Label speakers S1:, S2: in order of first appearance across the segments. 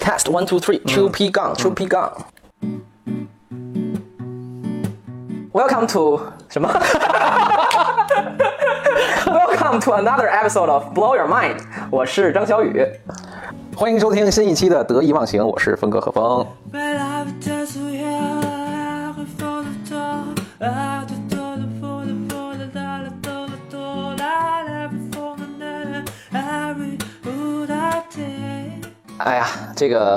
S1: test one two three
S2: Mm.
S1: two p 杠 two p 杠。Welcome to 什么 ？Welcome to another episode of Blow Your Mind。我是张小雨，
S2: 欢迎收听新一期的得意忘形，我是峰哥何峰。
S3: à vitesse où il y a un refrain de toi, à du taux de fond de fond de la la taux de taux, la la fond de la la, à rue où la terre.
S1: 哎呀，这个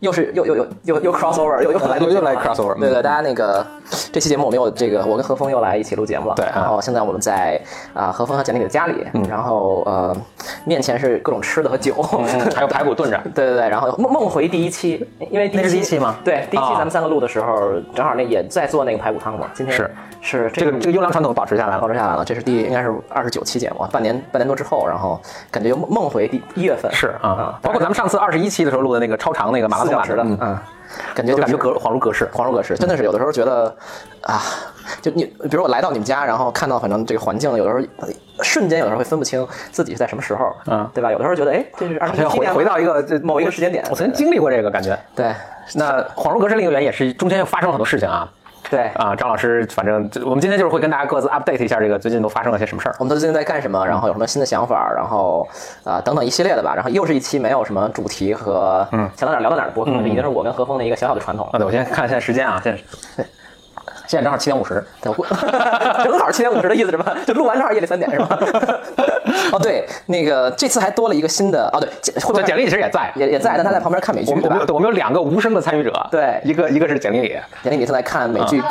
S1: 又是又又又又又 crossover，又又来
S2: 呃又又来
S1: 了
S2: crossover，
S1: 对对，
S2: 嗯
S1: 大家那个这期节目我们又这个我跟何峰又来一起录节目了。
S2: 对啊嗯
S1: 然后现在我们在啊、何峰和简历的家里，然后呃面前是各种吃的和酒。
S2: 还有排骨炖着，
S1: 对对对，然后梦梦回第一期，因为第一
S2: 那
S1: 期
S2: 是第一期吗
S1: 对，第一期
S2: 啊
S1: 咱们三个录的时候，正好那也在做那个排骨汤嘛。今天
S2: 是
S1: 是
S2: 这
S1: 这
S2: 个这个优良传统保持下来
S1: 保
S2: 了。
S1: 持下来了，这是第应该是二十九期节目，半年半年多之后，然后感觉又梦梦回第一月份
S2: 是啊，包括咱们上次二十一期的时候录的那个超长那个马拉
S1: 四小
S2: 松版
S1: 时的，
S2: 嗯
S1: 嗯，感觉就
S2: 感觉
S1: 是
S2: 隔恍如隔世。
S1: 恍如隔世，真的是有的时候觉得啊，就你比如我来到你们家，然后看到反正这个环境，有的时候瞬间有的时候会分不清自己是在什么时候，
S2: 嗯
S1: 对吧？有的时候觉得哎，这是二
S2: 好
S1: 十
S2: 像回回到一个这
S1: 某一个时间点
S2: 我曾经经历过这个感觉。
S1: 对
S2: 那恍如隔世另一个原因也是中间又发生了很多事情啊
S1: 对。
S2: 啊！张老师，反正就我们今天就是会跟大家各自 update 一下这个最近都发生了些什么事儿。
S1: 我们都最近在干什么？然后有什么新的想法？然后，啊、等等一系列的吧。然后又是一期没有什么主题和
S2: 嗯
S1: 想到哪儿聊到哪儿的播客，这已经是我跟何峰的一个小小的传统了。
S2: 啊，对，我先看一下时间啊，现在现在正好七点五十。
S1: 对，我正好七点五十的意思是吧？就录完正好夜里三点是吧？ 哦，对，那个这次还多了一个新的哦，对，这会不
S2: 对，
S1: 会
S2: 简历其实也在，嗯
S1: 也也在，但他在旁边看美剧
S2: 我们
S1: 对
S2: 我
S1: 吧
S2: 们？有我们有两个无声的参与者，
S1: 对
S2: 一个一个是简历里，
S1: 简历你正在看美剧，
S3: 啊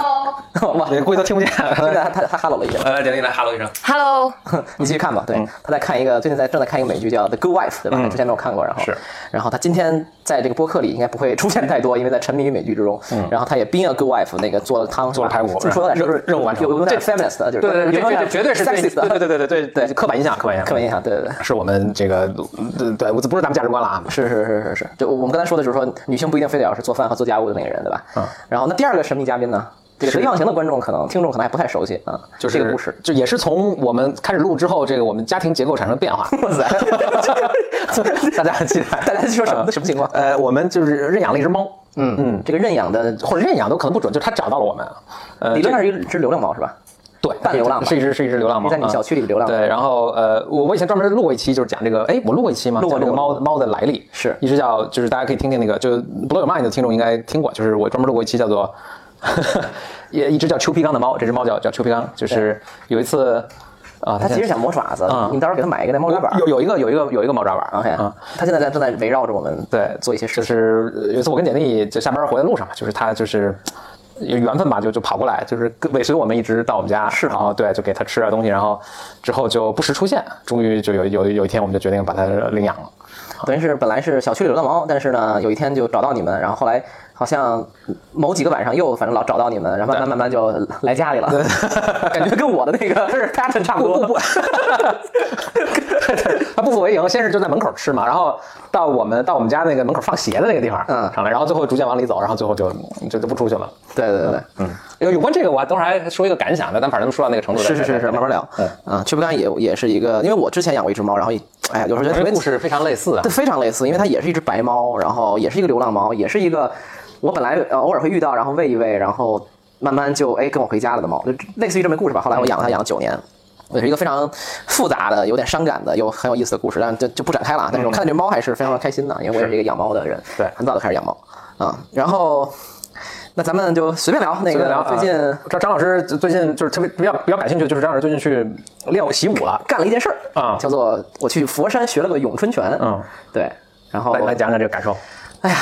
S1: 哇，
S2: 你估计都听不见。
S1: 现在他他他哈喽 了一下，
S2: 哦呃，简历来哈喽一声。
S4: Hello，
S1: 你继续看吧。
S2: 嗯
S1: 对，他在看一个最近在正在看一个美剧叫《The Good Wife》，对吧？之前没有看过，然后
S2: 是，
S1: 然后他今天在这个播客里应该不会出现太多，因为在沉迷于美剧之中。然后他也 being a good wife，那个做了汤，
S2: 嗯做了排骨嗯
S1: 这么说有点
S2: 任任务完成
S1: 有有点 feminist 的，就是
S2: 对对对，
S1: 有点
S2: 这绝对是
S1: sexist 的，
S2: 对对对对对对
S1: 对
S2: 刻板印象，刻板印
S1: 刻
S2: 象，
S1: 板印象，对对对。
S2: 是我们这个对对，不是咱们价值观了啊。
S1: 是是是是是，就我们刚才说的，就是说女性不一定非得要是做饭和做家务的那个人，对吧？嗯。然后那第二个神秘嘉宾呢，这个《
S2: 是
S1: 得意忘形》的观众可能听众可能还不太熟悉啊，
S2: 就是
S1: 这个故事。，
S2: 就也是从我们开始录之后，这个我们家庭结构产生变化。
S1: 哇塞！
S2: 大家很期待。
S1: 大家 说什么
S2: 嗯
S1: 什么情况？
S2: 呃，我们就是认养了一只猫，
S1: 嗯嗯，这个认养的
S2: 或者认养都可能不准，就它找到了我们。呃，
S1: 理
S2: 这
S1: 论上是一只流浪猫是吧？
S2: 对，
S1: 半流浪吧
S2: 是一只是一只流浪猫，
S1: 在你
S2: 嗯
S1: 小区里的流浪猫
S2: 对，然后呃，我我以前专门录过一期，就是讲这个，哎，我录过一期吗？
S1: 录过
S2: 讲这
S1: 录
S2: 个
S1: 过
S2: 猫猫的来历，
S1: 是
S2: 一只叫就是大家可以听听那个，就是 Blow Your Mind 的听众应该听过，就是我专门录过一期叫做， 也一只叫丘皮刚的猫，这只猫叫叫丘皮刚，就是有一次啊，
S1: 它
S2: 现
S1: 其
S2: 在
S1: 实想磨爪子
S2: 嗯，
S1: 你到时候给它买一个那猫爪板。
S2: 有有一个有一个有一个猫抓板
S1: OK，
S2: 啊。
S1: 它现在在正在围绕着我们
S2: 对，
S1: 做一些事
S2: 就
S1: 情。
S2: 是呃有一次我跟简历就下班回来路上嘛，就是他就是有缘分吧，就就跑过来，就是跟尾随我们一直到我们家，
S1: 是
S2: 然后对，就给他吃点东西，然后之后就不时出现，终于就有有有一天我们就决定把它领养了。
S1: 等于是本来是小区里流浪猫，但是呢，有一天就找到你们，然后后来好像某几个晚上又反正老找到你们，然后慢慢慢慢就来家里了，感觉跟我的那 个 pattern 差不多。
S2: 他不服为营，先是就在门口吃嘛，然后到我们到我们家那个门口放鞋的那个地方，
S1: 嗯
S2: 上来，然后最后逐渐往里走，然后最后就就就不出去了。
S1: 对对对对，嗯。
S2: 有有关这个，我还等会儿还说一个感想的，但反正说到那个程度了，
S1: 是是是是，
S2: 对
S1: 慢慢。聊。
S2: 嗯
S1: 啊，缺不干也也是一个，因为我之前养过一只猫，然后也哎呀，有时候觉得特
S2: 对
S1: 别
S2: 这故事非常类似啊
S1: 对，，非常类似，因为它也是一只白猫，然后也是一个流浪猫，也是一个我本来呃偶尔会遇到，然后喂一喂，然后慢慢就哎跟我回家了的猫，就类似于这么一个故事吧。后来我养了它养了九年。也是一个非常复杂的、有点伤感的、又很有意思的故事，但就就不展开了啊。但是我看到这猫还是非常开心的，因为我也是一个养猫的人，
S2: 对
S1: 很早就开始养猫啊、然后，那咱们就随便聊那
S2: 随便聊
S1: 个
S2: 啊
S1: 最近
S2: 张张老师最近就是特别比较比较感兴趣，就是张老师最近去练习武了，
S1: 干了一件事儿
S2: 啊
S1: 叫做我去佛山学了个咏春拳，
S2: 嗯，
S1: 对，然后
S2: 来来讲讲这个感受。
S1: 哦哎呀，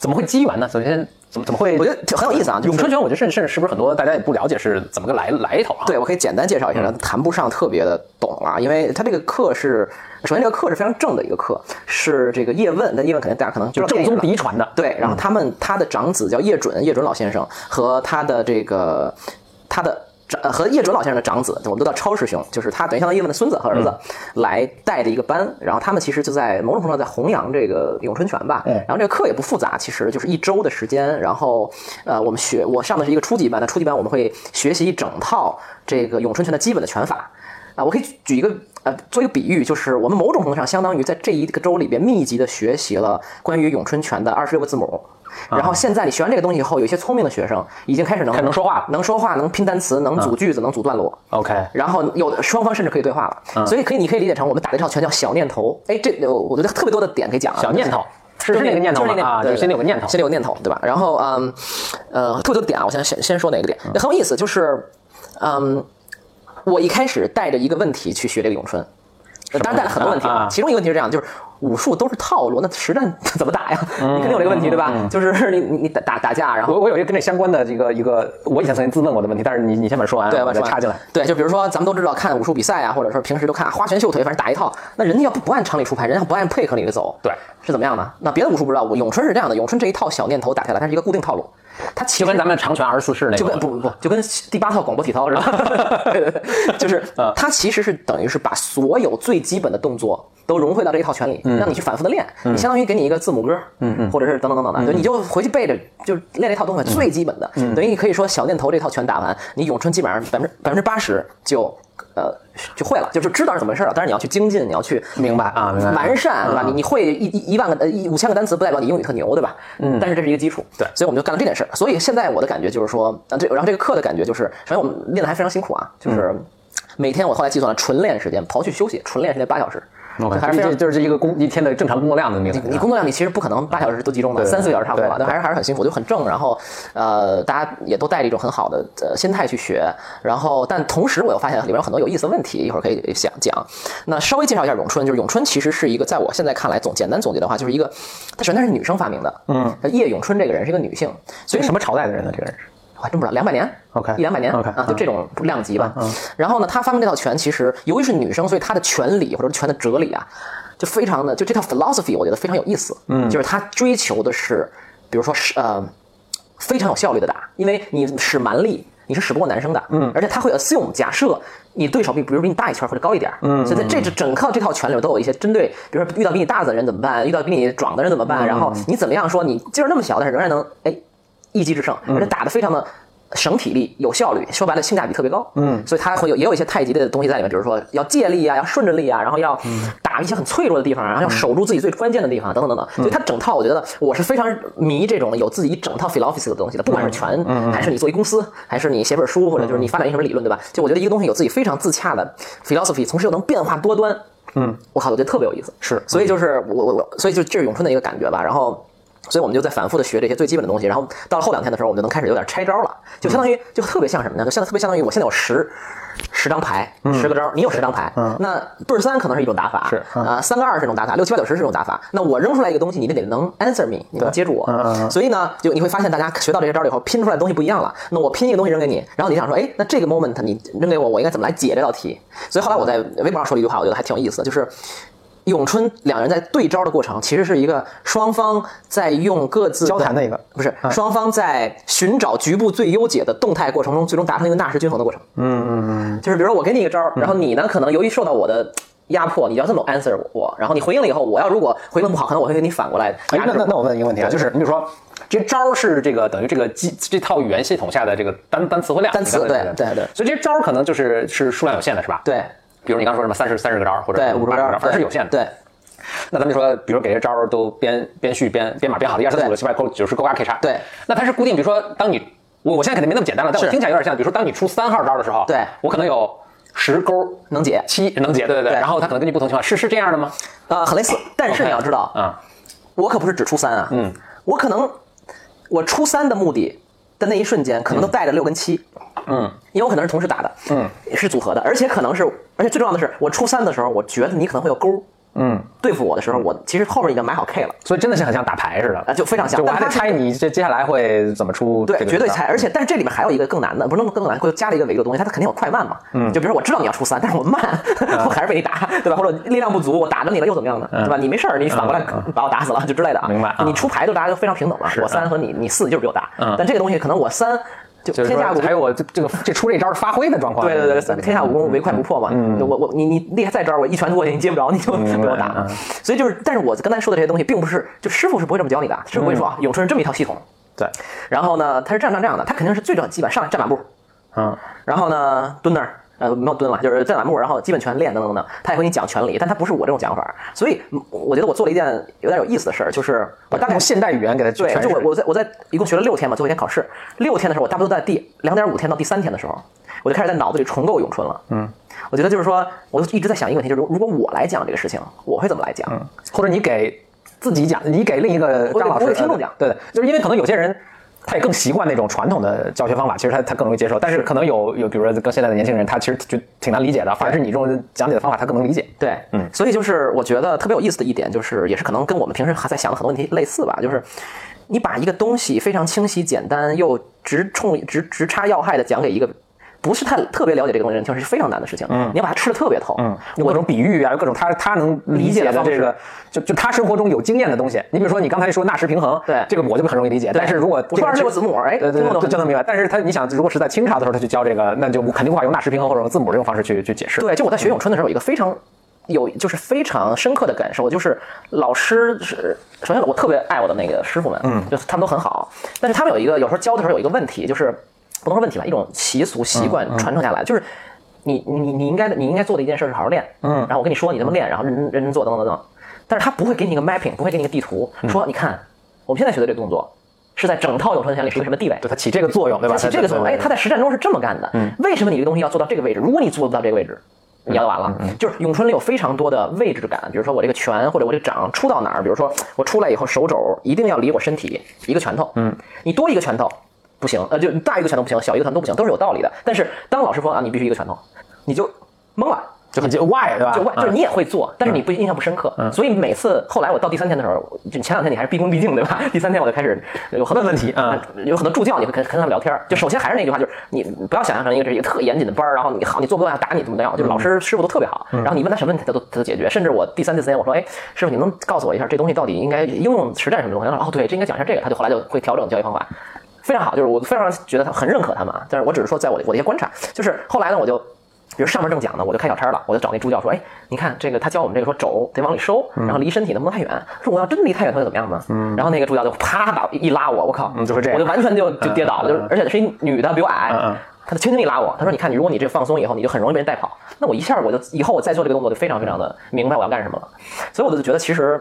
S2: 怎么会机缘呢？首先怎么怎么会？
S1: 我觉得挺很有意思啊就是
S2: 咏春拳，我觉得甚甚至是不是很多大家也不了解是怎么个来来头啊？
S1: 对，我可以简单介绍一下，但谈不上特别的懂了，因为他这个课是，首先这个课是非常正的一个课，是这个叶问，但叶问肯定大家可能知
S2: 就
S1: 道
S2: 正
S1: 电影
S2: 宗嗯
S1: 了
S2: 嫡传的。
S1: 对，然后他们他的长子叫叶准，叶准老先生和他的这个他的长呃和叶准老先生的长子，我们都叫超师兄，就是他等于相当于叶问的孙子和儿子、
S2: 嗯
S1: 来带着一个班，然后他们其实就在某种程度上在弘扬这个咏春拳吧。
S2: 嗯
S1: 然后这个课也不复杂，其实就是一周的时间，然后呃我们学我上的是一个初级班，那初级班我们会学习一整套这个咏春拳的基本的拳法。啊，我可以举举一个呃，做一个比喻，就是我们某种程度上相当于在这一个周里边密集的学习了关于咏春拳的二十六个字母。然后现在你学完这个东西以后，有一些聪明的学生已经开始能
S2: 啊开始能说话了啊
S1: 能说话，能拼单词，能组句子，能组段落。
S2: OK，
S1: 然后有的双方甚至可以对话了，
S2: 嗯
S1: 所以可以你可以理解成我们打的这套拳叫小念头。哎，这我我觉得特别多的点可以讲啊。
S2: 小念头
S1: 就是
S2: 那个念头
S1: 就是那
S2: 吗？啊，
S1: 对
S2: 就心里有个念头。
S1: 心里有个念头，对吧？然后嗯呃，特别多的点啊，我先先先说哪个点？那很有意思，就是嗯，我一开始带着一个问题去学这个咏春，当然带了很多问题
S2: 啊啊
S1: 其中一个问题是这样，就是武术都是套路，那实战怎么打呀？ 你肯定有这个问题，对
S2: 嗯
S1: 吧？就是你你你打打打架，然后
S2: 我我有一个跟这相关的这个一个，我以前曾经自问我的问题，但是你你先把它说完，啊
S1: 对，
S2: 我
S1: 完
S2: 再
S1: 全
S2: 插进来。。
S1: 对，就比如说咱们都知道看武术比赛啊，或者说平时都看花拳绣腿，反正打一套，那人家要不不按常理出牌，人家要不按配合你的走，
S2: 对，
S1: 是怎么样的？那别的武术不知道，我咏春是这样的，咏春这一套小念头打下来，它是一个固定套路，它其实
S2: 就跟咱们长拳二十四式那个，
S1: 就跟不不不，就跟第八套广播体操似 的，对对对，就是它其实是等于是把所有最基本的动作都融汇到这一套拳里，让你去反复的练，你相当于给你一个字母歌，嗯嗯，或嗯者是等等等等的，就你就回去背着，就是练这套动作最基本的，等于你可以说小念头这套拳打完，你咏春基本上百分之百分之八十就呃就会了，就是知道是怎么回事了。但是你要去精进，你要去
S2: 明白啊明白
S1: 完善，对吧？
S2: 嗯
S1: 你你会一一一万个呃一五千个单词，不代表你英语特牛，对吧？嗯，但是这是一个基础，
S2: 对
S1: 所以我们就干了这件事儿。所以现在我的感觉就是说，啊，这然后这个课的感觉就是，首先我们练的还非常辛苦啊，就是
S2: 嗯
S1: 每天我后来计算了纯练时间，刨去休息，纯练时间八小时，
S2: OK，
S1: 还是非
S2: 这
S1: 常
S2: 就是一个工一天的正常工作量的那个。
S1: 你工作量你其实不可能八小时都集中的，
S2: 对对
S1: 三四个小时差不多吧，
S2: 对
S1: 但还是还是很辛苦，就很正。然后呃，大家也都带着一种很好的呃心态去学。然后，但同时我又发现里边有很多有意思的问题，一会儿可以想讲。那稍微介绍一下咏春，就是咏春其实是一个，在我现在看来总简单总结的话，就是一个，它首先它是女生发明的，嗯，叶咏春这个人是一个女性，所
S2: 这
S1: 以
S2: 个什么朝代的人呢？这个人是
S1: 我还真不知道，两百年
S2: OK，
S1: 一两百年
S2: OK，
S1: 啊，就
S2: 嗯
S1: 这种量级吧。然后呢，她发明这套拳，其实由于是女生，所以她的拳理或者拳的哲理啊，就非常的就这套 philosophy，我觉得非常有意思。嗯，就是她追求的是，比如说是呃，非常有效率的打，因为你使蛮力。你是使不过男生的，嗯，而且他会 assume 假设你对手比，比如比你大一圈或者高一点，嗯，所以在这整个这套拳里都有一些针对，比如说遇到比你大的人怎么办，遇到比你壮的人怎么办，然后你怎么样说你劲儿那么小，但是仍然能哎一击制胜，而且打得非常的省体力、有效率，说白了性价比特别高。嗯，所以它会有也有一些太极的东西在里面，比如说要借力啊，要顺着力啊，然后要打一些很脆弱的地方，然后要守住自己最关键的地方，啊等等等等。所以它整套，我觉得我是非常迷这种有自己一整套 philosophy 的东西的，不管是拳，还是你做一公司，还是你写本书，或者就是你发展一个什么理论，对吧？就我觉得一个东西有自己非常自洽的 philosophy，同时又能变化多端。嗯，我靠，我觉得特别有意思。
S2: 是
S1: 所以就是我我我，所以就这是咏春的一个感觉吧。然后。所以我们就在反复的学这些最基本的东西，然后到了后两天的时候，我们就能开始有点拆招了，就相当于就特别像什么呢？就现在特别相当于我现在有十十张牌，十个招，你有十张牌，那倍儿三可能是一种打法，
S2: 嗯是嗯
S1: 啊，三个二是一种打法，六七八九十是一种打法。那我扔出来一个东西，你得能 answer me，你能接住我。
S2: 嗯嗯嗯
S1: 所以呢，就你会发现大家学到这些招儿以后，拼出来的东西不一样了。那我拼一个东西扔给你，然后你想说，哎，那这个 moment 你扔给我，我应该怎么来解这道题？所以后来我在微博上说了一句话，我觉得还挺有意思的，就是。咏春两人在对招的过程，其实是一个双方在用各自
S2: 交谈的一个嗯
S1: 不是双方在寻找局部最优解的动态过程中，最终达成一个纳什均衡的过程。就是比如说我给你一个招儿，
S2: 嗯
S1: 然后你呢可能由于受到我的压迫，你要这么 answer 我，然后你回应了以后，我要如果回应得不好，可能我会给你反过来
S2: 哎，
S1: 压
S2: 那
S1: 制
S2: 那那我问一个问题啊，
S1: 对
S2: 就是你比如说，这招儿是这个等于这个机这套语言系统下的这个单单词汇量，
S1: 单词
S2: 你刚才
S1: 对对对
S2: 所以这些招儿可能就是是数量有限的，是吧？。
S1: 对
S2: 比如你刚说什么三十三十个招儿或者
S1: 对五十
S2: 八
S1: 个
S2: 十
S1: 招儿
S2: 个招，反正是有限的。。
S1: 对
S2: 那咱们就说，比如给这招儿都编编序编编码编好了，一二三四五六七八勾九十勾八啊 K 叉。
S1: 对。
S2: 那它是固定，比如说当你我我现在肯定没那么简单了，但我
S1: 是
S2: 听起来有点像，比如说当你出三号招儿的时候，
S1: 对
S2: 我可能有十勾
S1: 能解
S2: 七能解，对对对。
S1: 对
S2: 然后它可能根据不同情况是是这样的吗？
S1: 呃很类 似，但是
S2: OK
S1: 你要知道
S2: 啊，
S1: 我可不是只出三啊，嗯，我可能我出三的目的的那一瞬间，可能都带着六跟七，
S2: 嗯，
S1: 因为我可能是同时打的，嗯，是组合的，而且可能是，而且最重要的是，我出三的时候，我觉得你可能会有勾，
S2: 嗯，
S1: 对付我的时候，我其实后边已经买好 K 了。
S2: 所以真的是很像打牌似的，
S1: 啊就非常像
S2: 就我
S1: 但
S2: 还得
S1: 它是
S2: 猜你这接下来会怎么出这
S1: 对
S2: 个，
S1: 绝对
S2: 地方
S1: 猜。而且，但是这里面还有一个更难的，不是那么更难，会加了一个维度的东西，它肯定有快慢嘛。嗯，就比如说我知道你要出三，但是我慢，
S2: 嗯
S1: 我还是被你打，对吧？或者力量不足，我打着你了又怎么样呢？对吧？你没事儿，你反过来把我打死了就之类的啊。
S2: 嗯明白啊
S1: 你出牌就大家都非常平等了，我三和你你四就是比我大。
S2: 嗯
S1: 但这个东西可能我三就
S2: 就是
S1: 天下
S2: 说
S1: 无
S2: 还有嗯我这这个这出这招发挥的状况。
S1: 对对对对，天下武功唯快不破嘛。我我你你厉害再招，我一拳过去你接不着，你就
S2: 嗯明 白
S1: 被我打
S2: 嗯。
S1: 所以就是，但是我刚才说的这些东西，并不是就师傅是不会这么教你的，师傅会
S2: 嗯
S1: 说啊，咏春是这么一套系统，
S2: 对，
S1: 然后呢，他是这样这样这样的，他肯定是最重要基本上来站马步，
S2: 嗯，
S1: 然后呢，蹲那儿，呃，没有蹲了，就是站栏目，然后基本拳练等等等等，他也会给你讲拳理，但他不是我这种讲法，所以嗯我觉得我做了一件有点有意思的事儿，就是我大概
S2: 用现代语言给它
S1: 对，
S2: 诠
S1: 就
S2: 释
S1: 我我在我在一共学了六天嘛，最后一天考试，六天的时候，我差不多在第两点五天到第三天的时候，我就开始在脑子里重构咏春了。嗯，我觉得就是说，我就一直在想一个问题，就是如如果我来讲这个事情，我会怎么来讲？
S2: 或者你给自己讲，你给另一个
S1: 我给
S2: 张老
S1: 我
S2: 师
S1: 给听众讲
S2: 呃对对，就是因为可能有些人。他也更习惯那种传统的教学方法，其实他他更容易接受。但是可能有有，比如说跟现在的年轻人，他其实就挺难理解的。反而是你这种讲解的方法，他更能理解。
S1: 对，
S2: 嗯
S1: 所以就是我觉得特别有意思的一点，就是也是可能跟我们平时还在想的很多问题类似吧，就是你把一个东西非常清晰、简单又直冲、直直插要害的讲给一个。不是太特别了解这个东西的人听是非常难的事情，嗯你要把它吃的特别透，
S2: 嗯，有各种比喻啊，有各种他他能理解的这
S1: 理解的
S2: 个
S1: 方，
S2: 就就他生活中有经验的东西。你比如说你刚才说纳什平衡，
S1: 对
S2: 这个我就很容易理解。但是如果
S1: 我说二十
S2: 这
S1: 六
S2: 个
S1: 个字母，哎，
S2: 对对
S1: 听不
S2: 对，
S1: 懂
S2: 就就能明白。但是他，你想，如果是在清朝的时候，他去教这个，那就肯定无法用纳什平衡或者用字母这种方式嗯去去解释。
S1: 对，就我在学咏春的时候，有一个非常有就是非常深刻的感受，就是老师是首先我特别爱我的那个师傅们，嗯，就是他们都很好，但是他们有一个有时候教的时候有一个问题，就是不能说问题吧，一种习俗
S2: 嗯
S1: 习惯传承下来，就是。你你你应该你应该做的一件事是好好练，嗯，然后我跟你说你这么练，然后认真认真做，等等等等，但是他不会给你一个 mapping，不会给你一个地图，
S2: 嗯
S1: 说你看我们现在学的这个动作是在整套咏春拳里是一个什么地位，
S2: 对，它起这个作用，对吧？
S1: 它起这个作用，哎，他嗯在实战中是这么干的。为什么你这个东西要做到这个位置？如果你做不到这个位置，你要完了。就是咏春里有非常多的位置感，比如说我这个拳或者我这个掌出到哪儿，比如说我出来以后手肘一定要离我身体一个拳头，嗯，你多一个拳头不行，呃，就大一个拳头不行，小一个拳头不行，都是有道理的。但是当老师说啊，你必须一个拳头，你就懵了。
S2: 就很就 why 对吧？
S1: 就外就是
S2: 嗯
S1: 你也会做，但是你不印象不深刻，所以每次后来我到第三天的时候，我就前两天你还是毕恭毕敬对
S2: 嗯
S1: 吧？第三天我就开始有很多嗯
S2: 问问题啊，
S1: 有很多助教你会跟跟他们聊天儿。就首先还是那句话，就是你不要想象成一个这是一个特严谨的班儿，然后你好你做不到要打你怎么样，就是老师
S2: 嗯
S1: 师傅都特别好，然后你问他什么问题他都他都解决。甚至我第三第四天我说，哎，师傅你能告诉我一下这东西到底应该应用实战什么东西？他说哦对，这应该讲一下这个，他就后来就会调整教学方法。非常好，就是我非常觉得他很认可他们啊，但是我只是说在我的我的一些观察，就是后来呢，我就比如上面正讲呢，我就开小差了，我就找那助教说，哎，你看这个他教我们这个说肘得往里收，然后离身体能不能太远？说我要真离太远，他会怎么样呢？嗯，然后那个助教就啪把我一拉我，我靠，
S2: 嗯就会这样嗯
S1: 我就完全就就跌倒了，就是而且是一女的比我矮，
S2: 嗯嗯
S1: 她就轻轻一拉我，她说：“你看，你如果你这放松以后，你就很容易被人带跑。那我一下我就以后我再做这个动作，就非常非常的明白我要干什么了。所以我就觉得，其实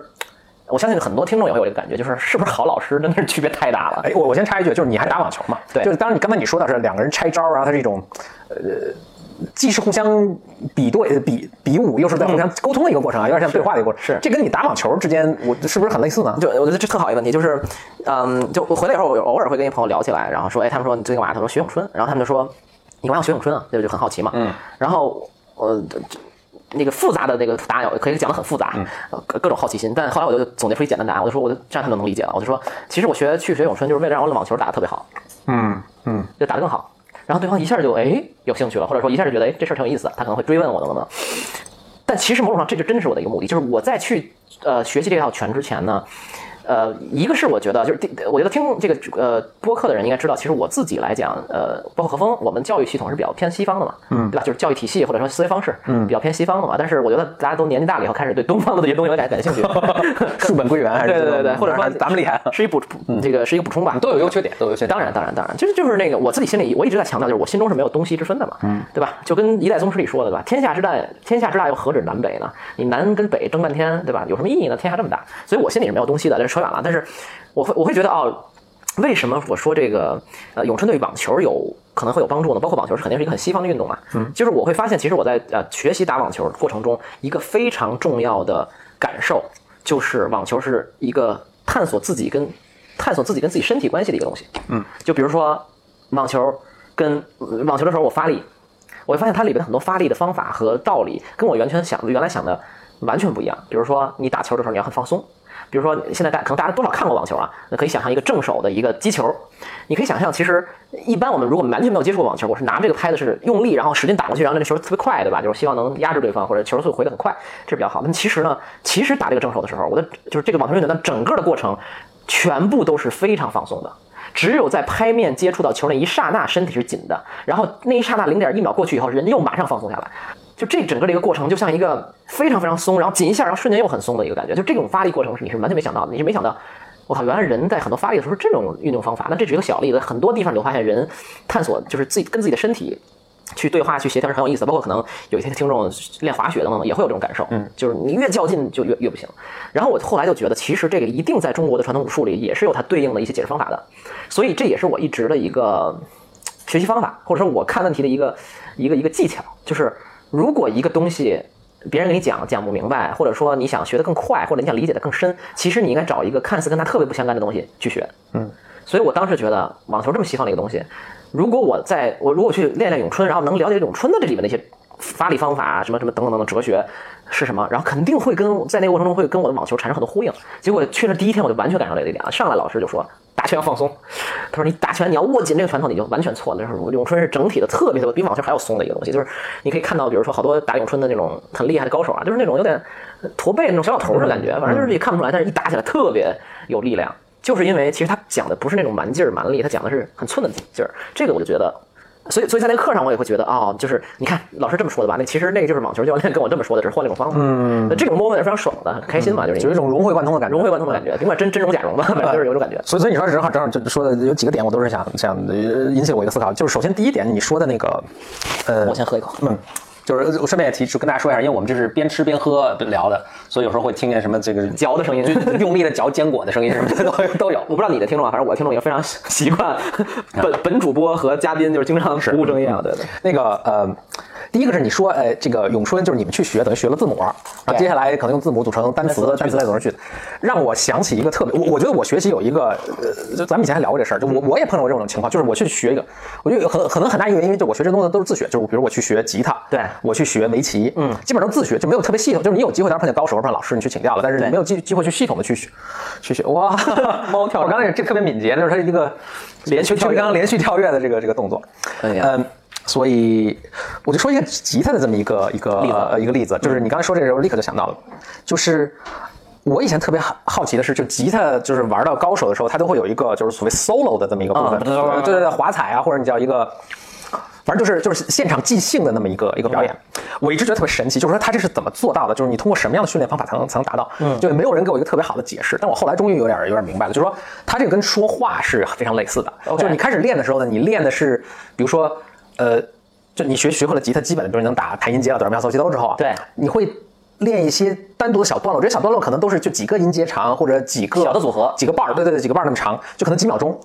S1: 我相信很多听众也会有这个感觉，就是是不是好老师真的是区别太大了？
S2: 哎，我我先插一句，就是你还打网球嘛？
S1: 对
S2: 就是当然你刚才你说到是两个人拆招，然后它是一种，呃，既是互相比对、呃比比武，又是在互相沟通的一个过程啊，有点像对话的一个过
S1: 嗯
S2: 程。
S1: 是
S2: 这跟你打网球之间，我是不是很类似呢？
S1: 就我觉得这特好一个问题，就是，嗯，就我回来以后，我偶尔会跟一朋友聊起来，然后说，哎，他们说你最近干嘛？他说学咏春，然后他们就说，你干嘛要学咏春啊？这就很好奇嘛。嗯。然后我、呃这那个复杂的那个答案，我可以讲的很复
S2: 嗯
S1: 杂，呃各各种好奇心。但后来我就总结出一简单答案，我就说，我就这样他们能理解了。我就说，其实我学去学咏春，就是为了让我的网球打得特别好。
S2: 嗯嗯，
S1: 就打得更好。然后对方一下就哎有兴趣了，或者说一下就觉得哎这事儿挺有意思的，他可能会追问我等等等。但其实某种上这就真的是我的一个目的，就是我在去呃学习这套拳之前呢，呃，一个是我觉得就是第我觉得听这个呃播客的人应该知道，其实我自己来讲，呃，包括何峰，我们教育系统是比较偏西方的嘛，嗯，对吧？就是教育体系或者说思维方式，嗯，比较偏西方的嘛。但是我觉得大家都年纪大了以后，开始对东方的这些东西有点感 兴趣，
S2: 树本归元还是
S1: 对对对对，或者说
S2: 还是嗯 咱们厉害，啊 嗯
S1: 是一补补这个是一个补充吧，
S2: 都有优缺点，都有优缺
S1: 对，。当然，当然，当然，就是就是那个我自己心里，我一直在强调，就是我心中是没有东西之分的嘛，嗯，对吧？就跟一代宗师里说的，对吧？天下之大，天下之大又何止南北呢？你南跟北争半天，对吧？有什么意义呢？天下这么大，所以我心里是没有东西的。这扯远了，但是我会我会觉得哦，为什么我说这个呃咏春对网球有可能会有帮助呢？包括网球是肯定是一个很西方的运动嘛，嗯，就是我会发现，其实我在呃学习打网球过程中，一个非常重要的感受就是网球是一个探索自己跟探索自己跟自己身体关系的一个东西，就比如说网球跟呃网球的时候我发力，我会发现它里边的很多发力的方法和道理跟我原先想原来想的完全不一样。比如说你打球的时候你要很放松，比如说现在大可能大家多少看过网球啊，那可以想象一个正手的一个击球，你可以想象其实一般我们如果完全没有接触过网球，我是拿这个拍子是用力然后使劲打过去，然后那个球特别快，对吧？就是希望能压制对方或者球速回得很快，这是比较好。但其实呢，其实打这个正手的时候，我的就是这个网球运动员的整个的过程全部都是非常放松的。只有在拍面接触到球那一刹那，身体是紧的，然后那一刹那零点一秒过去以后，人又马上放松下来。就这整个的一个过程，就像一个非常非常松，然后紧一下，然后瞬间又很松的一个感觉。就这种发力过程是你是完全没想到的，你是没想到，我靠，原来人在很多发力的时候是这种运动方法。那这只是一个小例子，很多地方你会发现人探索就是自己跟自己的身体去对话、去协调是很有意思的。包括可能有一些听众练滑雪的嘛，也会有这种感受。嗯，就是你越较劲就越越不行。然后我后来就觉得，其实这个一定在中国的传统武术里也是有它对应的一些解释方法的，所以这也是我一直的一个学习方法，或者说我看问题的一个一个一个技巧，就是如果一个东西。别人给你讲讲不明白，或者说你想学得更快，或者你想理解得更深，其实你应该找一个看似跟它特别不相干的东西去学。所以我当时觉得网球这么西方的一个东西，如果我在我如果去练练咏春，然后能了解咏春的这里面的一些发力方法，啊什么什么等等等等哲学是什么，然后肯定会跟在那个过程中会跟我的网球产生很多呼应。结果去了第一天，我就完全感受到这一点了。上来老师就说打拳要放松，他说你打拳你要握紧这个拳头，你就完全错了。就是咏春是整体的特别特别比网球还要松的一个东西，就是你可以看到，比如说好多打咏春的那种很厉害的高手啊，就是那种有点驼背那种小老头儿的感觉，反正就是也看不出来，但是一打起来特别有力量。就是因为其实他讲的不是那种蛮劲儿、蛮力，他讲的是很寸的劲儿。这个我就觉得，所以所以在那个课上我也会觉得，哦，就是你看老师这么说的吧，那其实那个就是网球教练跟我这么说的，只是换了一种方法。嗯，那这种 moment 是非常爽的，很开心嘛，就是
S2: 有一种融会贯通的感觉。
S1: 融会贯通的感觉，甭嗯管真真融假融吧，反正就是有种感觉。
S2: 所以，所以你说正好正好就说的有几个点，我都是想想呃引起我一个思考。就是首先第一点，你说的那个，呃，
S1: 我先喝一口。
S2: 嗯，就是我顺便也提，就跟大家说一下，因为我们这是边吃边喝聊的，所以有时候会听见什么这个
S1: 嚼的声音
S2: 就用力的嚼坚果的声音什么的都都有。
S1: 我不知道你的听众啊，反正我的听众也非常习惯本本主播和嘉宾啊就是经常不务正业啊，对对。
S2: 那个呃，第一个是你说，呃，这个咏春就是你们去学，等于学了字母，然后
S1: 对
S2: 接下来可能用字母组成单词，单词来组成句子，让我想起一个特别，我我觉得我学习有一个，呃，就咱们以前还聊过这事儿，就我我也碰到过这种情况，就是我去学一个，我觉得有可能可能很大一个原因，就我学这东西都是自学，就是比如我去学吉他，
S1: 对
S2: 我去学围棋，嗯，基本上都自学，就没有特别系统，就是你有机会当然碰见高手或者碰见老师你去请教了，但是你
S1: 对
S2: 没有机机会去系统的去学去学， 哇，
S1: 猫跳
S2: 我刚才这特别敏捷，就是它这个
S1: 连续跳跃
S2: 刚刚连续跳跃的这个这个动作，
S1: 哎呀
S2: 嗯，所以我就说一个吉他的这么一个一个
S1: 例子
S2: 呃一个例子，就是你刚才说这个时候，我立刻就想到了，就是。我以前特别好好奇的是，就吉他就是玩到高手的时候，它都会有一个就是所谓 solo 的这么一个部分，
S1: 嗯
S2: 哦对对对，华彩啊，或者你叫一个，反正就是就是现场即兴的那么一个一个表演。我一直觉得特别神奇，就是说他这是怎么做到的？就是你通过什么样的训练方法才能才能达到？嗯，就没有人给我一个特别好的解释。但我后来终于有点有点明白了，就是说他这个跟说话是非常类似的。
S1: OK
S2: 就是你开始练的时候呢，你练的是比如说呃，就你学学会了吉他基本的，比如你能打弹音阶啊、哆来咪发嗦西哆之后啊，
S1: 对
S2: 你会。练一些单独的小段落，我觉得小段落可能都是就几个音节长，或者几个
S1: 小的组合
S2: 几个 bar，对对对，几个 bar 那么长，就可能几秒钟。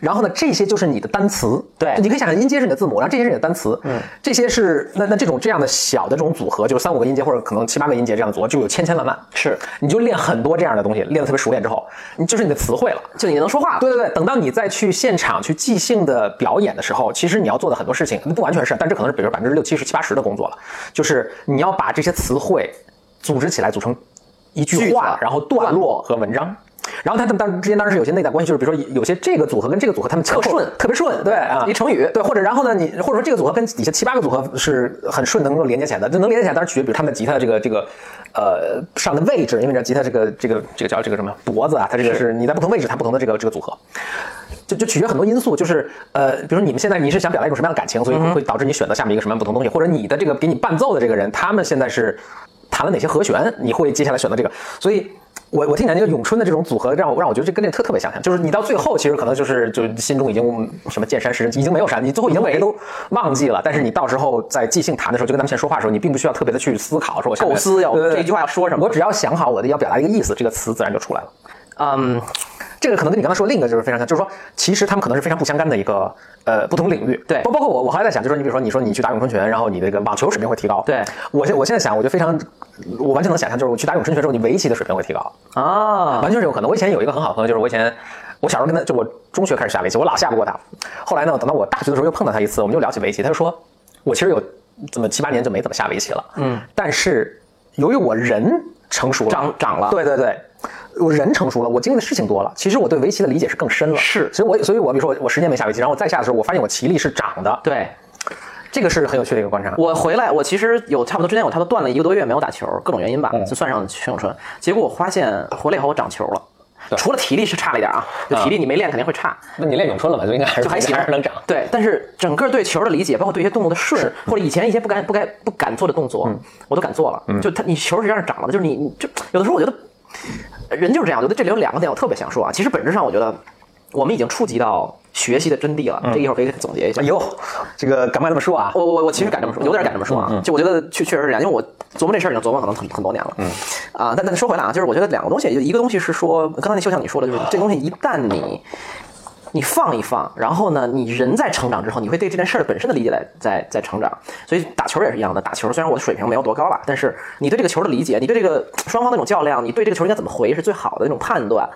S2: 然后呢，这些就是你的单词，
S1: 对
S2: 就你可以想象音阶是你的字母，然后这些是你的单词，嗯，这些是那那这种这样的小的这种组合，就是三五个音节或者可能七八个音节这样的组合，就有千千万万，
S1: 是，
S2: 你就练很多这样的东西，练得特别熟练之后，你就是你的词汇了。
S1: 就你能说话了，
S2: 对对对，等到你再去现场去即兴的表演的时候，其实你要做的很多事情不完全是，但这可能是比如百分之六七十、七八十的工作了，就是你要把这些词汇组织起来，组成一句
S1: 句子
S2: 话，然后段落和文章。然后他们当之间当然是有些内在关系，就是比如说有些这个组合跟这个组合他们特
S1: 特顺
S2: 特别顺，对啊，
S1: 一成语
S2: 对，或者然后呢，你或者说这个组合跟底下七八个组合是很顺能够连接起来的，就能连接起来。当然取决于比如他们的吉他的这个这个呃上的位置，因为你知道吉他这个这个这个叫这个什么脖子啊，它这个是你在不同位置它不同的这个这个组合。就就取决很多因素，就是呃，比如你们现在你是想表达一种什么样的感情，
S1: 嗯
S2: 所以会导致你选择下面一个什么样不同的东西，或者你的这个给你伴奏的这个人，他们现在是弹了哪些和弦，你会接下来选择这个。所以我我听起来那个咏春的这种组合，让我让我觉得这跟这特特别相像，就是你到最后其实可能就是就心中已经什么见山是人，已经没有山，你最后已经把这都忘记了，但是你到时候在即兴弹的时候，就跟他们现在说话的时候，你并不需要特别的去思考，说我现在
S1: 构思要
S2: 对对对
S1: 这句话要说什么
S2: 我只要想好我的要表达一个意思，这个词自然就出来了。
S1: 嗯，
S2: 这个可能跟你刚才说的另一个就是非常像，就是说其实他们可能是非常不相干的一个呃不同领域。
S1: 对
S2: 包包括我，我还在想，就是你比如说你说你去打咏春拳，然后你这个网球水平会提高。
S1: 对
S2: 我现我现在想，我就非常，我完全能想象，就是我去打咏春拳之后，你围棋的水平会提高，
S1: 啊，
S2: 完全是有可能。我以前有一个很好的朋友，就是我以前。我小时候跟他，就我中学开始下围棋，我老下不过他。后来呢，等到我大学的时候又碰到他一次，我们就聊起围棋，他就说，我其实有这么七八年就没怎么下围棋了，嗯，但是由于我人成熟了，
S1: 长长了，
S2: 对对对，我人成熟了，我经历的事情多了，其实我对围棋的理解是更深了。
S1: 是
S2: 所以我所以我比如说我我十年没下围棋，然后我再下的时候，我发现我棋力是长的，
S1: 对。
S2: 这个是很有趣的一个观察。
S1: 我回来，我其实有差不多之前我差不多断了一个多月没有打球，各种原因吧，就算上全咏春。结果我发现回来以后我长球了，除了体力是差了一点啊，就体力你没练肯定会差，
S2: 那你练咏春了吧？就应该还是
S1: 就还行，对，但是整个对球的理解，包括对一些动作的顺，或者以前一些不该不该不敢做的动作，我都敢做了。就他，你球实际上是长了的，就是你，你就有的时候我觉得人就是这样。我觉得这里有两个点我特别想说啊，其实本质上我觉得我们已经触及到学习的真谛了。这一会儿可以总结一下
S2: 哎。呦，这个敢不敢这么说啊？
S1: 我我我其实敢这么说，有点敢这么说啊。就我觉得确确实是这样，因为我琢磨这事儿已经琢磨可能很很多年了。嗯，啊，但但说回来啊，就是我觉得两个东西，就一个东西是说，刚才那就像你说的，就是这东西一旦你你放一放，然后呢，你人在成长之后，你会对这件事儿本身的理解在在在成长。所以打球也是一样的，打球虽然我的水平没有多高吧，但是你对这个球的理解，你对这个双方那种较量，你对这个球应该怎么回是最好的那种判断。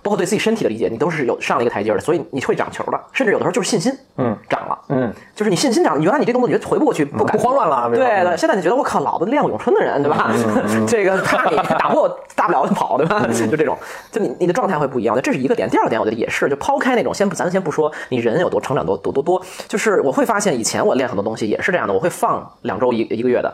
S1: 包括对自己身体的理解，你都是有上了一个台阶儿的，所以你会长球了，甚至有的时候就是信心，嗯，涨了，
S2: 嗯，
S1: 就是你信心涨，原来你这动作你觉得回不过去，不敢
S2: 不慌乱了嗯
S1: 对
S2: 没有
S1: 对，现在你觉得我靠，老子练过咏春的人，对吧？
S2: 嗯
S1: 这个 怕你打不过我，大不了就跑，对吧？就这种，就你你的状态会不一样的，这是一个点。第二点，我觉得也是，就抛开那种，先不咱先不说你人有多成长多多多多，就是我会发现以前我练很多东西也是这样的，我会放两周一一个月的，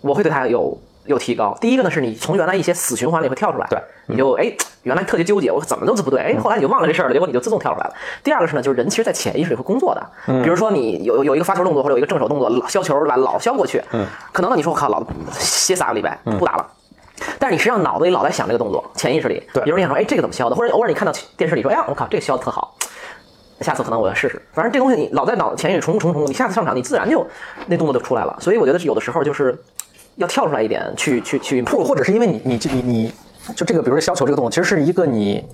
S1: 我会对它有。有提高，第一个呢是你从原来一些死循环里会跳出来，
S2: 对，
S1: 你就哎原来特别纠结，我怎么都不对，哎后来你就忘了这事儿了，结果你就自动跳出来了。第二个是呢，就是人其实，在潜意识里会工作的，比如说你有有一个发球动作或者有一个正手动作，老削球老老削过去，可能呢你说我靠老子歇仨个礼拜不打了。但是你实际上脑子里老在想这个动作，潜意识里，
S2: 对
S1: 比如你想说，哎，这个怎么削的？或者偶尔你看到电视里说，哎呀，我靠，这个削的特好，下次可能我要试试。反正这东西你老在脑前也重复重复重复，你下次上场你自然就那动作就出来了。所以我觉得是有的时候就是要跳出来一点，去去去
S2: 或或者是因为你你这你你就这个，比如说削球这个动作，其实是一个你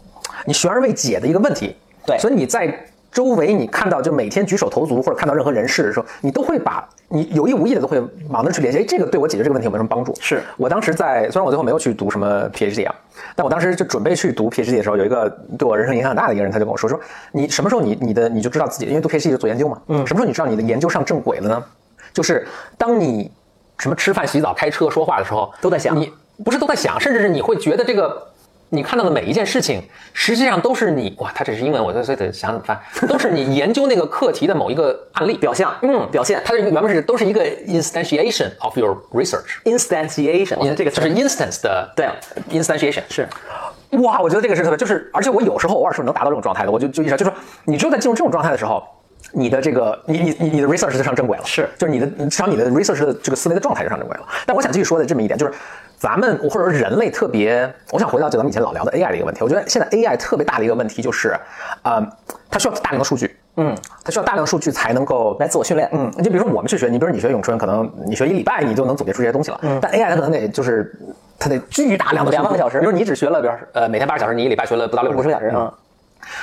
S2: 你悬而未解的一个问题。
S1: 对
S2: 所以你在周围你看到就每天举手投足或者看到任何人事的时候，你都会把你有意无意的都会往那儿去联系，哎，这个对我解决这个问题有没有什么帮助？
S1: 是
S2: 我当时在虽然我最后没有去读什么 PhD 啊，但我当时就准备去读 PhD 的时候，有一个对我人生影响很大的一个人，他就跟我说说你什么时候你你的你就知道自己，因为读 PhD 就做研究嘛，嗯，什么时候你知道你的研究上正轨了呢？就是当你什么吃饭、洗澡、开车、说话的时候，
S1: 都在想
S2: 你不是都在想，甚至是你会觉得这个你看到的每一件事情，实际上都是你哇，他这是英文，我这这得想怎么翻，都是你研究那个课题的某一个案例
S1: 表象，
S2: 嗯，
S1: 表现
S2: 它这个原本是都是一个 instantiation of your research。
S1: instantiation，我觉得这个
S2: 就
S1: 词儿
S2: 是 instance 的
S1: 对
S2: instantiation
S1: 是。
S2: 哇，我觉得这个是特别，就是而且我有时候偶尔是能达到这种状态的，我就就意识到，就是说你只有在进入这种状态的时候，你的这个你你你你的 research 就上正轨了，
S1: 是
S2: 就是你的至少你的 research 的这个思维的状态就上正轨了。但我想继续说的这么一点就是。咱们或者说人类特别，我想回到就咱们以前老聊的 AI 的一个问题。我觉得现在 AI 特别大的一个问题就是，呃，它需要大量的数据，嗯，它需要大量的数据才能够
S1: 来自我训练，
S2: 嗯，你就比如说我们去学，你比如说你学咏春，可能你学一礼拜你就能总结出这些东西了。但 AI 它可能得就是它得巨大量的
S1: 嗯两万个小时
S2: 比如你只学了，比如说呃每天八个小时，你一礼拜学了不到六
S1: 五十个小时
S2: 嗯
S1: 啊，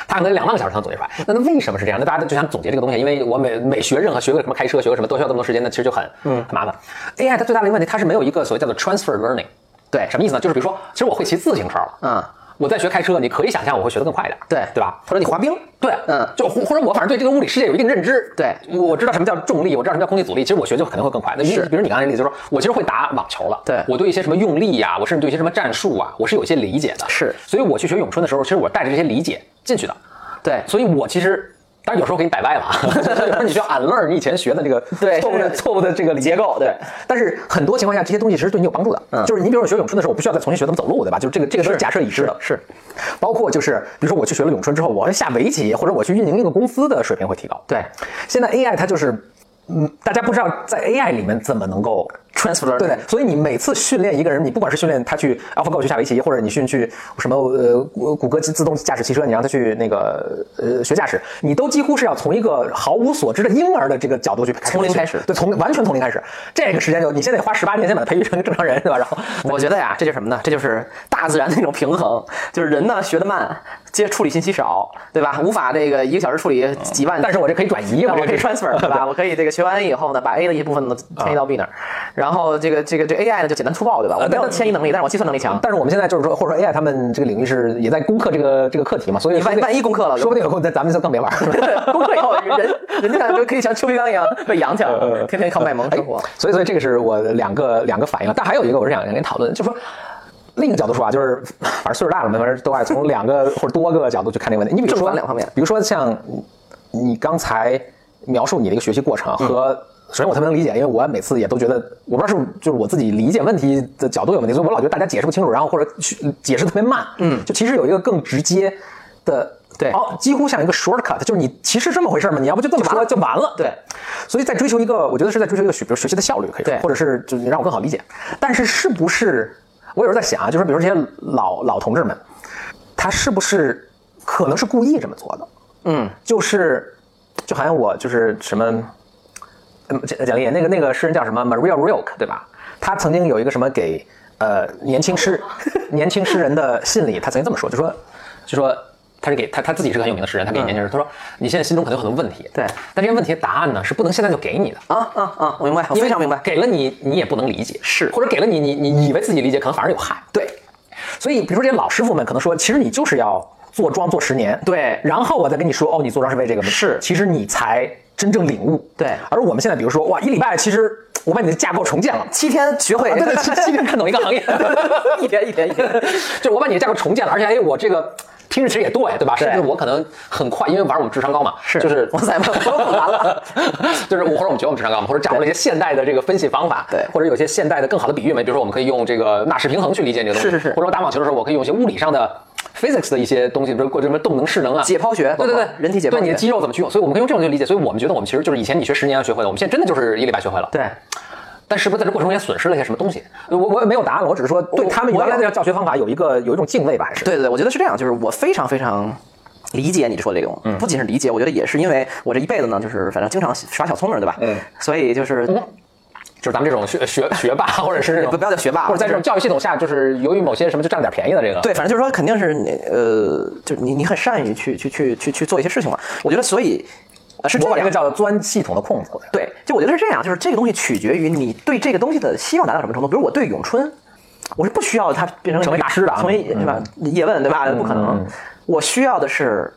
S2: 他可能两万个小时才能总结出来。那那为什么是这样？那大家就想总结这个东西，因为我每每学任何学个什么开车，学个什么都需要这么多时间，那其实就很嗯很麻烦。AI 它最大的一个问题，它是没有一个所谓叫做 transfer learning，
S1: 对
S2: 什么意思呢？就是比如说，其实我会骑自行车了，
S1: 嗯，
S2: 我在学开车，你可以想象我会学得更快一点，
S1: 对
S2: 对吧？
S1: 或者你滑冰，
S2: 对，
S1: 嗯
S2: 就或或者我反正对这个物理世界有一定认知，
S1: 对
S2: 我知道什么叫重力，我知道什么叫空气阻力，其实我学就肯定会更快。那
S1: 嗯
S2: 比
S1: 是
S2: 比如你刚才那例子，就是说我其实会打网球了，
S1: 对
S2: 我对一些什么用力呀、我甚至对一些什么战术啊，我是有一些理解的，
S1: 是
S2: 所以我去学咏春的时候，其实我带着这些理解进去的，
S1: 对，
S2: 所以我其实。当然有时候给你摆歪了啊， 有时候你需要 unlearn 你以前学的这个
S1: 对
S2: 错误的
S1: 是
S2: 错误的这个理解
S1: 结构对。
S2: 但是很多情况下，这些东西其实对你有帮助的。
S1: 嗯
S2: 就是你比如说学咏春的时候，我不需要再重新学怎么走路，对吧？就是这个这个都是假设已知的。
S1: 是
S2: 包括就是比如说我去学了咏春之后，我下围棋或者我去运营一个公司的水平会提高。
S1: 对
S2: 现在 AI 它就是。嗯，大家不知道在 AI 里面怎么能够
S1: transfer
S2: 对对，所以你每次训练一个人，你不管是训练他去 AlphaGo 去下围棋，或者你训去什么呃谷谷歌自动驾驶汽车，你让他去那个呃学驾驶，你都几乎是要从一个毫无所知的婴儿的这个角度去开
S1: 从零开始
S2: 对，从完全从零开始，这个时间就你现在得花十八年先把他培育成一个正常人，对吧？然后
S1: 我觉得呀，这就是什么呢？这就是大自然的一种平衡，就是人呢学得慢，接处理信息少，对吧？无法这个一个小时处理几万，
S2: 但是我这可以转移，
S1: 那我可
S2: 这
S1: 以 transfer 对吧？我可以这个学完以后呢，把 A 的一部分呢迁移到
S2: 啊
S1: B 那儿，然后这个这个这 AI 呢就简单粗暴对吧？我没有迁移能力，但是我计算能力强。
S2: 但是我们现在就是说，或者说 AI 他们这个领域是也在攻克这个这个课题嘛，所以
S1: 你
S2: 说
S1: 万
S2: 不定
S1: 万一攻克了
S2: 说不定有空咱咱们就更别玩了。
S1: 功课以后，人人家就可以像邱培刚一样被养起
S2: 呃
S1: 来了， 天天靠卖萌生活。
S2: 哎所以所以这个是我两个两个反应，但还有一个我是想想跟你讨论，就说。另一个角度说啊，就是反正岁数大了嘛，反正都爱从两个或者多个角度去看这个问题。你比如
S1: 正
S2: 说
S1: 反两方面
S2: 比如说像你刚才描述你的一个学习过程和，
S1: 嗯
S2: 首先我特别能理解，因为我每次也都觉得，我不知道是不是就是我自己理解问题的角度有问题，所以我老觉得大家解释不清楚，然后或者去解释特别慢。嗯，就其实有一个更直接的。
S1: 对
S2: 哦，几乎像一个 shortcut，就是你其实这么回事嘛，你要不就这么说就完了。
S1: 对，
S2: 所以在追求一个，我觉得是在追求一个学，比如学习的效率，可以说
S1: 对
S2: 或者是就是让我更好理解。但是是不是我有时候在想啊，就是比如说这些老老同志们，他是不是可能是故意这么做的？嗯，就是就好像我就是什么，嗯，讲讲一眼那个那个诗人叫什么 Maria Rilke 对吧？他曾经有一个什么给呃年轻诗 年轻诗人的信里，他曾经这么说，就说就说他是给他他自己是个很有名的诗人，他给年轻人、他说你现在心中可能有很多问题，
S1: 嗯对
S2: 但这些问题的答案呢是不能现在就给你的。
S1: 啊啊啊！我明白，我非常明白。
S2: 给了你，你也不能理解，
S1: 是
S2: 或者给了你，你你你以为自己理解，可能反而有害。
S1: 对
S2: 所以，比如说这些老师傅们可能说，其实你就是要做庄做十年，
S1: 对
S2: 然后我再跟你说，哦，你做庄是为这个吗？
S1: 是
S2: 其实你才真正领悟。
S1: 对
S2: 而我们现在比如说，哇，一礼拜其实我把你的架构重建了。
S1: 七天学会，
S2: 啊，对对，七七天看懂一个行业，
S1: 一天一天一天，
S2: 就是我把你的架构重建了，而且哎，我这个听着其实也对，对吧？
S1: 对
S2: 甚至我可能很快，因为玩儿我们智商高嘛，
S1: 是
S2: 就是
S1: 哇塞，我完了。
S2: 就是我或者我们觉得我们智商高嘛，或者掌握了一些现代的这个分析方法，
S1: 对
S2: 或者有一些现代的更好的比喻嘛，比如说我们可以用这个纳什平衡去理解这个东西，
S1: 是是是
S2: 或者我打网球的时候，我可以用一些物理上的 physics 的一些东西，比如说什么动能势能啊，
S1: 解剖学
S2: 对对对，
S1: 人体解剖
S2: 对你的
S1: 学
S2: 肌肉怎么去用，所以我们可以用这种去理解，所以我们觉得我们其实就是以前你学十年要学会的，我们现在真的就是一礼拜学会了，。
S1: 对，
S2: 但是不是在这过程中也损失了一些什么东西？我我也没有答案了，我只是说对他们
S1: 我
S2: 原来的教学方法有一个有一种敬畏吧，还是
S1: 对对对，我觉得是这样，就是我非常非常理解你说这种，
S2: 嗯
S1: 不仅是理解，我觉得也是因为我这一辈子呢，就是反正经常耍小聪明，对吧？
S2: 嗯，
S1: 所以就是
S2: 就是咱们这种学学学霸，或者是这种
S1: 不不要叫学霸
S2: 或者在这
S1: 就是
S2: 种教育系统下，就是由于某些什么就占了点便宜的这个，
S1: 对，反正就是说，肯定是你呃，就是你你很善于去去去去去做一些事情嘛。我觉得，所以呃是这
S2: 我把这
S1: 样
S2: 个。叫钻系统的空子。
S1: 对，就我觉得是这样，就是这个东西取决于你对这个东西的希望达到什么程度。比如我对咏春，我是不需要它变成
S2: 成为大师的啊嗯
S1: 成为对吧？叶问对吧？不可能，我需要的是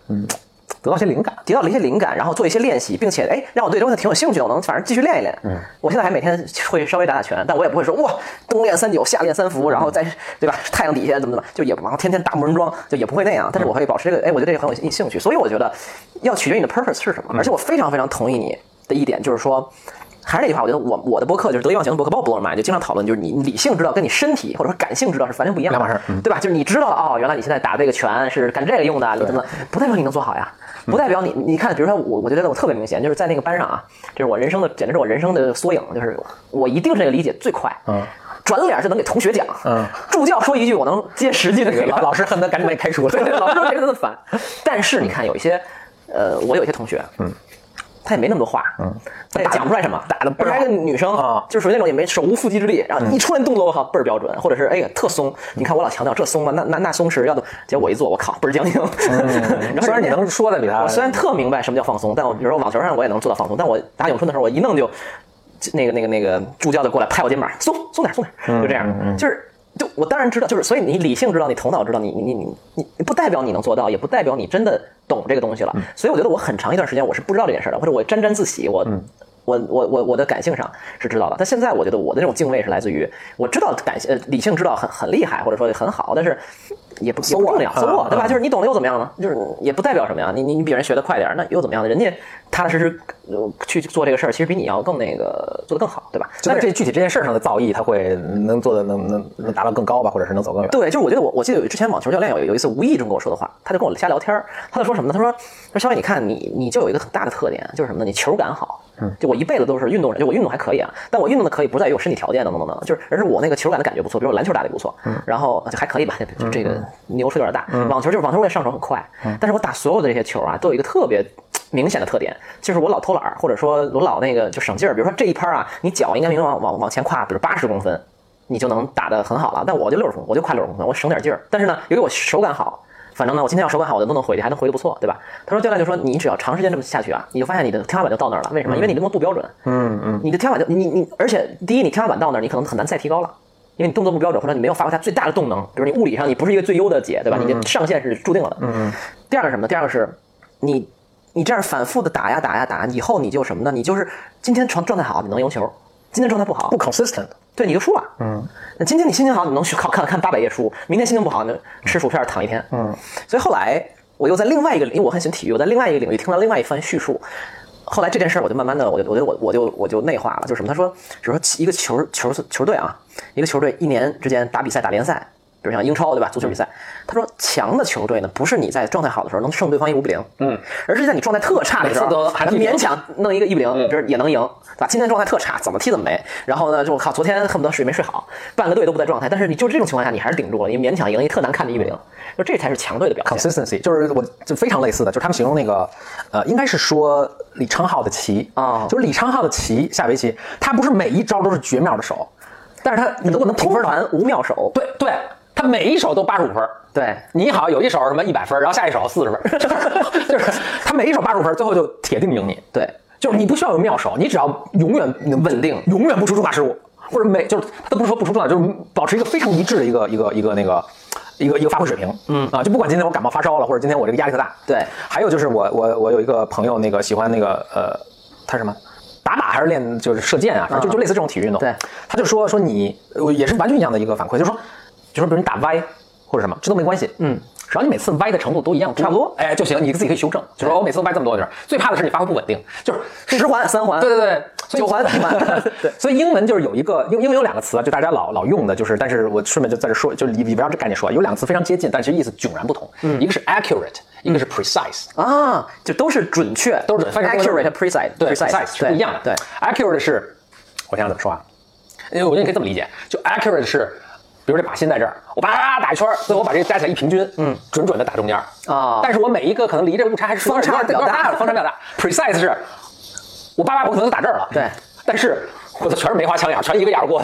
S2: 得到些灵感。
S1: 得到了一些灵感，然后做一些练习，并且哎，让我对这东西挺有兴趣的，我能反正继续练一练。嗯，我现在还每天会稍微打打拳，但我也不会说哇，冬练三九，夏练三伏，然后再对吧，太阳底下怎么怎么，就也然后天天大木人桩，就也不会那样。但是我会保持这个，哎，我对这个很有兴趣，所以我觉得要取决于你的 purpose 是什
S2: 嗯
S1: 么。而且我非常非常同意你的一点，就是说。还是那句话，我觉得我我的博客就是得意忘形的博客，包括博尔曼，就经常讨论，就是你你理性知道跟你身体或者说感性知道是完全不一样的
S2: 两码事儿嗯
S1: 对吧？就是你知道哦，原来你现在打这个拳是干这个用的，你怎么不代表你能做好呀？
S2: 嗯
S1: 不代表你，你看，比如说我，我就觉得我特别明显，就是在那个班上啊，这是我人生的，简直是我人生的缩影，就是我一定是这个理解最快，
S2: 嗯，
S1: 转脸就能给同学讲，
S2: 嗯，
S1: 助教说一句，我能接十句的
S2: 这个
S1: 给
S2: 老老师恨不得赶紧把你开除了。
S1: 对，老师说谁这么烦。但是你看，有一些，呃，我有一些同学，嗯，他也没那么多话，嗯，他也讲不出来什么，打的倍儿。还有嗯一个女生
S2: 啊
S1: 就属于那种也没手无缚鸡之力，然后一出来动作我靠倍儿标准，或者是哎呀特松。你看我老强调这松吧，那那那松弛，要不结果我一做我靠倍儿僵硬。 然后
S2: 虽然你
S1: 人家
S2: 能说的比他，
S1: 嗯我虽然特明白什么叫放松，但我比如说网球上我也能做到放松，但我打咏春的时候，我一弄就就那个那个那个助教就过来拍我肩膀，松松点松点，就这样，就是。就我当然知道，就是所以你理性知道，你头脑知道，你你你你你不代表你能做到，也不代表你真的懂这个东西了。所以我觉得我很长一段时间我是不知道这件事的，或者我沾沾自喜，我、我我我我的感性上是知道的。但现在我觉得我的这种敬畏是来自于我知道感性呃理性知道很很厉害，或者说很好，但是也不也不重要，
S2: 嗯
S1: 所我对吧？就
S2: 嗯
S1: 是。就是你懂了又怎么样呢？就是也不代表什么呀。你你你比人学的快点儿，那又怎么样呢？人家踏踏实实呃去做这个事儿，其实比你要更那个做得更好，对吧？
S2: 就在
S1: 但
S2: 这
S1: 是
S2: 具体这件事上的造诣，他会能做的能能能达到更高吧，或者是能走更远。
S1: 对，就是我觉得我我记得有之前网球教练有有一次无意中跟我说的话，他就跟我瞎聊天儿，他就说什么呢？他说他说肖伟，你看你你就有一个很大的特点，就是什么呢？你球感好。就我一辈子都是运动人，就我运动还可以啊，但我运动的可以不在于我身体条件等等等等，就是而是我那个球感的感觉不错，比如我篮球打的不错，然后就还可以吧，就这个牛出有点大。网球就是网球，我也上手很快，但是我打所有的这些球啊，都有一个特别明显的特点，就是我老偷懒儿，或者说我老那个就省劲儿。比如说这一拍儿啊，你脚应该明明往往往前跨，比如八十公分，你就能打得很好了。但我就六十公分，我就快六十公分，我省点劲儿。但是呢，由于我手感好，反正呢，我今天要手感好，我就都能回去，还能回得不错，对吧？他说教练就说，你只要长时间这么下去啊，你就发现你的天花板就到那儿了。为什么？因为你动作不标准。嗯嗯。你的天花板就你你，而且第一，你天花板到那儿，你可能很难再提高了。因为你动作不标准，或者你没有发挥它最大的动能，比如你物理上你不是一个最优的解，对吧？你的上限是注定了的。嗯。第二个是什么呢？第二个是，你你这样反复的打呀打呀打，以后你就什么呢？你就是今天状状态好，你能赢球；今天状态不好，
S2: 不 consistent，
S1: 对，你就输了。嗯，那今天你心情好，你能去靠看看八百页书；明天心情不好，你就吃薯片躺一天。嗯，所以后来我又在另外一个领，因为我很喜欢体育，我在另外一个领域听到另外一番叙述。后来这件事儿，我就慢慢的，我就我觉得我我就我就内化了，就是什么？他说，比如说一个球球球队啊，一个球队一年之间打比赛打联赛，比如像英超对吧，足球比赛，他说强的球队呢，不是你在状态好的时候能胜对方一五比零，嗯，而是在你状态特差的时
S2: 每次都
S1: 候，
S2: 还
S1: 还
S2: 是一比零
S1: 勉强弄一个一比零，
S2: 嗯
S1: 就是也能赢，对吧？今天状态特差，怎么踢怎么没。然后呢，就我靠，昨天恨不得睡没睡好，半个队都不在状态，但是你就这种情况下，你还是顶住了，你勉强赢一特难看的一比零，就这才是强队的表现。
S2: consistency，就是我就非常类似的，就是他们形容那个，呃，应该是说李昌镐的棋
S1: 哦
S2: 就是李昌镐的棋下围棋，他不是每一招都是绝妙的手，但是他你如果能
S1: 评
S2: 通
S1: 分
S2: 分
S1: 盘无妙手，
S2: 对对，他每一手都八十五分。
S1: 对，
S2: 你好，有一手什么一百分，然后下一手四十分， 就是就是他每一手八十五分，最后就铁定赢你。
S1: 对，
S2: 就是你不需要有妙手，你只要永远能
S1: 稳定
S2: 永远不出重大失误，或者每就是他都不是说不出重大，就是保持一个非常一致的一个一个一个那个一个一个发挥水平。嗯啊，就不管今天我感冒发烧了，或者今天我这个压力特大。
S1: 对
S2: 还有就是我我我有一个朋友，那个喜欢那个呃，他什么？打靶还是练就是射箭啊，反正就就类似这种体育运动。
S1: 对，
S2: 他就说说你呃也是完全一样的一个反馈，就是说就说比如你打歪或者什么，这都没关系。嗯，只要你每次歪的程度都一样，
S1: 差不多
S2: 哎就行，你自己可以修正。就说我每次都歪这么多就是，最怕的是你发挥不稳定，就是
S1: 十环三环，
S2: 对对对，所以
S1: 九环三 环，对，
S2: 所以英文就是有一个英英文有两个词啊，就大家老老用的，就是但是我顺便就在这说，就里里边这概念说，有两个词非常接近，但其实意思迥然不同。一个是 accurate，一个是 precise，
S1: 啊，就都是准确，
S2: 都是准翻译过
S1: accurate
S2: 来
S1: 和 precise，
S2: 对
S1: precise
S2: 是不一样的。
S1: 对，
S2: ，accurate 是，我想想怎么说啊？因为我觉得你可以这么理解，就 accurate 是，比如这靶心在这儿，我叭打一圈儿，最后我把这加起来一平均，嗯，准准的打中间儿
S1: 啊
S2: 但是我每一个可能离这误差还是有
S1: 方
S2: 点
S1: 差
S2: 有点
S1: 比较大
S2: 有点方差比较大。precise 是，我叭叭我可能就打这儿了，
S1: 对，
S2: 但是。我的全是梅花枪眼，全一个眼儿过，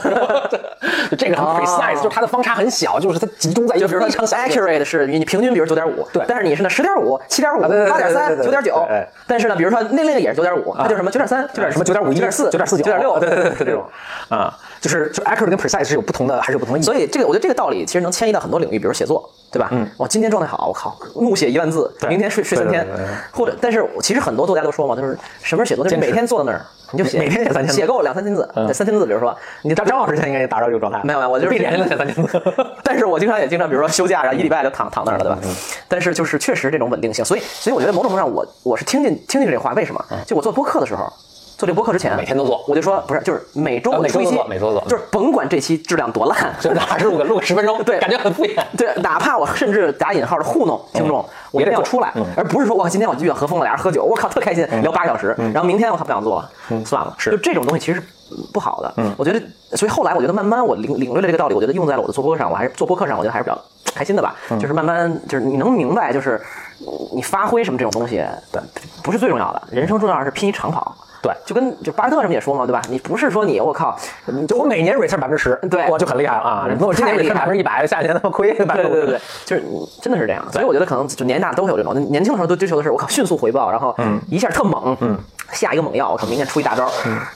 S2: 就这个很
S1: 哦
S2: precise，、就是它的方差很小，就是它集中在一
S1: 就
S2: 个
S1: 比如说
S2: 非常小的地方
S1: accurate 是你平均，比如九点五，
S2: 对
S1: 但是你是呢十点五、七点五、
S2: 啊对对对
S1: 八点
S2: 对
S1: 三、
S2: 对
S1: 九
S2: 对
S1: 点九
S2: 对对，
S1: 但是呢，比如说那那个也是九点五，它就是什么九点三、九点
S2: 什么九点五一、
S1: 九点四、
S2: 九点四九、
S1: 九点六，
S2: 对对对对，
S1: 这
S2: 这
S1: 种
S2: 种。啊，就是就 accurate 跟 precise 是有不同的，还是有不同的意义。
S1: 所以这个，我觉得这个道理其实能迁移到很多领域，比如写作，对吧？嗯，我今天状态好，我靠，怒写一万字，
S2: 对
S1: 明天睡睡三天
S2: 对对对对对，
S1: 或者，但是我其实很多作家都说嘛，就是什么是写作，就是
S2: 坚持
S1: 每天坐在那儿你就写，
S2: 每每天写三千字嗯
S1: 写够两三千字，对，三千字，比如说你
S2: 张张老师现在应该也达到这个状态，
S1: 没有没有我就是
S2: 必然的三千字。
S1: 但是我经常也经常，比如说休假，然后一礼拜就躺躺那儿了，对吧？
S2: 嗯
S1: 但是就是确实这种稳定性，所以所以我觉得某种程度上我，我是听进听进这话，为什么？就我做播客的时候，做这播客之前，
S2: 嗯每天都做
S1: 我就说不是，就是每周
S2: 啊
S1: 我
S2: 每周
S1: 出一期
S2: 做，每周做
S1: 就是甭管这期质量多烂，
S2: 就哪是录个录个十分钟，
S1: 对
S2: 感觉很敷衍。
S1: 对，哪怕我甚至打引号的糊
S2: 嗯
S1: 弄听众，我一定要出来，而不是说我靠今天我遇到何峰了，俩人喝酒，我靠特开心，聊八个小时，然后明天我靠不想做了，算了，
S2: 嗯是
S1: 就这种东西其实嗯不好的。我觉得，所以后来我觉得慢慢我领领略了这个道理，我觉得用在了我的做播客上，我还是做播客上，我觉得还是比较开心的吧。
S2: 嗯
S1: 就是慢慢就是你能明白，就是嗯你发挥什么这种东西，对，不是最重要的，人生重要的是拼一长跑。
S2: 对
S1: 就跟就巴菲特什么也说嘛，对吧？你不是说你我靠，嗯
S2: 就我每年 return 百分之十，
S1: 对
S2: 我就很厉害了啊！
S1: 嗯
S2: 那我今年
S1: 太厉
S2: return
S1: 害
S2: 百
S1: 了
S2: 分之一百，下年他妈亏百分
S1: 对
S2: 之
S1: 对对对，就是嗯真的是这样。所以我觉得可能就年纪大都会有这种，年轻的时候都追求的是我靠迅速回报，然后一下特猛，嗯，下一个猛药，我靠明天出一大招。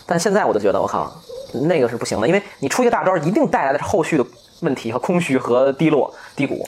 S1: 但现在我就觉得我靠那个是不行的，因为你出一个大招一定带来的是后续的。问题和空虚和低落低谷，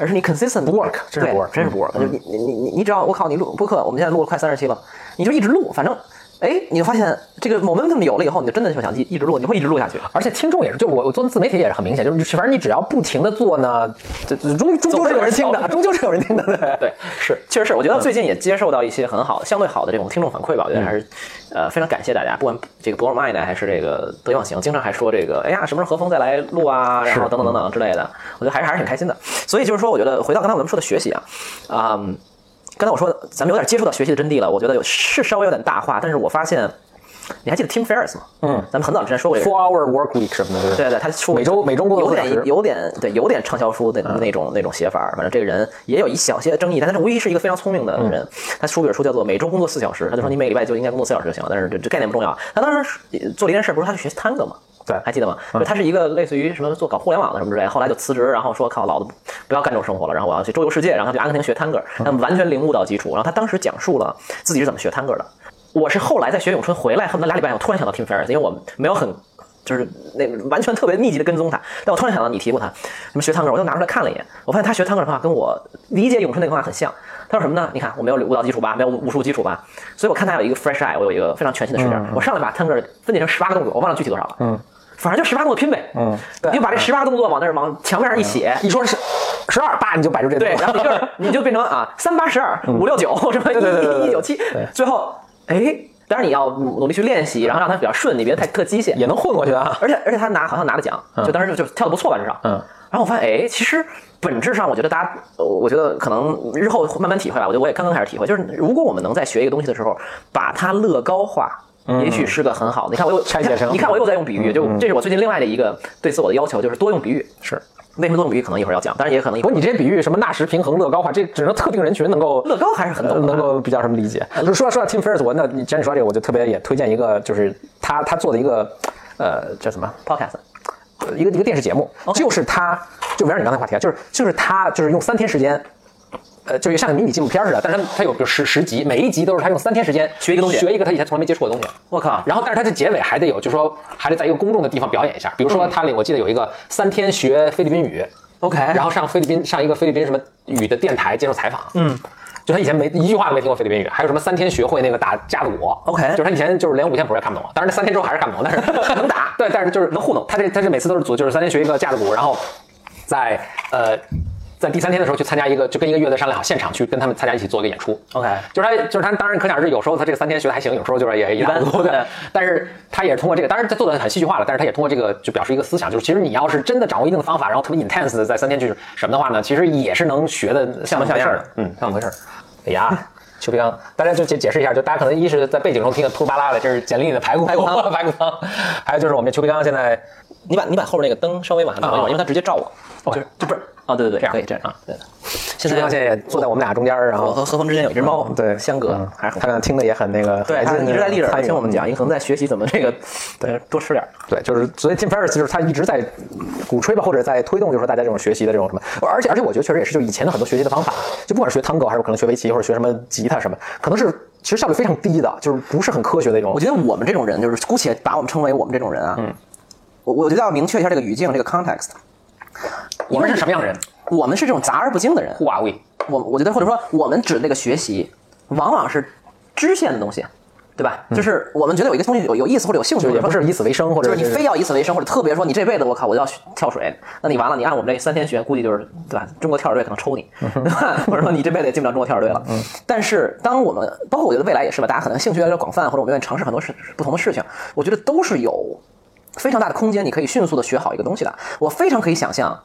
S1: 而是你 consistent
S2: 不 work，真是不 work
S1: 对真是不 work。就你你你你你只要我靠，你录播客，我们现在录了快三十期了，你就一直录，反正哎，你就发现这个 momentum 有了以后，你就真的就想一一直录，你会一直录下去。
S2: 而且听众也是，就我我做自媒体也是很明显，就是反正你只要不停的做呢，这这终终究是有人听的，终究是有人听的，对
S1: 对，是，确实是。我觉得最近也接受到一些很好、相对好的这种听众反馈吧，我觉得还是，呃，非常感谢大家，不管这个博尔麦呢，还是这个德云网行，经常还说这个，哎呀，什么时候何峰再来录啊，然后等等等等之类的，我觉得还是还是挺开心的。所以就是说，我觉得回到刚才我们说的学习啊，啊、嗯刚才我说的咱们有点接触到学习的真谛了，我觉得有是稍微有点大话，但是我发现，你还记得 Tim Ferriss 吗？嗯，咱们很早之前说过这个人。
S2: ，four hour work week 什么的，
S1: 对对，他出
S2: 每周每周工作
S1: 有
S2: 四小时嗯
S1: 点有点对有点畅销书的那种那种写法儿，反正这个人也有一小些争议，但他无疑是一个非常聪明的
S2: 嗯
S1: 人。他出本书叫做《每周工作四小时》，他就说你每个礼拜就应该工作四小时就行了，但是这这概念不重要。他当时呃做了一件事，不是他去学探戈嘛？
S2: 对
S1: 还记得吗？就他是一个类似于什么做搞互联网的什么之类的，后来就辞职，然后说靠老子不要干这种生活了，然后我要去周游世界，然后他去阿根廷学探戈，他完全领悟到基础。然后他当时讲述了自己是怎么学探戈的。我是后来在学咏春回来，恨不得俩礼拜，我突然想到 Tim Ferriss，因为我没有很就是那个完全特别密集的跟踪他。但我突然想到你提过他，什么学探戈，我又拿出来看了一眼，我发现他学探戈的方法跟我理解咏春那个方法很像。他说什么呢？你看我没有舞蹈基础吧，没有武术基础吧，所以我看他有一个 fresh eye，我有一个非常全新的视角。我上来把探戈分解成十八个动作，我忘了具体多少了。嗯。反正就十八动作拼呗，嗯，你就把这十八个动作往那儿往墙面上一写，
S2: 一说是十二，叭你就摆出这
S1: 对，然后
S2: 动
S1: 你
S2: 作
S1: 就是你就变成啊三八十二五六九什么
S2: 嗯对对对
S1: 一
S2: 对
S1: 一九七，最后哎，当然你要努力去练习，然后让它比较顺，你别太特机械。
S2: 也能混过去啊。
S1: 而且而且他拿好像拿了奖，就当时就就跳的不错吧，至少。
S2: 嗯
S1: 然然后我发现，哎，其实本质上，我觉得大家，呃我觉得可能日后慢慢体会吧。我觉得我也刚刚开始体会，就是如果我们能在学一个东西的时候，把它乐高化。也许是个很好的，你看我又
S2: 嗯拆解成嗯
S1: 你看我又在用比喻，就这是我最近另外的一个对自我的要求，就是多用比喻。
S2: 是。
S1: 为什么多用比喻？可能一会儿要讲，当然也可能一
S2: 不
S1: 会
S2: 过
S1: 儿
S2: 你这比喻什么纳什平衡乐高化，这只能特定人群能够
S1: 乐高还是很
S2: 呃
S1: 懂的嗯
S2: 能够比较什么理解。说到说到 Tim Ferriss，我那你既然你说这个，我就特别也推荐一个，就是他他做的一个呃叫什么
S1: podcast。
S2: 一个一个电视节目，
S1: 哦
S2: 就是他，就围绕你刚才话题啊，就是就是他就是用三天时间。呃，就是像个迷你纪录片似的，但是他他有有十十集，每一集都是他用三天时间
S1: 学一个东西
S2: 学一个他以前从来没接触过的东西。
S1: 我靠，
S2: 然后，但是他的结尾还得有，就是说还得在一个公众的地方表演一下。比
S1: 嗯
S2: 如说，他里我记得有一个三天学菲律宾语，
S1: OK，
S2: 然后上菲律宾上一个菲律宾什么语的电台接受采访，嗯，就他以前没一句话都没听过菲律宾语，还有什么三天学会那个打架子鼓
S1: OK
S2: 就是他以前就是连五线谱也看不懂，啊当然那三天之后还是看不懂，但是能打，对，但是就是能糊弄。他这他这每次都是组，就是三天学一个架子鼓，然后在呃。在第三天的时候去参加一个，就跟一个乐队商量好，现场去跟他们参加一起做一个演出。
S1: OK
S2: 就是他，就是他，当然可想而知，有时候他这个三天学的还行，有时候就是也也
S1: 一般
S2: 差不多
S1: 对
S2: 的。但是他也是通过这个，当然他做的很戏剧化了，但是他也通过这个就表示一个思想，就是其实你要是真的掌握一定的方法，然后特别 intense 的在三天去什么的话呢，其实也是能学的像模像样的，嗯，像模像样的。哎呀，邱培刚，大家就解解释一下，就大家可能一是在背景中听的秃噜巴拉的，这是简历里的排骨排
S1: 骨汤
S2: 排骨汤，还有就是我们这邱培刚现在
S1: 你把你把后面那个灯稍微往上挪一
S2: 啊
S1: 挪，
S2: 啊
S1: 因为它直接照我。
S2: 哦
S1: 就是就不是啊，对对
S2: 这
S1: 对，
S2: 样
S1: 可以这样
S2: 啊。
S1: 对的，
S2: 邱
S1: 现
S2: 培刚现
S1: 在
S2: 在也坐在我们俩中间儿，然
S1: 我
S2: 后
S1: 和何峰之间有一只猫，
S2: 对
S1: 相隔
S2: 嗯
S1: 还是
S2: 他
S1: 很
S2: 可能听的也很那个，
S1: 对，他
S2: 很
S1: 一直在立着
S2: 参与
S1: 听我们讲，也可能在学习怎么这个对多吃点儿。
S2: 对，就是所以 Tim Ferriss 就是他一直在鼓吹吧，或者在推动，就是说大家这种学习的这种什么，而且而且我觉得确实也是，就以前的很多学习的方法，就不管是学 tango 还是可能学围棋或者学什么吉他什么，可能是其实效率非常低的，就是不是很科学的一种
S1: 我。觉得我们这种人，就是姑且把我们称为我们这种人啊，嗯，我我觉得要明确一下这个语境，这个 context。
S2: 我们是什么样的人
S1: 我们是这种杂而不精啊的人，
S2: ？Who are we？
S1: 我我觉得或者说我们指的那个学习，往往是支线的东西，对吧？就是我们觉得有一个东西有有意思或者有兴趣，
S2: 就
S1: 或
S2: 也
S1: 者说
S2: 不是以此为生，或
S1: 就
S2: 者
S1: 是你非要以此为生，或者特别说你这辈子我靠我就要学跳水，那你完了，你按我们这三天学，估计就是对吧？中国跳水队可能抽你，
S2: 嗯
S1: 对吧？ 或者说你这辈子也进不了中国跳水队了。但是当我们包括我觉得未来也是吧，大家可能兴趣越来越广泛，或者我们愿意尝试很多事不同的事情，我觉得都是有非常大的空间，你可以迅速的学好一个东西的。我非常可以想象。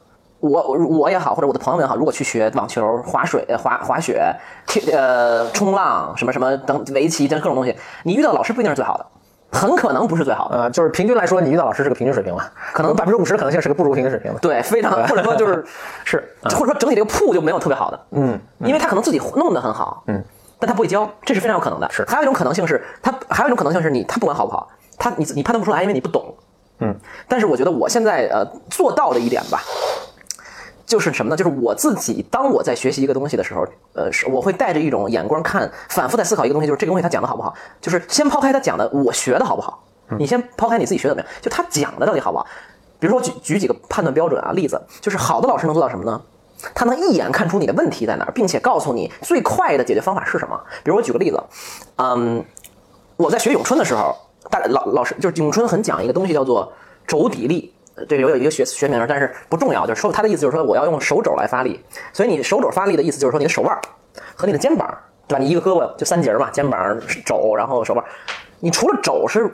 S1: 我我我也好，或者我的朋友们也好，如果去学网球、滑水、呃滑滑雪、踢呃冲浪什么什么等围棋等各种东西，你遇到的老师不一定是最好的，很可能不是最好的。
S2: 呃，就是平均来说，你遇到老师是个平均水平嘛，
S1: 可能
S2: 百分之五十可能性是个不如平均水平的。
S1: 对，非常或者说就是
S2: 是，
S1: 或者说整体这个铺就没有特别好的，
S2: 嗯，
S1: 因为他可能自己弄得很好，嗯，但他不会教，这是非常有可能的。
S2: 是
S1: 还有一种可能性是他，还有一种可能性是你他不管好不好，他你你判断不出来，因为你不懂，
S2: 嗯。
S1: 但是我觉得我现在呃做到的一点吧，就是什么呢？就是我自己，当我在学习一个东西的时候，呃，是我会带着一种眼光看，反复在思考一个东西，就是这个东西他讲的好不好，就是先抛开他讲的，我学的好不好，你先抛开你自己学得怎么样，就他讲的到底好不好。比如说我举举几个判断标准啊例子，就是好的老师能做到什么呢？他能一眼看出你的问题在哪儿，并且告诉你最快的解决方法是什么。比如我举个例子，嗯，我在学咏春的时候，大老老师就是咏春很讲一个东西叫做肘底力，呃这个有有一个学学名儿，但是不重要。就是说他的意思就是说我要用手肘来发力，所以你手肘发力的意思就是说你的手腕儿和你的肩膀儿，对吧？你一个胳膊就三节儿嘛，肩膀、肘，然后手腕儿，你除了肘是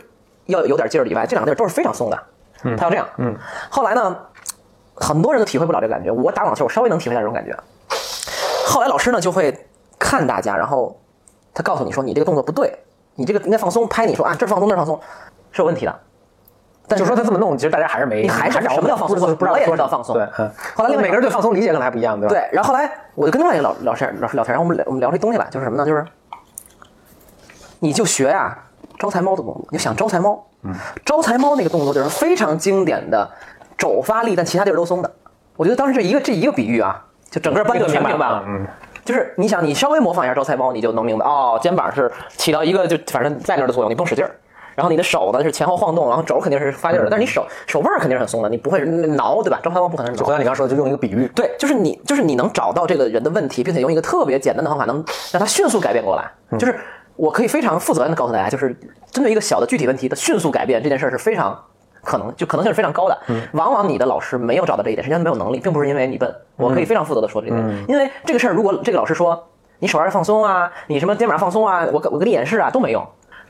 S1: 要有点劲儿以外，这两个地儿都是非常松的。他要这样，嗯。后来呢，很多人都体会不了这个感觉。我打网球，我稍微能体会一下这种感觉。后来老师呢就会看大家，然后他告诉你说你这个动作不对，你这个应该放松，拍你说啊这儿放松那儿放松是有问题的。但
S2: 就是是说他这么弄，其实大家还是没，
S1: 你还是
S2: 找
S1: 什么叫放松
S2: 不知道
S1: 我也
S2: 说
S1: 知道放松
S2: 对，嗯。
S1: 后来另外一个
S2: 每个人对放松理解可能还不一样，对吧？
S1: 对，然后后来我就跟另外一个老老师老师聊天，然后我们聊我们聊这东西了，就是什么呢？就是你就学呀、招财猫的动作，你就想招财猫。嗯，招财猫那个动作就是非常经典的肘发力，但其他地儿都松的。我觉得当时这一个这一个比喻啊，就整个班就全明白了。
S2: 嗯。
S1: 就是你想，你稍微模仿一下招财猫，你就能明白哦，肩膀是起到一个就反正在那儿的作用，你不用使劲儿。然后你的手呢是前后晃动，然后肘肯定是发劲儿的，但是你手手腕儿肯定是很松的，你不会挠对吧？招财猫不可能是
S2: 就
S1: 挠
S2: 回。到你刚刚说的，就用一个比喻，
S1: 对，就是你，就是你能找到这个人的问题，并且用一个特别简单的方法，能让他迅速改变过来。
S2: 嗯
S1: 就是我可以非常负责任的告诉大家，就是针对一个小的具体问题的迅速改变这件事儿是非常可能，就可能性是非常高的。
S2: 嗯
S1: 往往你的老师没有找到这一点，是因为他没有能力，并不是因为你笨。我
S2: 嗯
S1: 可以非常负责的说这一点，因为这个事儿，如果这个老师说你手腕儿放松啊，你什么肩膀儿放松啊，我给我给你演示啊，都没用。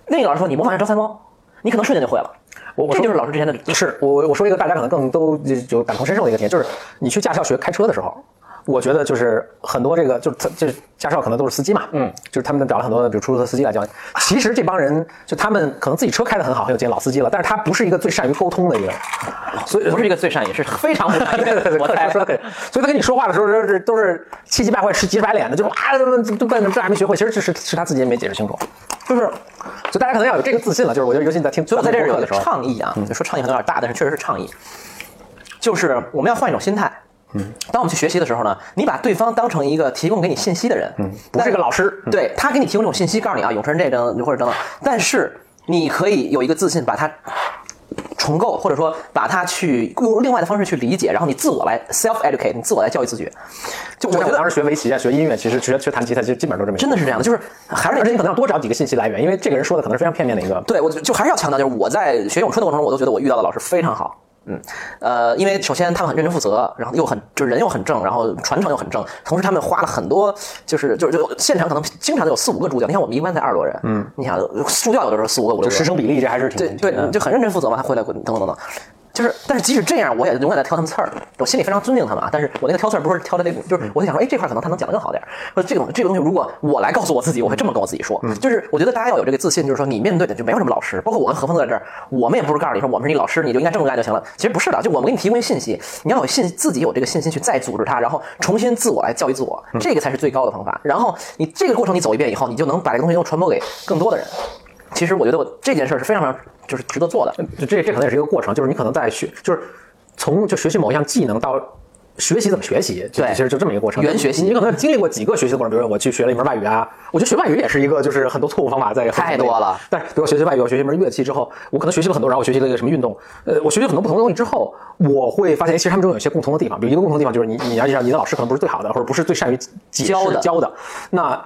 S1: 那个老师说你模仿一下招财猫，你可能瞬间就会了。
S2: 我我
S1: 这
S2: 说
S1: 就是老师之前的
S2: 是我我我说一个大家可能更都有感同身受的一个体验，就是你去驾校学开车的时候，我觉得就是很多这个就是他就是驾校可能都是司机嘛，嗯，就是他们找了很多比如出租车司机来教你。其实这帮人就他们可能自己车开得很好，很有经验，老司机了，但是他不是一个最善于沟通的一个人，所以
S1: 不是一个最善也是非常不善
S2: 对对对，
S1: 我猜
S2: 说的对，所以他跟你说话的时候都是都是气急败坏、是急着白脸的，就是啊，这这这这还没学会，其实这是是他自己也没解释清楚，就是，所以大家可能要有这个自信了，就是我觉得尤其你在听
S1: 所以我在这儿有
S2: 课
S1: 一个
S2: 的时候，嗯
S1: 倡议啊，就说倡议可能有点大，但是确实是倡议，就是我们要换一种心态。嗯，当我们去学习的时候呢，你把对方当成一个提供给你信息的人，嗯，
S2: 不是个老师嗯
S1: 对他给你提供这种信息，告诉你啊，永春这等或者等等，但是你可以有一个自信，把它重构，或者说把它去用另外的方式去理解，然后你自我来 self educate，你自我来教育自觉。就我
S2: 就像
S1: 觉
S2: 我
S1: 得
S2: 当时学围棋啊、学音乐，其实学学弹吉他，其实基本上都这么一个
S1: 真的是这样的，就是还是
S2: 而
S1: 那
S2: 且你可能要多找几个信息来源，因为这个人说的可能是非常片面的一个。
S1: 对，我就就还是要强调，就是我在学咏春的过程中，我都觉得我遇到的老师非常好。嗯，呃，因为首先他们很认真负责，然后又很就是人又很正，然后传承又很正，同时他们花了很多，就是就是就现场可能经常有四五个助教，你看我们一般才二十多人，嗯，你想助教有的时候四五个五六
S2: 就
S1: 个，
S2: 师生比例这还是挺嗯
S1: 对对，你就很认真负责嘛，他回来等等等等。就是，但是即使这样，我也永远在挑他们刺儿。我心里非常尊敬他们啊，但是我那个挑刺儿不是挑的那个，就是我就想说，哎，这块儿可能他能讲得更好点儿，或者这种这个东西，如果我来告诉我自己，我会这么跟我自己说。
S2: 嗯
S1: 就是我觉得大家要有这个自信，就是说你面对的就没有什么老师，包括我跟何峰都在这儿，我们也不是告诉你说我们是你老师，你就应该这么干就行了。其实不是的，就我们给你提供一信息，你要有信自己有这个信心去再组织它，然后重新自我来教育自我，
S2: 嗯
S1: 这个才是最高的方法。然后你这个过程你走一遍以后，你就能把这个东西又传播给更多的人。其实我觉得我这件事儿是非常非常就是值得做的。
S2: 就嗯这这可能也是一个过程，就是你可能在学，就是从就学习某一项技能到。学习怎么学习？就
S1: 对
S2: 其实就这么一个过程。
S1: 原学习
S2: 你可能经历过几个学习的过程，比如说我去学了一门外语啊，我觉得学外语也是一个，就是很多错误方法在
S1: 太多了。
S2: 但是比如我学习外语，我学习一门乐器之后，我可能学习了很多，然后我学习了一个什么运动，呃，我学习很多不同的东西之后，我会发现，哎其实他们中有一些共同的地方。比如一个共同的地方就是你，你要知道你的老师可能不是最好的，或者不是最善于解释
S1: 教的
S2: 教的。那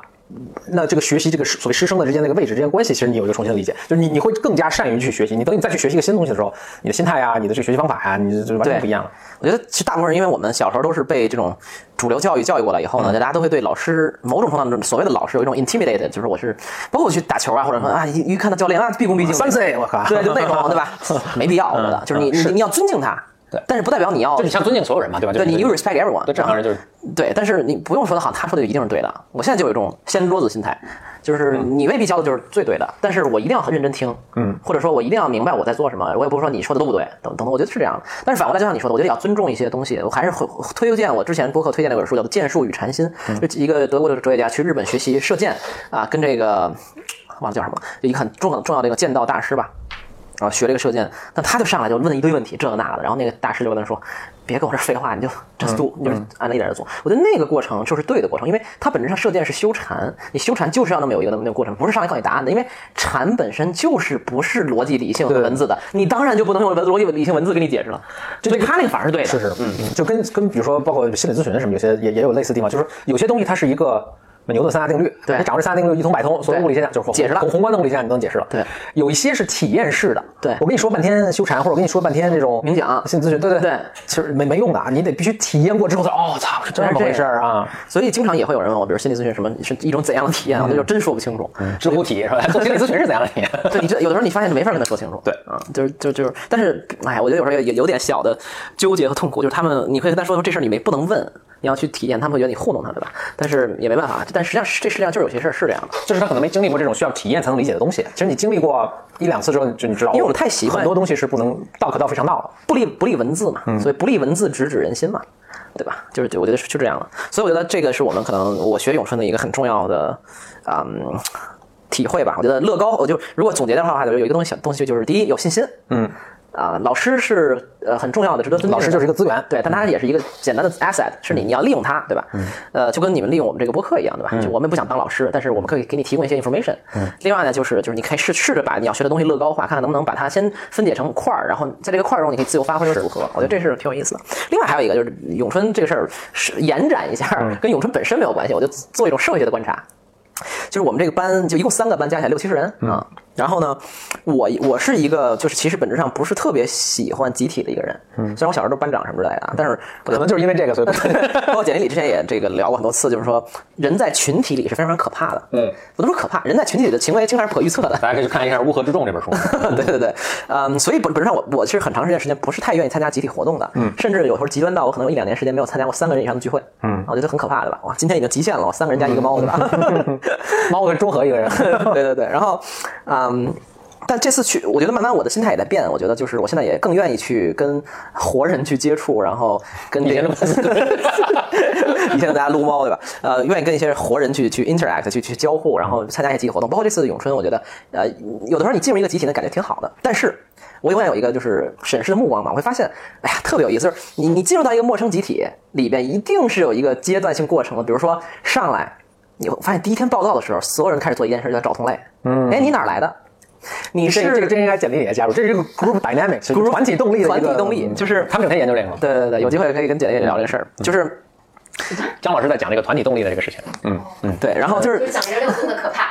S2: 那这个学习这个所谓师生的之间那个位置之间关系，其实你有一个重新的理解，就是你你会更加善于去学习。你等你再去学习一个新东西的时候，你的心态啊，你的这个学习方法呀、你就完全
S1: 对
S2: 不一样了。
S1: 我觉得其实大部分人，因为我们小时候都是被这种主流教育教育过来以后
S2: 嗯
S1: 呢，大家都会对老师某种程度上所谓的老师有一种 intimidate，就是我是包括我去打球啊，或者说啊一一看到教练啊毕恭毕敬，
S2: 嗯三 C，我靠，
S1: 对，就那 种对吧？没必要，我觉得就是你你你要尊敬他，
S2: 对
S1: 但是不代表你要
S2: 就你像尊敬所有人嘛，对吧？
S1: 对
S2: 就是
S1: 你 you respect everyone，
S2: 对正常人就是
S1: 对，但是你不用说的好，他说的一定是对的。我现在就有一种掀桌子心态，就是
S2: 嗯
S1: 你未必教的就是最对的，但是我一定要很认真听，嗯，或者说我一定要明白我在做什么，我也不是说你说的都不对，等等等，我觉得是这样的。但是反过来，就像你说的，我觉得也要尊重一些东西。我还是会推荐我之前播客推荐的一本书，叫做《剑术与禅心》，
S2: 嗯
S1: 就一个德国的哲学家去日本学习射箭啊，跟这个忘了叫什么，就一个很重要重要的一个剑道大师吧，然后学这个射箭，那他就上来就问一堆问题，这个那的，然后那个大师就跟他说：“别跟我这儿废话，
S2: 嗯
S1: 你就 just do，、你就是按了一点点做。”我觉得那个过程就是对的过程，因为它本质上射箭是修禅，你修禅就是要那么有一个那么那个过程，不是上来告诉你答案的，因为禅本身就是不是逻辑理性和
S2: 对
S1: 文字的，你当然就不能用文逻辑理性文字给你解释了，所以他那个反而是对的。
S2: 是是，嗯，就跟跟比如说包括心理咨询什么，有些也也有类似的地方，就是有些东西它是一个。牛顿三大定律，
S1: 对
S2: 你掌握这三大定律一通百通，所有
S1: 对
S2: 物理现象就是宏
S1: 解释了
S2: 宏宏观的物理现象你都能解释了。
S1: 对，
S2: 有一些是体验式的，
S1: 对
S2: 我跟你说半天修禅，或者我跟你说半天这种
S1: 冥想
S2: 心理咨询，对对
S1: 对
S2: 其实没没用的，啊，你得必须体验过之后才，哦，操，是这么回事儿啊，
S1: 所以经常也会有人问我，比如心理咨询什么是一种怎样的体验啊，我就真说不清楚。
S2: 知乎体是吧？做 心理咨询是怎样的体验？
S1: 对你这有的时候你发现你没法跟他说清楚。
S2: 对
S1: 啊，就是就就是，但是哎，我觉得有时候也也有点小的纠结和痛苦，就是他们你会跟他说说这事儿你没不能问，你要去体验，他们会觉得你糊弄他，对吧？但是也没办法，但实际上是这世界上就是有些事儿是这样的。
S2: 就是他可能没经历过这种需要体验才能理解的东西。其实你经历过一两次之后，你就你知道，
S1: 因为我们太习惯
S2: 很多东西是不能道可道非常道了。
S1: 不立不立文字嘛，所以不立文字直指人心嘛，对吧？就是就我觉得是就这样了，所以我觉得这个是我们可能我学咏春的一个很重要的啊、嗯、体会吧。我觉得乐高，我就如果总结的话，有一个东西小东西就是第一有信心，嗯。啊，老师是呃很重要的，值得尊敬的。
S2: 老师就是一个资源嗯
S1: 对，但他也是一个简单的 asset，是你你要利用它，对吧？呃，就跟你们利用我们这个播客一样，对
S2: 嗯
S1: 吧？就我们不想当老师，但是我们可以给你提供一些 information。另外呢，就是就是你可以试试着把你要学的东西乐高化，看看能不能把它先分解成块儿，然后在这个块儿中你可以自由发挥和组合。我觉得这是挺有意思的。另外还有一个就是咏春这个事儿是延展一下，
S2: 嗯
S1: 跟咏春本身没有关系，我就做一种社会学的观察。就是我们这个班就一共三个班，加起来六七十人啊、然后呢，我我是一个就是其实本质上不是特别喜欢集体的一个人，嗯，虽然我小时候都班长什么之类的啊，但是我
S2: 可能就是因为这个，所以不
S1: 包括简历里之前也这个聊过很多次，就是说人在群体里是非常可怕的，
S2: 嗯，
S1: 不能说可怕，人在群体里的行为经常是不可预测 的，
S2: 大家可以去看一下《乌合之众》这本书。
S1: 对对对，嗯，所以本本质上我我是很长时间时间不是太愿意参加集体活动的，嗯，甚至有时候极端到我可能有一两年时间没有参加过三个人以上的聚会，嗯，我觉得很可怕，对吧？哇，今天已经极限了，我三个人加一个猫，对吧？
S2: 猫跟中和一 个人，
S1: 对对对，然后，嗯。但这次去，我觉得慢慢我的心态也在变。我觉得就是我现在也更愿意去跟活人去接触，然后跟这
S2: 以前
S1: 个
S2: 的
S1: 以前大家撸猫对吧？呃，愿意跟一些活人去去 interact 去去交互，然后参加一些集体活动。包括这次的咏春，我觉得呃，有的时候你进入一个集体的感觉挺好的，但是。我永远有一个就是审视的目光嘛，我会发现，哎呀，特别有意思。就是你你进入到一个陌生集体里边，一定是有一个阶段性过程的。比如说上来，你会发现第一天报道的时候，所有人开始做一件事，叫找同类。嗯，哎，你哪儿来的？你是
S2: 这个这个真应该简历里也加入，这是一个 group dynamic，是
S1: group-
S2: 团体动力的一个嗯
S1: 团体动力就是
S2: 他们整天研究这个嗯嘛。
S1: 对对对，有机会可以跟姐姐聊这事儿，就是
S2: 张老师在讲这个团体动力的这个事情。嗯，
S1: 对，然后
S4: 就
S1: 就
S4: 是是讲人流动的可怕。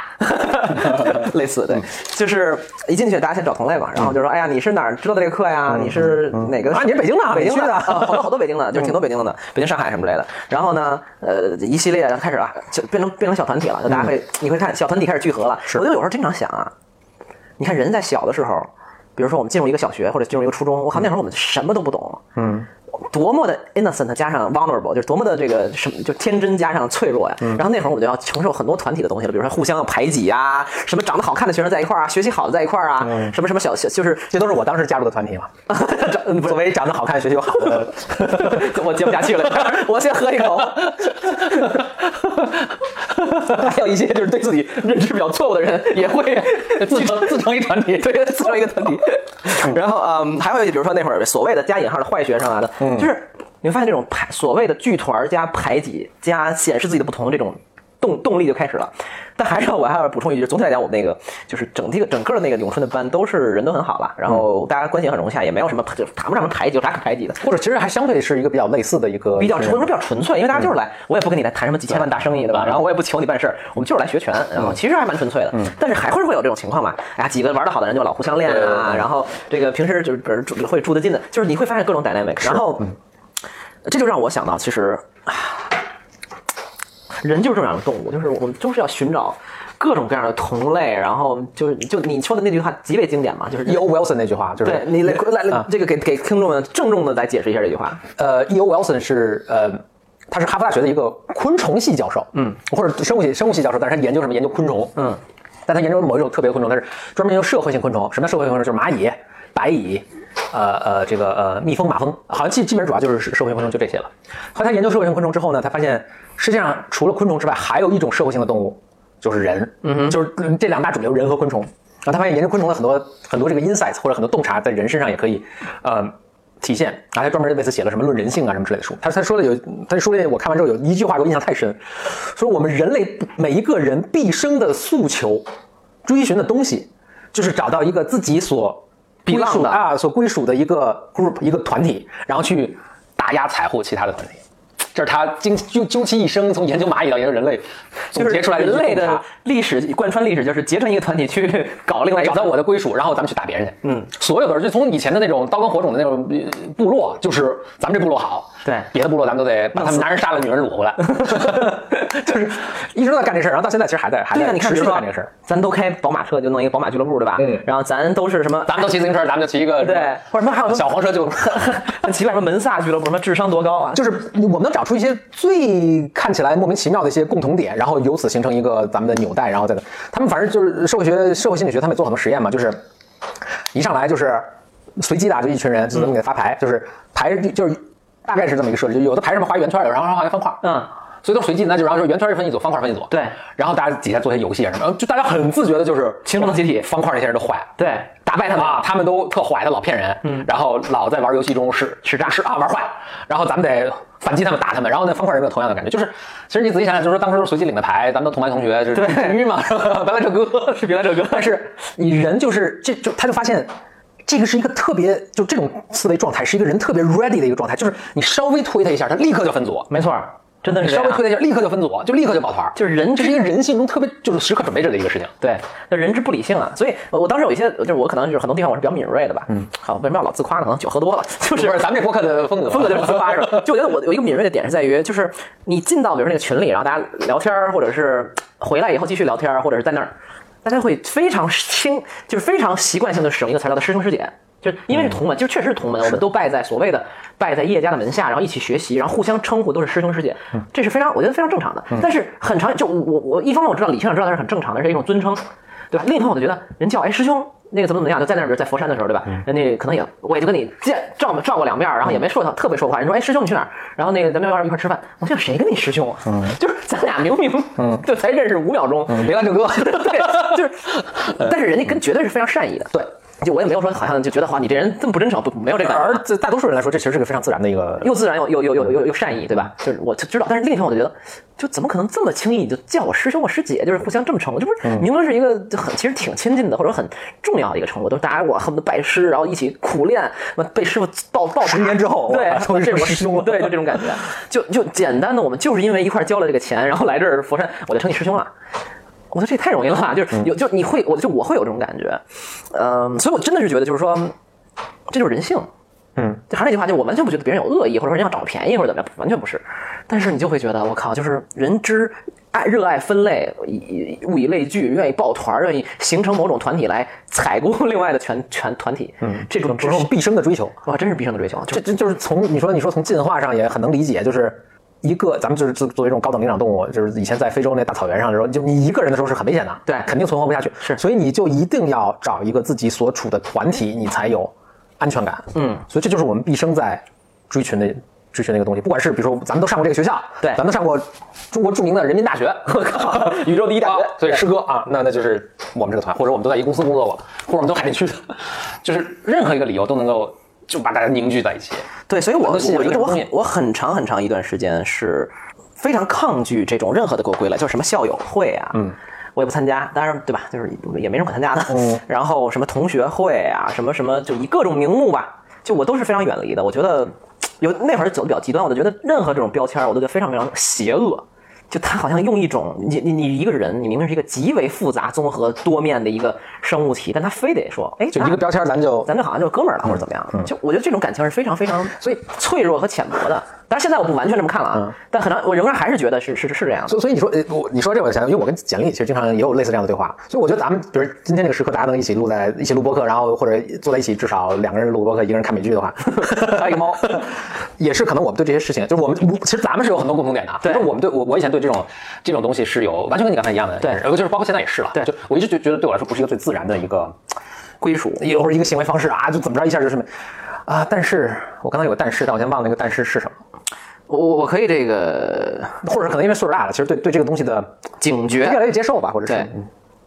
S1: 类似
S2: 嗯
S1: 对，就是一进去大家先找同类嘛，然后就说，哎呀，你是哪儿知道的这个课呀？你是哪个
S2: 嗯啊你是北京的啊嗯
S1: 北京
S2: 你去的
S1: 啊好多好多北京的，就是挺多北京的呢，北京、上海什么之类的。然后呢，呃，一系列开始啊，就变成变成小团体了，就
S2: 嗯
S1: 大家会你会看小团体开始聚合了。我就有时候经常想啊，你看人在小的时候，比如说我们进入一个小学或者进入一个初中，我靠，那会儿我们什么都不懂，嗯，多么的 innocent 加上 vulnerable，就是多么的这个什么，就天真加上脆弱呀。然后那会儿我们就要承受很多团体的东西了，比如说互相排挤啊，什么长得好看的学生在一块儿啊，学习好的在一块儿啊，什么什么小小就是
S2: 这都是我当时加 入的团体嘛。
S1: 长
S2: 作为长得好看、学习又好的，
S1: 我接不下去了， 我先喝一口。还有一些就是对自己认知比较错误的人，也会
S2: 自成自成一团体。
S1: 对，自成一个团体。然后嗯，还会比如说那会儿所谓的加引号的坏学生啊的，就是你会发现这种排所谓的剧团加排挤加显示自己的不同这种。动动力就开始了，但还是我还要补充一句，总体来讲，我们那个就是整体整个的那个咏春的班都是人都很好了，然后大家关系也很融洽，也没有什么就是谈不上什么排挤，有啥可排挤的？
S2: 或者其实还相对是一个比较类似的一个
S1: 比较纯，
S2: 是
S1: 我说比较纯粹，因为大家
S2: 嗯
S1: 就是来，我也不跟你来谈什么几千万大生意，对吧？然后我也不求你办事儿，我们就是来学拳，然
S2: 嗯
S1: 后其实还蛮纯粹的。但是还会会有这种情况嘛？哎呀，几个玩的好的人就老互相练
S2: 对对
S1: 啊，
S2: 对
S1: 然后这个平时就是比如住会住得近的，就是你会发现各种 dynamic，然后
S2: 嗯
S1: 这就让我想到，其实啊人就是这样的动物，就是我们就是要寻找。各种各样的同类，然后就是就你说的那句话极为经典嘛，就是
S2: E.O. Wilson 那句话就是
S1: 对你来来来
S2: 啊
S1: 这个给给听众们郑重的来解释一下这句话。
S2: 呃，E.O. Wilson 是呃，他是哈佛大学的一个昆虫系教授，嗯，或者生物系生物系教授，但是他研究什么？研究昆虫，嗯，但他研究某一种特别的昆虫，他是专门研究社会性昆虫。什么叫社会性昆虫？就是蚂蚁、白蚁，呃呃，这个呃蜜蜂、马蜂，好像基基本主要就是社会性昆虫就这些了。后来他研究社会性昆虫之后呢，他发现世界上除了昆虫之外，还有一种社会性的动物，就是人，嗯，就是嗯这两大主流，人和昆虫。然后他发现研究昆虫的很多很多这个 insights 或者很多洞察在人身上也可以，呃，体现。然后他专门为此写了什么论人性啊什么之类的书。他他说了有，他说了我看完之后有一句话给我印象太深，说我们人类每一个人毕生的诉求、追寻的东西，就是找到一个自己所
S1: 避
S2: 归
S1: 让
S2: 属
S1: 的
S2: 啊所归属的一个 group 一个团体，然后去打压袒护其他的团体。这是他经究究其一生，从研究蚂蚁到研究人类，总
S1: 就是
S2: 结出来的一
S1: 人
S2: 个
S1: 类
S2: 洞察
S1: 的历史贯穿历史，就是结成一个团体去搞另外一个
S2: 找到我的归属，然后咱们去打别人去。嗯，所有的人就从以前的那种刀耕火种的那种呃部落， 就是咱们这部落好，
S1: 对
S2: 别的部落咱们都得把他们男人杀了，女人掳回来， 就是一直都在干这事儿，然后到现在其实还在还
S1: 对呀，
S2: 在
S1: 你看，
S2: 持
S1: 比
S2: 续
S1: 如
S2: 地
S1: 说
S2: 干这个事儿。，
S1: 咱都开宝马车，就弄一个宝马俱乐部，对吧？
S2: 嗯
S1: 然后咱都是什么？
S2: 咱们都骑自行车，咱们就骑一个
S1: 对，或者什么还有
S2: 小黄车 就。
S1: 很奇怪，什么门萨俱乐部，什么智商多高啊？
S2: 就是我们能找出一些最看起来莫名其妙的一些共同点，然后由此形成一个咱们的纽带，然后再他们反正就是社会学、社会心理学，他们也做很多实验嘛，就是一上来就是随机的啊，就一群人就这么给他发牌，就是牌就是大概是这么一个设置，就有的牌什么画圆圈，有的然后画一方块，
S1: 嗯，
S2: 所以都是随机的，那就然后说圆圈分一组，方块分一组，
S1: 对
S2: 然后大家底下做些游戏啊什么，然后就大家很自觉的就是
S1: 形成了集体
S2: 方块那些人都坏了，
S1: 对，
S2: 打败他们啊，他们都特坏，他老骗人，嗯，然后老在玩游戏中使使诈是啊玩坏，然后咱们得反击他们打他们，然后那方块人有同样的感觉，就是其实你仔细想想，就是说当时都是随机领的牌，咱们都同班同学，就是
S1: 对
S2: 至于嘛，是吧原来这哥是原来这哥，但是你人就是这就他就发现。这个是一个特别，就这种思维状态，是一个人特别 ready 的一个状态，就是你稍微推他一下，他立刻就分组，
S1: 没错，真的是这
S2: 稍微
S1: 样
S2: 推荐一下，立刻就分组，就立刻就抱团儿，
S1: 就是人
S2: 这是一个人性中特别就是时刻准备着的一个事情。
S1: 对，那人之不理性啊，所以我我当时有一些，就是我可能就是很多地方我是比较敏锐的吧。嗯，好，为什么要老自夸呢？可能酒喝多了，就
S2: 不
S1: 是
S2: 是咱们这播客的风格，
S1: 风格就是自夸是吧？就我觉得我有一个敏锐的点是在于，就是你进到比如那个群里，然后大家聊天儿，或者是回来以后继续聊天儿，或者是在那儿，大家会非常轻，就是非常习惯性的使用一个词儿叫做师兄师姐。就是因为是同门，就确实是同门，我们都拜在所谓的拜在叶家的门下，然后一起学习，然后互相称呼都是师兄师姐，这是非常我觉得非常正常的。但是很常就我我一方面我知道理性上知道它是很正常的，是一种尊称，对啊嗯吧？另一方面我就觉得人叫哎师兄，那个怎么怎么样，就在那儿在佛山的时候，对吧？人家可能也我也就跟你见照照过两面儿，然后也没说他特别说话。人说哎师兄你去哪儿？然后那个咱们要不要一块儿吃饭？我想谁跟你师兄啊？就是咱俩明明 就才认识五秒钟，
S2: 没完就哥，
S1: 对， 就是，但是人家跟绝对是非常善意的，对。就我也没有说，好像就觉得哇，你这人这么不真诚，不没有这感觉。啊
S2: 而这大多数人来说，这其实是个非常自然的一个。
S1: 又自然又又又又又又善意，对吧？就是我知道，但是另一方面我就觉得，就怎么可能这么轻易就叫我师兄我师姐，就是互相这么称呼，这不
S2: 嗯
S1: 是明明是一个就很其实挺亲近的或者很重要的一个称呼，都是大家我恨不得拜师，然后一起苦练，那被师傅抱抱
S2: 十 年之后
S1: 对
S2: 哇， 终于
S1: 这是我
S2: 是师兄了
S1: 对，就这种感觉，就就简单的我们就是因为一块儿交了这个钱，然后来这儿佛山，我就称你师兄了。我说这也太容易了吧，
S2: 嗯
S1: 就是有就你会，我就我会有这种感觉，嗯，所以我真的是觉得就是说，这就是人性，
S2: 嗯
S1: 就还是那句话，就我完全不觉得别人有恶意，或者说人家要找便宜或者怎么样，完全不是。但是你就会觉得，我靠，就是人之爱热爱分类，以以物以类聚，愿意抱团儿，愿意形成某种团体来采购另外的全全团体，嗯，这种真
S2: 这是我
S1: 是
S2: 们毕生的追求，
S1: 哇，真是毕生的追求，就
S2: 这这就是从你说你说从进化上也很能理解，就是一个咱们就是作作为一种高等灵长动物，就是以前在非洲那大草原上的时候，就你一个人的时候是很危险的，
S1: 对
S2: 肯定存活不下去，
S1: 是
S2: 所以你就一定要找一个自己所处的团体，你才有安全感，
S1: 嗯，
S2: 所以这就是我们毕生在追寻的。追寻的一个东西，不管是比如说咱们都上过这个学校，
S1: 对
S2: 咱们都上过中国著名的人民大学， 我靠，宇宙第一大学
S1: 啊，
S2: 所以师哥啊，那那就是我们这个团，或者我们都在一个公司工作过，或者我们都海淀区的，就是任何一个理由都能够就把大家凝聚在一起。
S1: 对，所以我
S2: 都
S1: 我
S2: 信仰
S1: 觉
S2: 这
S1: 得
S2: 个
S1: 我
S2: 东
S1: 很
S2: 西
S1: 我很长很长一段时间是非常抗拒这种任何的给我归类，就是什么校友会啊，嗯，我也不参加，当然对吧？就是也没什么可参加的。
S2: 嗯
S1: 然后什么同学会啊，什么什么，就以各种名目吧，就我都是非常远离的。我觉得有那会儿走的比较极端，我就觉得任何这种标签儿我都觉得非常非常邪恶。就他好像用一种你你你一个人，你明明是一个极为复杂、综合多面的一个生物体，但他非得说，哎，
S2: 就一
S1: 那
S2: 个标签，咱就
S1: 咱这好像就是哥们儿了，或者怎么样？就我觉得这种感情是非常非常所以脆弱和浅薄的。当然现在我不完全这么看了啊，但可能我仍然还是觉得是是是这样的。
S2: 所以所以你说，呃，我你说这我就想，因为我跟简历其实经常也有类似这样的对话，所以我觉得咱们比如今天这个时刻，大家能一起录在一起录播客，然后或者坐在一起，至少两个人录播客，一个人看美 剧的话，还有一个猫， 也是可能我们对这些事情，就是我们我其实咱们是有很多共同点的啊，
S1: 对
S2: 就是我们对我我以前对这种这种东西是有完全跟你刚才一样的，
S1: 对
S2: 然后就是包括现在也是了，
S1: 对
S2: 就我一直觉觉得对我来说不是一个最自然的一个
S1: 归属
S2: 有时候一个行为方式啊，就怎么着一下就是什么啊，但是我刚才有个但是，但我先忘了那个但是是什么。
S1: 我我我可以这个
S2: 或者可能因为岁数大了，其实对对这个东西的
S1: 警
S2: 越
S1: 觉。
S2: 来越接受吧，或者是嗯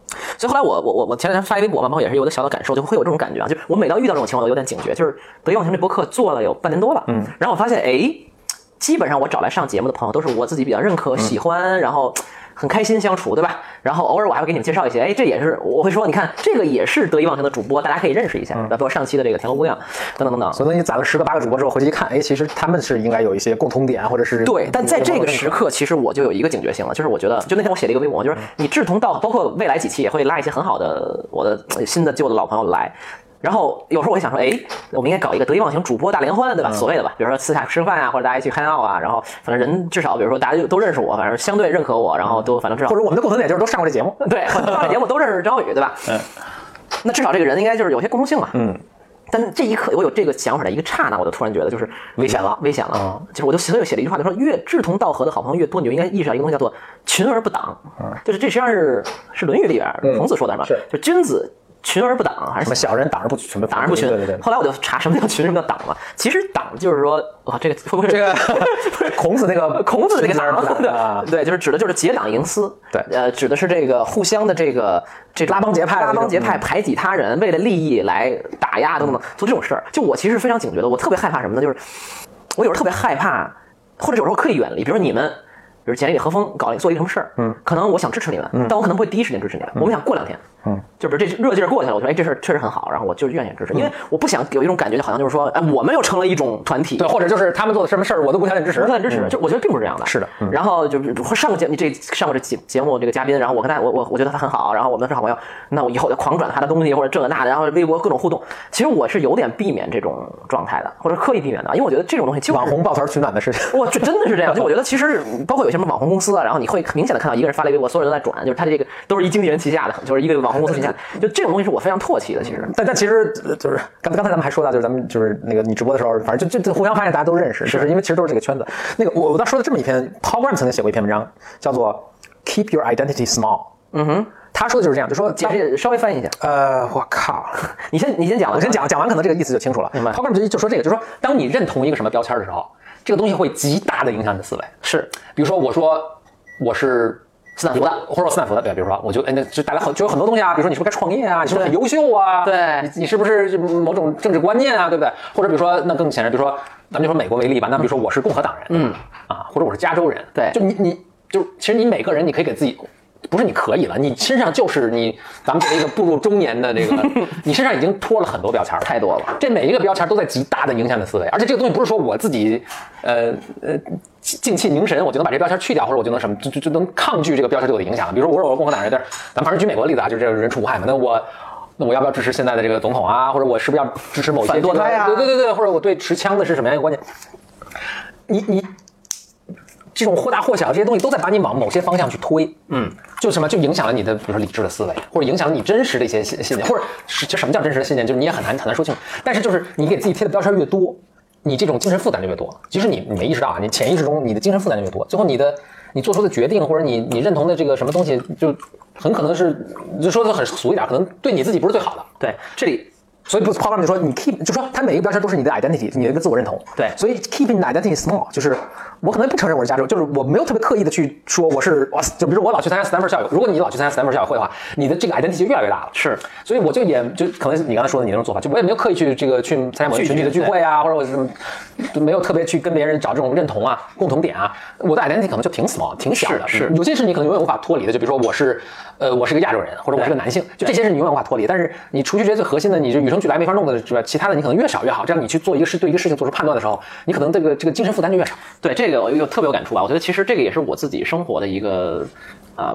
S1: 对所以后来我我我我前两天发一微博嘛，朋友也是有的小的感受，就会有这种感觉啊，就是我每到遇到这种情况，我有点警觉。就是得意忘形这播客做了有半年多了，嗯，然后我发现哎，基本上我找来上节目的朋友都是我自己比较认可、喜欢，然后。很开心相处，对吧？然后偶尔我还会给你们介绍一些，哎，这也是我会说，你看这个也是得意忘形的主播，大家可以认识一下，包括上期的这个田螺姑娘等等等等。
S2: 所以你攒了十个八个主播之后，回去一看，哎，其实他们是应该有一些共同点，或者是嗯
S1: 对，但在这个时刻，其实我就有一个警觉性了，就是我觉得，就那天我写了一个微博，就是你志同道，包括未来几期也会拉一些很好的我的呃新的旧的老朋友来。然后有时候我会想说，哎，我们应该搞一个得意忘形主播大联欢，对吧？所谓的吧，比如说私下吃饭啊，或者大家一起 hang out 啊，然后反正人至少，比如说大家就都认识我，反正相对认可我，然后都反正至少
S2: 或者我们的共同点就是都上过这节目，
S1: 对，我上了节目都认识张宇，对吧？嗯，那至少这个人应该就是有些共同性嘛。嗯。但这一刻，我有这个想法的一个刹那，我就突然觉得就是危险了，危险了。就是我就所以我写了一句话，就说越志同道合的好朋友越多，你就应该意识到一个东西，叫做群而不党。就是这实际上是是《论语》里边儿孔子说的什么？
S2: 是
S1: 就君子群而不党，还
S2: 什
S1: 是
S2: 么小人挡而不什么
S1: 党而不群
S2: 对对对。对
S1: 后来我就查什么叫群，什么叫党了。其实党就是说，哇，这个会不会是
S2: 这个 孔子那 个
S1: 孔子的这个
S2: 党
S1: 党，
S2: 啊
S1: 对，对，就是指的就是结党营私，
S2: 对
S1: 呃，指的是这个互相的这个这种
S2: 拉帮结派的
S1: 拉
S2: 这种嗯
S1: 帮结派排挤他人，为了利益来打压等等等做这种事儿。就我其实非常警觉的，我特别害怕什么呢？就是我有时候特别害怕，或者有时候刻意远离，比如说你们。比
S2: 嗯
S1: 如简历里何峰搞了做一个什么事儿，嗯，可能我想支持你们，但我可能不会第一时间支持你们。我们想过两天，嗯，就比如这热劲儿过去了，我觉得哎，这事儿确实很好，然后我就愿意
S2: 嗯
S1: 支持，因为我不想有一种感觉，就好像就是说，哎，我们又成了一种团体，
S2: 对，或者就是他们做的什么事儿，我都无条件支持，
S1: 无条件支持，就我觉得并不是这样的。
S2: 嗯是的嗯
S1: 然后就是上过节你这上过这节节目这个嘉宾，然后我跟他我我我觉得他很好，然后我们是好朋友，那我以后就狂转他的东西或者这个那的，然后微博各种互动。其实我是有点避免这种状态的，或者刻意避免的，因为我觉得这种东西就是
S2: 网红抱团取暖的事情。
S1: 哇，这真的是这样。就我觉得，其实包括有些什么网红公司啊，然后你会明显的看到一个人发了一个微博，所有人都在转，就是他这个都是一经纪人旗下的，就是一个网红公司旗下的，就这种东西是我非常唾弃的。其实，
S2: 但但其实呃就是刚才刚才咱们还说到，就是咱们就是那个你直播的时候，反正就就就互相发现大家都认识，就是因为其实都是这个圈子。那个我我倒说了这么一篇，Paul Graham 曾经写过一篇文章，叫做《Keep Your Identity Small》。嗯
S1: 哼，
S2: 他说的就是这样，就说
S1: 解释稍微翻译一下，
S2: 呃，我靠，
S1: 你先你先讲，
S2: 我先。讲，讲完可能这个意思就清楚了。
S1: 明白
S2: Paul Graham 就就说这个，就说当你认同一个什么标签的时候，这个东西会极大的影响你的思维。
S1: 是，
S2: 比如说我说我是
S1: 斯坦福的
S2: 或者我斯坦福的，对，比如说我就哎，那就大家很就有很多东西啊，比如说你是不是该创业啊，你是不是很优秀啊，
S1: 对
S2: 你你是不是某种政治观念啊，对不对？或者比如说那更显然，比如说咱们就说美国为例吧，那比如说我是共和党人，嗯，啊，或者我是加州人，
S1: 对
S2: 就你你就其实你每个人你可以给自己。不是你可以了，你身上就是你，咱们这个步入中年的这 个，你身上已经脱了很多标签了，
S1: 太多了。
S2: 这每一个标签都在极大的影响你的思维，而且这个东西不是说我自己，呃呃，静气凝神，我就能把这标签去掉，或者我就能什么，就就就能抗拒这个标签对我的影响。比如说我说我是共和党人，但是咱们还是举美国的例子啊，就是这个人畜无害嘛，那我。那我要不要支持现在的这个总统啊？或者我是不是要支持某些
S1: 反堕胎啊
S2: 对对对对，或者我对持枪的是什么样一个观念？你你这种或大或小这些东西都在把你往某些方向去推，嗯，就什么就影响了你的，比如说理智的思维，或者影响了你真实的一些信信念，或者是就什么叫真实的信念，就是你也很难很难说清楚。但是就是你给自己贴的标签越多，你这种精神负担就越多。即使你你没意识到啊，你潜意识中你的精神负担就越多，最后你的你做出的决定或者你你认同的这个什么东西，就很可能是就说的很俗一点，可能对你自己不是最好的。
S1: 对，这里
S2: 所以不是抛 a 就说你 keep 就说它每一个标签都是你的 identity，你的一个自我认同。
S1: 对
S2: 所以 keep in identity small 就是我可能不承认我是加州，就是我没有特别刻意的去说我是我，就比如我老去参加斯坦福校友，如果你老去参加斯坦福校友会的话，你的这个 identity 就越来越大了。
S1: 是，
S2: 所以我就也就可能你刚才说的你那种做法，就我也没有刻意去这个去参加某些群体的聚会啊，或者我是什么，就没有特别去跟别人找这种认同啊、共同点啊。我的 identity 可能就挺 small、挺小的，
S1: 是是
S2: 有些事你可能永远无法脱离的，就比如说我是，呃，我是个亚洲人，或者我是个男性，就这些是你永远无法脱离。但是你除去这些最核心的，你就与生俱来没法弄的之外，其他的你可能越少越好。这样你去做一个事，对一个事情做出判断的时候，你可能这个这个精神负担就越少。
S1: 对这个我有特别有感触啊！我觉得其实这个也是我自己生活的一个啊。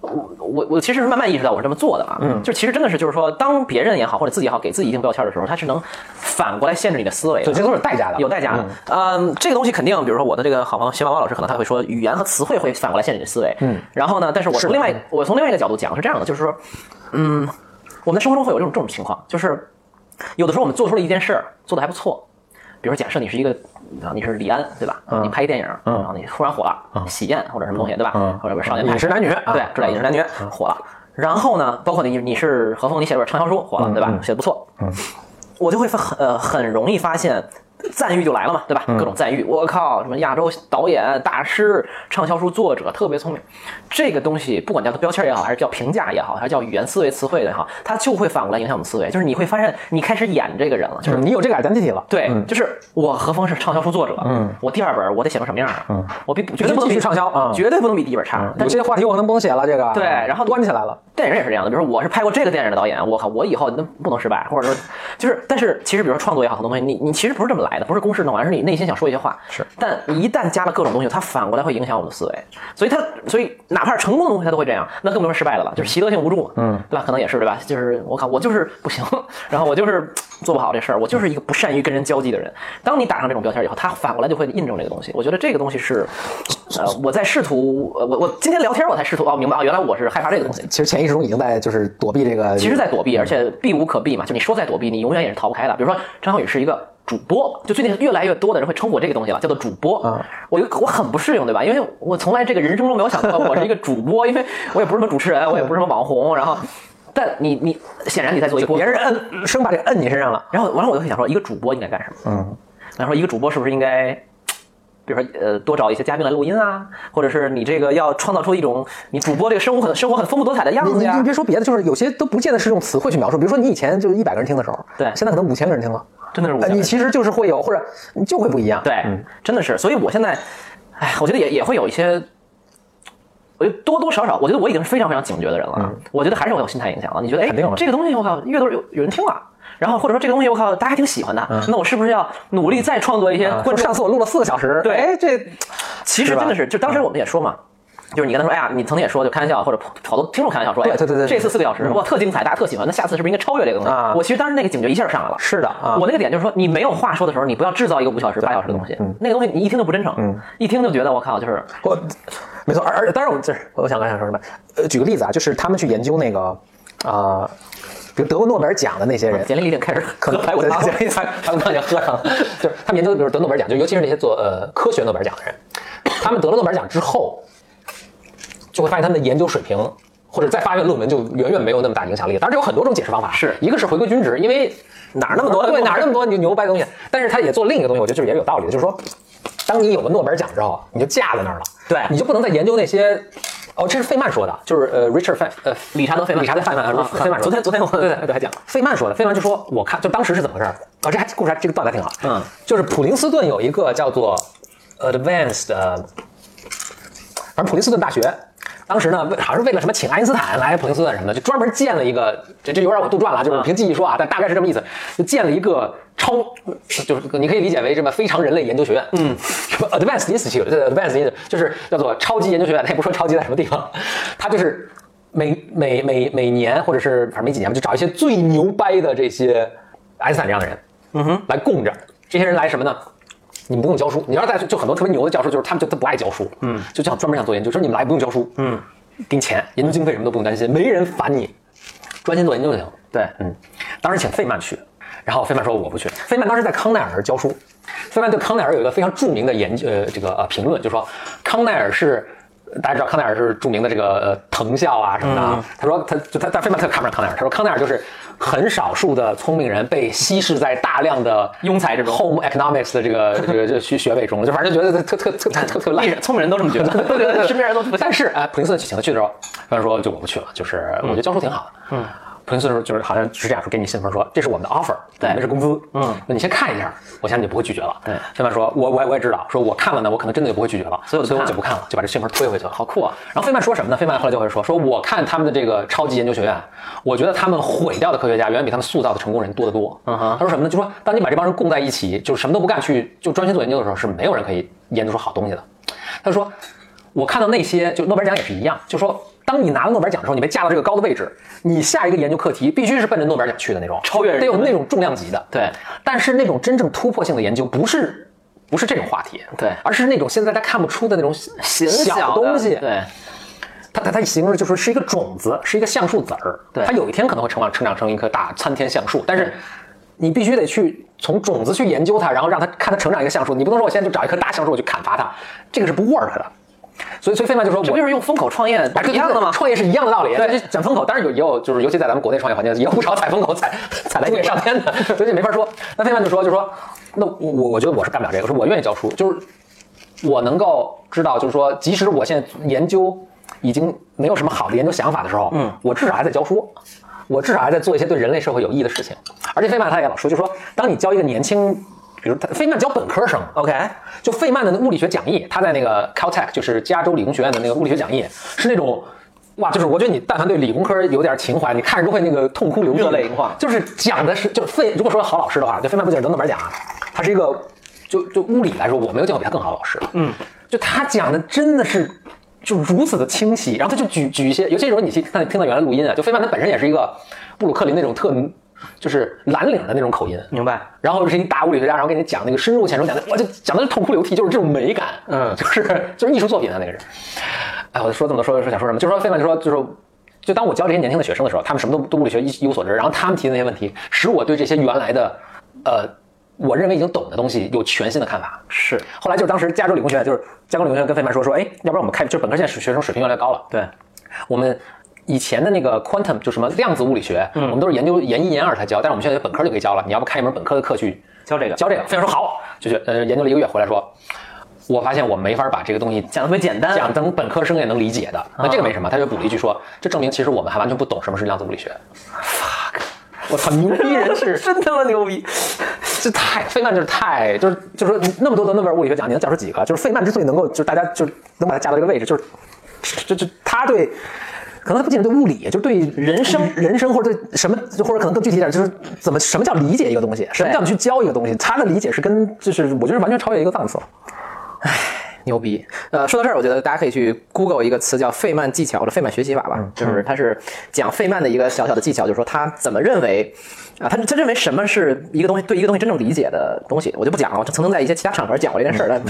S1: 我我我其实是慢慢意识到我是这么做的啊，嗯，就其实真的是就是说，当别人也好或者自己也好给自己一定标签的时候，它是能反过来限制你的思维的，
S2: 对，这都是有代价的，
S1: 有代价的。嗯，这个东西肯定，比如说我的这个好朋友徐娃娃老师，可能他会说，语言和词汇会反过来限制你的思维。嗯，然后呢，但是我
S2: 是嗯
S1: 从
S2: 的
S1: 另外我从另外一个角度讲是这样的，就是说，嗯，我们在生活中会有这种这种情况，就是有的时候我们做出了一件事儿，做的还不错，比如说假设你是一个，啊你是李安对吧？
S2: 嗯
S1: 你拍一电影，然后你突然火了，喜宴或者什么东西对
S2: 嗯
S1: 吧？或者不是少年派
S2: 饮食男女啊
S1: 对，这类饮食男女火了。然后呢，包括你你是何峰，你写本畅销书火
S2: 嗯
S1: 了对吧？写的不错，我就会发很呃很容易发现。赞誉就来了嘛，对吧？各种赞誉，我靠，什么亚洲导演、大师、畅销书作者，特别聪明。这个东西不管叫它标签也好，还是叫评价也好，还是叫语言思维词汇也好，它就会反过来影响我们思维。就是你会发现，你开始演这个人了，就是
S2: 就是你有这个 identity 了，
S1: 对，就是我何峰是畅销书作者，嗯，我第二本我得写成什么样啊？嗯，我比绝
S2: 必
S1: 对
S2: 须
S1: 不能
S2: 继
S1: 比
S2: 续畅销啊
S1: 绝对不能比第一本差。但
S2: 有
S1: 是
S2: 些话题我可能不能写了，这个
S1: 对然后
S2: 端起来了。
S1: 电影也是这样的，比如说我是拍过这个电影的导演，我靠，我以后那不能失败，或者说就是，但是其实比如说创作也好，很多东西你你其实不是这么来的，不是公式弄完，而是你内心想说一些话。
S2: 是，
S1: 但你一旦加了各种东西，它反过来会影响我们的思维，所以它所以哪怕是成功的东西，它都会这样，那更别说失败的了，就是习得性无助嘛，嗯，对吧？可能也是对吧？就是我靠，我就是不行，然后我就是做不好这事儿，我就是一个不善于跟人交际的人。当你打上这种标签以后，它反过来就会印证这个东西。我觉得这个东西是，呃，我在试图，呃，我我今天聊天我才试图哦明白啊，原来我是害怕这个东西。
S2: 其实潜意识中已经在就是躲避这个，
S1: 其实在
S2: 嗯
S1: 躲避，而且避无可避嘛，就你说再躲避，你永远也是逃不开的。比如说张小雨是一个主播，就最近越来越多的人会称呼我这个东西了，叫做主播。
S2: 嗯
S1: 我就我很不适应，对吧？因为我从来这个人生中没有想过我是一个主播，因为我也不是什么主持人，我也不是什么网红，然后。但你你显然你在做一播，
S2: 别人摁生把这个摁你身上了。
S1: 然后完了我就会想说，一个主播应该干什么？
S2: 嗯，
S1: 然后说一个主播是不是应该，比如说呃多找一些嘉宾来录音啊，或者是你这个要创造出一种你主播这个生活很生活很丰富多彩的样
S2: 你
S1: 子
S2: 你
S1: 呀？
S2: 你别说别的，就是有些都不见得是用词汇去描述。比如说你以前就是一百个人听的时候，
S1: 对
S2: 现在可能五千个人听了，
S1: 真的是我
S2: 呃
S1: 想的
S2: 你其实就是会有或者你就会不一样。
S1: 对，真的是。所以我现在，哎，我觉得也也会有一些我觉得多多少少，我觉得我已经是非常非常警觉的人了。我觉得还是我有心态影响了。你觉得，哎
S2: 嗯肯定有，
S1: 这个东西我靠，乐队有有人听了，然后或者说这个东西我靠，大家还挺喜欢的，那我是不是要努力再创作一些
S2: 啊
S1: 观
S2: 说
S1: 众
S2: 上次我录了四个小时，
S1: 对
S2: 哎，这
S1: 其实
S2: 是吧啊
S1: 真的是，就当时我们也说嘛。就是你刚才说，哎呀，你曾经也说，就开玩笑，或者好多听众开玩笑说，哎呀，
S2: 对对对对嗯
S1: 这次四个小时，哇，特精彩，大家特喜欢，那下次是不是应该超越这个东西？
S2: 啊
S1: 我其实当时那个警觉一下上来了。
S2: 是的啊
S1: 我那个点就是说，你没有话说的时候，你不要制造一个五小时、八小时的东西，
S2: 嗯
S1: 那个东西你一听就不真诚，一听就觉得我靠，就是
S2: 我没错，而而当然我这我想我想说什么？呃，举个例子啊，就是他们去研究那个啊、呃比如德国诺贝尔奖的那些人，
S1: 简历已经开始
S2: 可
S1: 喝
S2: 能
S1: 排骨
S2: 对
S1: 汤 了
S2: 对。对他 他们刚才喝上了，就是他们研究，比如得诺贝尔奖，就尤其是那些做呃科学诺贝尔奖的人，他们得了诺贝尔奖之后，就会发现他们的研究水平或者再发表论文就远远没有那么大影响力。当然，这有很多种解释方法，
S1: 是
S2: 一个是回归均值，因为哪儿那么多对哪儿那么多牛牛掰东西，但是他也做另一个东西，我觉得就是也有道理的，就是说，当你有了诺贝尔奖之后，你就架在那儿了，
S1: 对
S2: 你就不能再研究那些。哦，这是费曼说的，就是呃，Richard 费呃
S1: 理查德费曼
S2: 理查德费曼啊
S1: 啊
S2: 费曼说的
S1: 昨天昨天我
S2: 对对对还讲费曼说的，费曼就说我看就当时是怎么回事儿啊，这还故事还这个倒还挺好，
S1: 嗯，
S2: 就是普林斯顿有一个叫做 Advanced，呃反正普林斯顿大学。当时呢，为好像是为了什么请爱因斯坦来普林斯顿什么的，就专门建了一个，这这有点我杜撰了，就是凭记忆说啊，但大概是这么意思，就建了一个超，就是你可以理解为什么非常人类研究学院，嗯，什么 Advanced Institute，这个 Advanced Institute 就是叫做超级研究学院，他也不说超级在什么地方，他就是每每每每年或者是反正没几年吧，就找一些最牛掰的这些爱因斯坦这样的人，嗯哼，来供着，这些人来什么呢？你们不用教书，你要在就很多特别牛的教授，就是他们就他不爱教书，嗯，就想专门想做研究，就是你们来不用教书，嗯，给你钱，研究经费什么都不用担心，没人烦你，专心做研究就行。
S1: 对，
S2: 嗯，当时请费曼去，然后费曼说我不去。费曼当时在康奈尔教书，费曼对康奈尔有一个非常著名的研究，呃，这个呃评论，就说康奈尔是。大家知道康奈尔是著名的这个呃藤校啊什么的啊，
S1: 嗯
S2: 他说他就他但费曼特看不上康奈尔，他说康奈尔就是很少数的聪明人被稀释在大量的
S1: 庸才之中
S2: ，home economics 的这个这个这个学学位中，就反正就觉得特特特特特特烂
S1: 艺，人聪明人都这么 觉得，对对对，身边人都这么想
S2: 但是哎，普林斯顿请他去的时候，他说就我不去了，就是我觉得教书挺好的。嗯，普林斯顿说就是好像是这样说，给你信封说这是我们的 offer，
S1: 对
S2: 我们这是工资。
S1: 嗯，
S2: 那你先看一下，我相信你不会拒绝了。
S1: 对
S2: 费曼说，我我也我也知道，说我看了呢，我可能真的就不会拒绝了，
S1: 所以我就
S2: 所以我
S1: 看
S2: 就
S1: 了
S2: 不看了，就把这信封推回去了。好酷啊！然后费曼说什么呢？费曼后来就会说，说我看他们的这个超级研究学院，我觉得他们毁掉的科学家远远比他们塑造的成功人多得多。
S1: 嗯哼
S2: 他说什么呢？就说当你把这帮人供在一起，就什么都不干去，就专心做研究的时候，是没有人可以研究出好东西的。他说，我看到那些就诺贝尔奖也是一样，就说当你拿了诺贝尔奖的时候，你被架到这个高的位置，你下一个研究课题必须是奔着诺贝尔奖去的那种，
S1: 超越人
S2: 得有那种重量级的。
S1: 对，
S2: 但是那种真正突破性的研究不是。不是这种话题，
S1: 对
S2: 而是那种现在他看不出的那种
S1: 形
S2: 小
S1: 的
S2: 东西，
S1: 对，
S2: 它它它形容就是是一个种子，是一个橡树籽儿，
S1: 对
S2: 它有一天可能会成长成长成一棵大参天橡树，但是你必须得去从种子去研究它，然后让它看它成长一个橡树，你不能说我现在就找一棵大橡树我去砍伐它，这个是不 work 的。所以所以费曼就说
S1: 这
S2: 我
S1: 不就是用风口创业
S2: 啊，这
S1: 一样的吗？
S2: 创业是一样的道理。对，讲风口，当然有也有，就是尤其在咱们国内创业环境，也有不少踩风口踩踩来也上天的，所以这没法说。那费曼就说，就说那我我我觉得我是干不了这个，说我愿意教书，就是我能够知道，就是说，即使我现在研究已经没有什么好的研究想法的时候，嗯，我至少还在教书。我至少还在做一些对人类社会有益的事情，而且费曼他也老说，就说当你教一个年轻，比如他费曼教本科生，
S1: OK，
S2: 就费曼的那物理学讲义，他在那个 Caltech，就是加州理工学院的那个物理学讲义，是那种。哇，就是我觉得你但凡对理工科有点情怀，你看着都会那个痛哭流涕、
S1: 热泪盈眶
S2: 就是讲的是，就是费，如果说好老师的话，就费曼不仅是诺贝尔奖啊，他是一个，就就物理来说，我没有见过比他更好的老师。嗯，就他讲的真的是就如此的清晰，然后他就举举一些，尤其是说你去看听到原来录音啊，就费曼他本身也是一个布鲁克林那种特就是蓝领的那种口音，
S1: 明白。
S2: 然后是一大物理学家，然后给你讲那个深入浅出，讲的我就讲的是痛哭流涕，就是这种美感，
S1: 嗯
S2: 就是就是艺术作品啊，那个是。哎，我就说这么多，说说想说什么？就说费曼就说就是。就当我教这些年轻的学生的时候，他们什么都对物理学一一无所知，然后他们提的那些问题，使我对这些原来的，呃，我认为已经懂的东西有全新的看法。
S1: 是
S2: 后来就是当时加州理工学院，就是加州理工学院跟费曼说说，哎，要不然我们开，就是本科现在学生水平越来越高了，
S1: 对，
S2: 我们以前的那个 quantum 就什么量子物理学，我们都是研究研一研二才教，但是我们现在本科就可以教了。你要不开一门本科的课去
S1: 教这个
S2: 教这个？费曼说好，就是呃研究了一个月回来说，我发现我没法把这个东西
S1: 讲的特别简单，啊
S2: 讲成本科生也能理解的，那这个没什么。他就补了一句说，这证明其实我们还完全不懂什么是量子物理学。fuck，我操，牛逼人士！
S1: 真他妈牛逼，
S2: 这太费曼就是太就是就是说那么多的诺贝尔物理学奖，你能讲出几个？就是费曼之所以能够就是大家就是能把他架到这个位置，就是这这他对。可能他不仅是对物理，就对人生、人生或者对什么，或者可能更具体一点，就是怎么什么叫理解一个东西，什么叫去教一个东西，他的理解是跟就是我觉得是完全超越一个档次了。
S1: 牛逼。呃，说到这儿，我觉得大家可以去 Google 一个词叫费曼技巧或者费曼学习法吧，就是它是讲费曼的一个小小的技巧，就是说他怎么认为。啊，他他认为什么是一个东西对一个东西真正理解的东西，我就不讲了。我曾经在一些其他场合讲过这件事儿，但，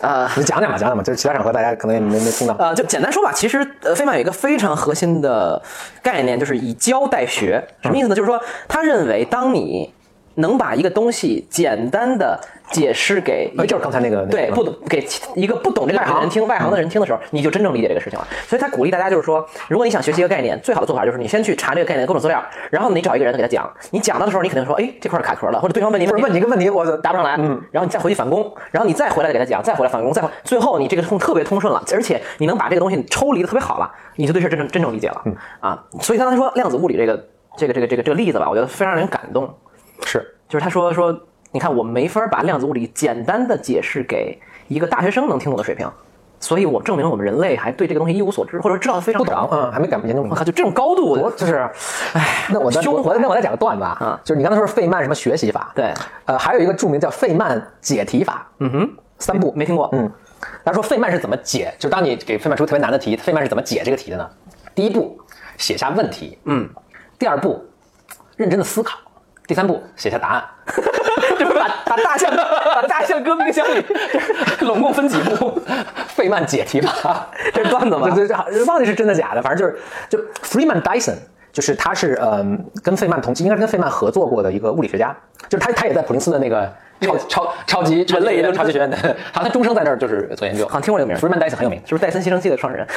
S1: 呃，
S2: 你讲讲吧，讲讲吧，就是其他场合大家可能也没没听到。
S1: 呃，就简单说吧，其实呃，费曼有一个非常核心的概念，就是以教代学。什么意思
S2: 嗯
S1: 呢？就是说，他认为当你能把一个东西简单的解释给一个，
S2: 哎就是刚才那个那个
S1: 对
S2: 嗯
S1: 不懂给其一个不懂这个
S2: 外
S1: 外
S2: 行嗯
S1: 行人听外行的人听的时候，你就真正理解这个事情了。所以他鼓励大家就是说，如果你想学习一个概念，最好的做法就是你先去查这个概念的各种资料，然后你找一个人给他讲。你讲到的时候，你肯定说，哎，这块儿卡壳了，或者对方问你
S2: 不是问你一个问题，我
S1: 答不上来，嗯，然后你再回去反攻，然后你再回来给他讲，再回来反攻，再回，最后你这个通特别通顺了，而且你能把这个东西抽离的特别好了，你就对事儿真正真正理解了，嗯啊，所以刚才说量子物理这个这个这个这个这个例子吧，我觉得非常让人感动，
S2: 是
S1: 就是他说说，你看我没法把量子物理简单的解释给一个大学生能听懂的水平，所以我证明我们人类还对这个东西一无所知，或者知道的非常
S2: 不懂，
S1: 少。
S2: 嗯，还没敢 研究明
S1: 我
S2: 白。
S1: 靠，就这种高度，
S2: 我就是，哎，那我再
S1: 胸
S2: 我那我再讲个段子啊
S1: 啊，
S2: 就是你刚才说是费曼什么学习法，
S1: 对，
S2: 呃，还有一个著名叫费曼解题法，嗯哼，三步
S1: 没听过
S2: 嗯，他说费曼是怎么解？就当你给费曼出特别难的题，费曼是怎么解这个题的呢？第一步，写下问题，嗯，第二步，认真的思考，第三步，写下答案。
S1: 这不是把把大象把大象搁冰箱里，这拢共分几步？
S2: 费曼解题法，
S1: 这是段子吗
S2: 对对对，忘记是真的假的，反正就是就 Freeman Dyson，就是他是嗯跟费曼同期，应该是跟费曼合作过的一个物理学家，就是他他也在普林斯顿那个超超超级人类研究超级学院的，好像他终生在那儿就是做研究，
S1: 好像听过这个名儿
S2: Freeman Dyson 很有名，
S1: 是不是戴森吸尘器的创始人？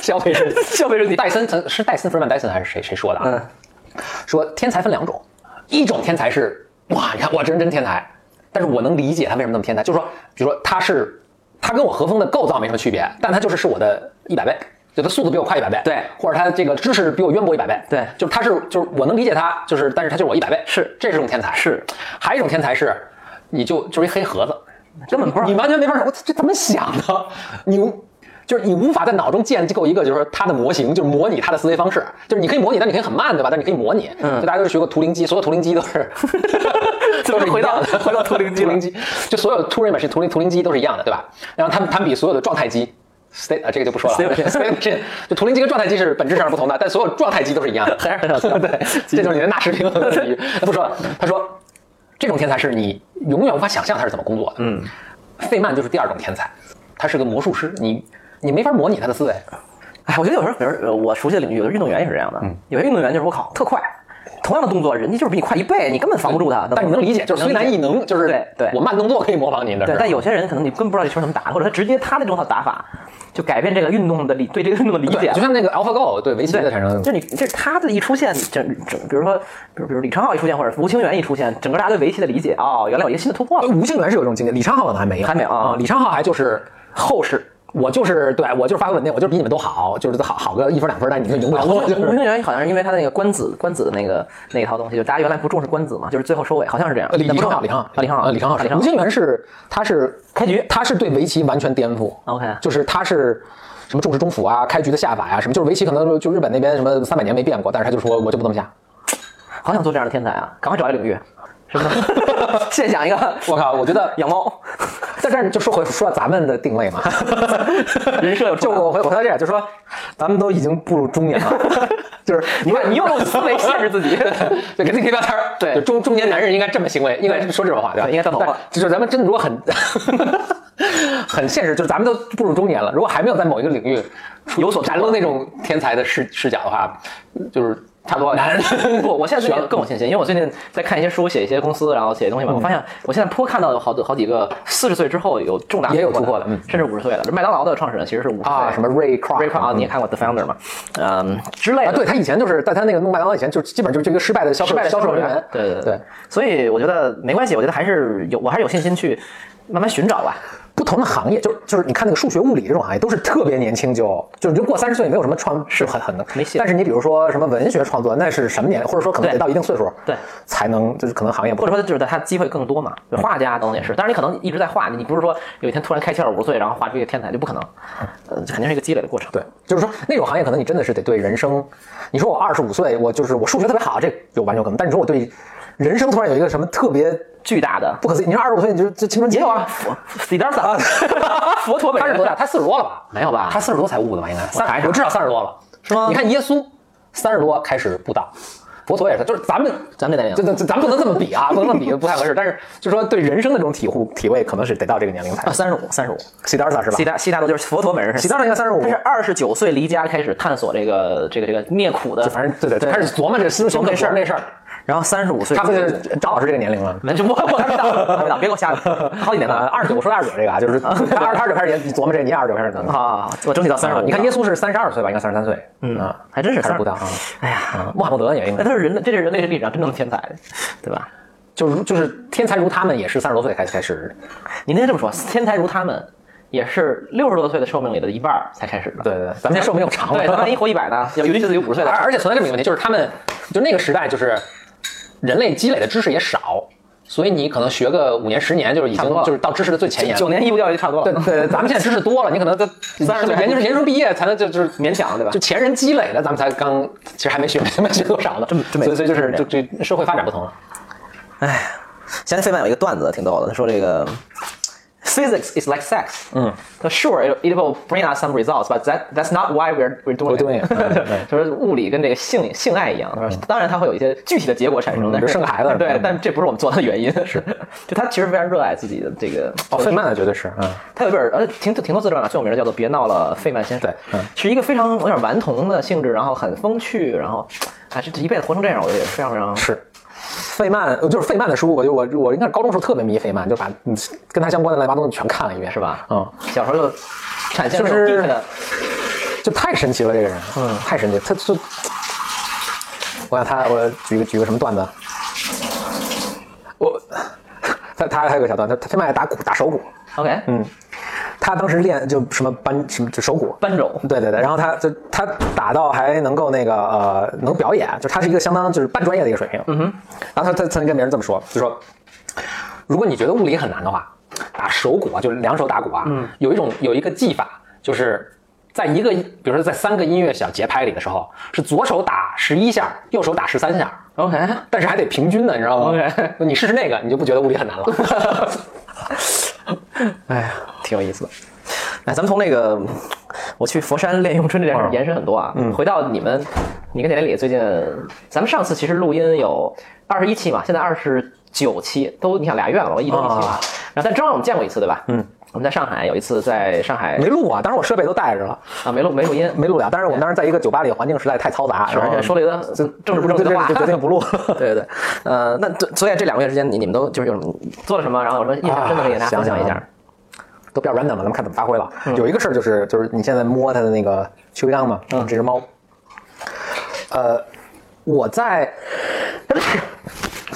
S2: 消费是
S1: 消费是你
S2: 戴森曾是戴森 Freeman Dyson 还是谁谁说的啊？
S1: 嗯
S2: 说天才分两种，一种天才是哇，你看我真真天才，但是我能理解他为什么那么天才，就是说，比如说他是他跟我和风的构造没什么区别，但他就是是我的一百倍，就他速度比我快一百倍，
S1: 对
S2: 或者他这个知识比我渊博一百倍，
S1: 对
S2: 就是他是就是我能理解他，就是但是他就是我一百倍，是这是一种天才，是，还有一种天才是，你就就是一黑盒子，
S1: 根本不知
S2: 你
S1: 道。
S2: 完全没法想，我操这怎么想的？你无就是你无法在脑中建构一个，就是说他的模型，就是模拟他的思维方式。就是你可以模拟，但你可以很慢，对吧？但你可以模拟。嗯，就大家都是学过图灵机，所有图灵机 都是 都是一样的
S1: 回到回到图灵机了
S2: 图灵机就所有图灵 machine 图灵图灵机都是一样的，对吧？然后他们他们比所有的状态机。state 啊，这个就不说了。
S1: State machine
S2: state machine 就图灵机跟状态机是本质上是不同的，但所有状态机都是一样的。
S1: 还 是很好笑
S2: 对，这就是你的纳什平衡的比喻。哎他不说了，他说这种天才是你永远无法想象他是怎么工作的。嗯，费曼就是第二种天才，他是个魔术师，你你没法模拟他的思维。
S1: 哎，我觉得有时候，比如呃我熟悉的领域，有的运动员也是这样的。
S2: 嗯
S1: 有些运动员就是我靠特快，同样的动作，人家就是比你快一倍，你根本防不住他。
S2: 但你能理解，就是虽难易能，就是
S1: 对对
S2: 我慢动作可以模仿您的。
S1: 对，但
S2: 有
S1: 有些人可能你根本不知道这球怎么打，或者他直接他那种打法，就改变这个运动的理对这个运动的理解
S2: 对，就。像那个 AlphaGo 对围棋的产生
S1: 就你这他的一出现，整整，比如说，比如比如李昌镐一出现，或者吴清源一出现，整个大家对围棋的理解，哦，原来有一个新的突破了。
S2: 吴庆元是有这种经历，李昌镐可能还没有，
S1: 还没有啊
S2: 李昌镐还就是后世。我就是对我就是发挥稳定，我就是比你们都好，就是好好个一分两分，但你们赢不啊了我。
S1: 吴
S2: 就是
S1: 清源好像是因为他的那个官子官子的那个那一套东西，就大家原来不重视官子嘛，就是最后收尾，好像是这样
S2: 呃。李
S1: 那
S2: 李
S1: 不
S2: 昌
S1: 重
S2: 镐，
S1: 要
S2: 李昌
S1: 啊，李昌镐，
S2: 呃
S1: 李
S2: 李昌镐是
S1: 昌
S2: 吴
S1: 镐。
S2: 清源是他是开局，他是对围棋完全颠覆。
S1: OK
S2: 就是他是什么重视中府啊，开局的下法呀、什么就是围棋可能就日本那边什么三百年没变过，但是他就说我就不这么下。
S1: 好想做这样的天才啊！赶快找一个领域，是 不是？现想一个，
S2: 我靠，我觉 得
S1: 养猫。
S2: 在这儿就说回说到咱们的定位 嘛，
S1: 人设有
S2: 就
S1: 重
S2: 我回我回到这儿，就说咱们都已经步入中 年了，就是
S1: 你看你又用思维限制自 己。
S2: 就给自己贴标签儿。
S1: 对
S2: 就中中年男人应该这么行为，应该这么说这种话，对吧？
S1: 对应该断头发
S2: 但就是咱们真的如果很 很现实，就是咱们都步入中年了，如果还没有在某一个领域有所展露那种天才的视视角的话，就是差不多难。
S1: 不，我现在最
S2: 需
S1: 近
S2: 要
S1: 更有信心，因为我最近在看一些书，写一些公司，然后写东西嘛。我
S2: 嗯
S1: 发现我现在颇看到有好多好几个四十岁之后有重大
S2: 也有突
S1: 突
S2: 破
S1: 破
S2: 的
S1: 的，
S2: 嗯
S1: 甚至五十岁的。麦当劳的创始人其实是五十岁
S2: 啊，什么 Ray Kroc
S1: Ray Kroc 啊，你也看过 The Founder 嘛？嗯，之类
S2: 啊，
S1: 的。
S2: 对他以前就是在他那个弄麦当劳以前，就是基本就是这个失败的销售
S1: 失败的
S2: 销售人员
S1: 员，，对
S2: 对
S1: 对。所以我觉得没关系，我觉得还是有，我还是有信心去慢慢寻找吧。
S2: 不同的行业，就是就是你看那个数学、物理这种行业，都是特别年轻就就是你就过三十岁，没有什么创是很很能
S1: 没戏
S2: 但是你比如说什么文学创作，那是什么年，或者说可能得
S1: 对
S2: 到一定岁数，
S1: 对，
S2: 才能就是可能行业不
S1: 或者说就是他机会更多嘛，就画家等等也是。当然你可能一直在画，你不是说有一天突然开窍五十岁然后画出一个天才就不可能，呃，这肯定是一个积累的过程。
S2: 对，就是说那种行业可能你真的是得对人生，你说我二十五岁，我就是我数学特别好，这有完全可能，但你说我对人生突然有一个什么特别
S1: 巨大的
S2: 不可思议，你说二十五岁你就就青春期
S1: 也有啊
S2: 啊，，
S1: 佛斯达萨，佛陀本
S2: 他是
S1: 人
S2: 多大？他四十多了吧？
S1: 没有吧
S2: 他四十多才悟的吧？应该
S1: 查一
S2: 三，
S1: 查
S2: 我至少三十多了，是
S5: 吗
S2: 你看耶稣三十多开始布道，佛陀也是，就是咱们
S5: 咱们这代
S2: 就
S5: 人，
S2: 就咱不能这么比啊，不能这么比不太合适。但是就说对人生的这种体悟体味，可能是得到这个年龄才
S5: 啊，。三十五，三十五，
S2: 西达尔萨是吧
S1: 悉？达悉达多就是佛陀本人
S2: 西
S1: 是。
S2: 达尔萨应该三十五
S1: 他，是二十九岁离家开始探索这个这个这个灭苦的，
S2: 反正对对对，开始琢磨这心
S1: 琢
S2: 情
S1: 磨这事儿
S2: 这事儿。
S5: 然后三十五岁
S2: 他，们就是张老师这个年龄了。
S1: 没这我我还没到，还没到，别给我吓的，好几年
S2: 啊，
S1: 了。
S2: 二十九，我说二十九这个啊，就是他二二十九开始研琢磨这，你也二十九开始琢磨。
S1: 啊，我争取到三十五。
S2: 你看耶稣是三十二岁吧，应该三十三岁，嗯啊，
S1: 还真是
S2: 开始
S1: 32
S2: 布道啊。
S1: 哎呀，
S2: 啊，穆罕默德也应该
S1: 那他是人类，这是人类历史上真正的天才，对吧？
S2: 就是就是天才如他们也是三十多岁开开始，
S1: 你应该这么说，天才如他们，也是六十多岁的寿命里的一半儿才开始的。
S2: 对对对，咱们这寿命又长了，
S1: 对，咱万一活一百呢？有尤其是有五十岁
S2: 而
S1: 的，
S2: 而且存在这么一个问题，就是他们就那个时代就是人类积累的知识也少，所以你可能学个五年十年就是已
S1: 差不
S2: 经
S1: 多了
S2: 就是到知识的最前沿。
S1: 九年义务教育就差不多
S2: 对
S1: 了，
S2: 对，对咱们现在知识多了，你可能 在
S1: 三十岁
S2: 研究研究生毕业才能就就是
S1: 勉强对吧
S2: 就？前人积累的，咱们才刚，其实还没学 没学多少呢。这么
S5: 这么
S2: 所以所以就是就这社会发展不同了。
S5: 现在费曼有一个段子挺逗的，他说这个
S1: Physics is like sex. 嗯，他 sure it it will bring us some results, but that that's not why we're we're doing.
S2: We're doing it. 嗯 对
S1: 就是物理跟这个性性爱一样，他说当然它会有一些具体的结果产生，但
S2: 比
S1: 是
S2: 如生个孩子
S1: 对
S2: 嗯，
S1: 但这不是我们做它的原因。是， 就他其实非常热爱自己的这个。
S2: 哦，费曼的绝对是，嗯，
S1: 他有一本呃挺挺多自传了，最有名的叫做《别闹了，费曼先生》，
S2: 对嗯
S1: 是一个非常有点顽童的性质，然后很风趣，然后啊，这这一辈子活成这样，我觉得也是非常非常
S2: 是。费曼呃就是费曼的书，我就我我应该是高中时候特别迷费曼，就把嗯跟他相关的乱七八糟的全看了一遍，
S1: 是？吧？
S2: 嗯，
S1: 小时候就产生
S2: 就
S1: 这种
S2: 是
S1: geek 的
S2: 就太神奇了，这个人，嗯，太神奇了，他就，我想他，我举个举个什么段子，啊我，他他还有个小段子，他他卖打鼓打手鼓，
S1: OK 嗯
S2: 他当时练就什么扳什么就手鼓，
S1: 扳肘，
S2: 对对对，然后他就他打到还能够那个呃能表演，就他是一个相当就是半专业的一个水平。嗯哼，然后他他曾经跟别人这么说，就说如果你觉得物理很难的话，打手鼓啊，就是两手打鼓啊，嗯、有一种有一个技法，就是在一个比如说在三个音乐小节拍里的时候，是左手打十一下，右手打十三下，
S1: OK，
S2: 但是还得平均的，你知道吗
S1: OK
S2: 你试试那个，你就不觉得物理很难 了。
S1: 哎呀，
S5: 挺有意思的。
S1: 哎，咱们从那个我去佛山练咏春这件事儿
S2: 嗯
S1: 延伸很多啊，回到你们，你跟典礼最近，咱们上次其实录音有二十一期嘛，现在二十九期，都你想俩月了，我一周一期嘛，
S2: 啊
S1: 然后但正好我们见过一次对吧？嗯，我们在上海有一次在上海
S2: 没录啊，当时我设备都带着了，
S1: 啊没录没录音，
S2: 没录了。但是我们当时在一个酒吧里，环境实在太嘈杂，
S1: 而且说了一个啊嗯政治不正确的话
S2: 就，决定不 录了。
S5: 对对对，呃，那对所以这两个月之间，你你们都就是有什么
S1: 做了什么，然后有什么印象深刻的给大家分享一
S2: 啊想想
S1: 下
S2: 啊。都比较 random 了，咱们看怎么发挥了。
S1: 嗯
S2: 有一个事儿就是，就是你现在摸它的那个秋香嘛，嗯，这只猫，呃，我在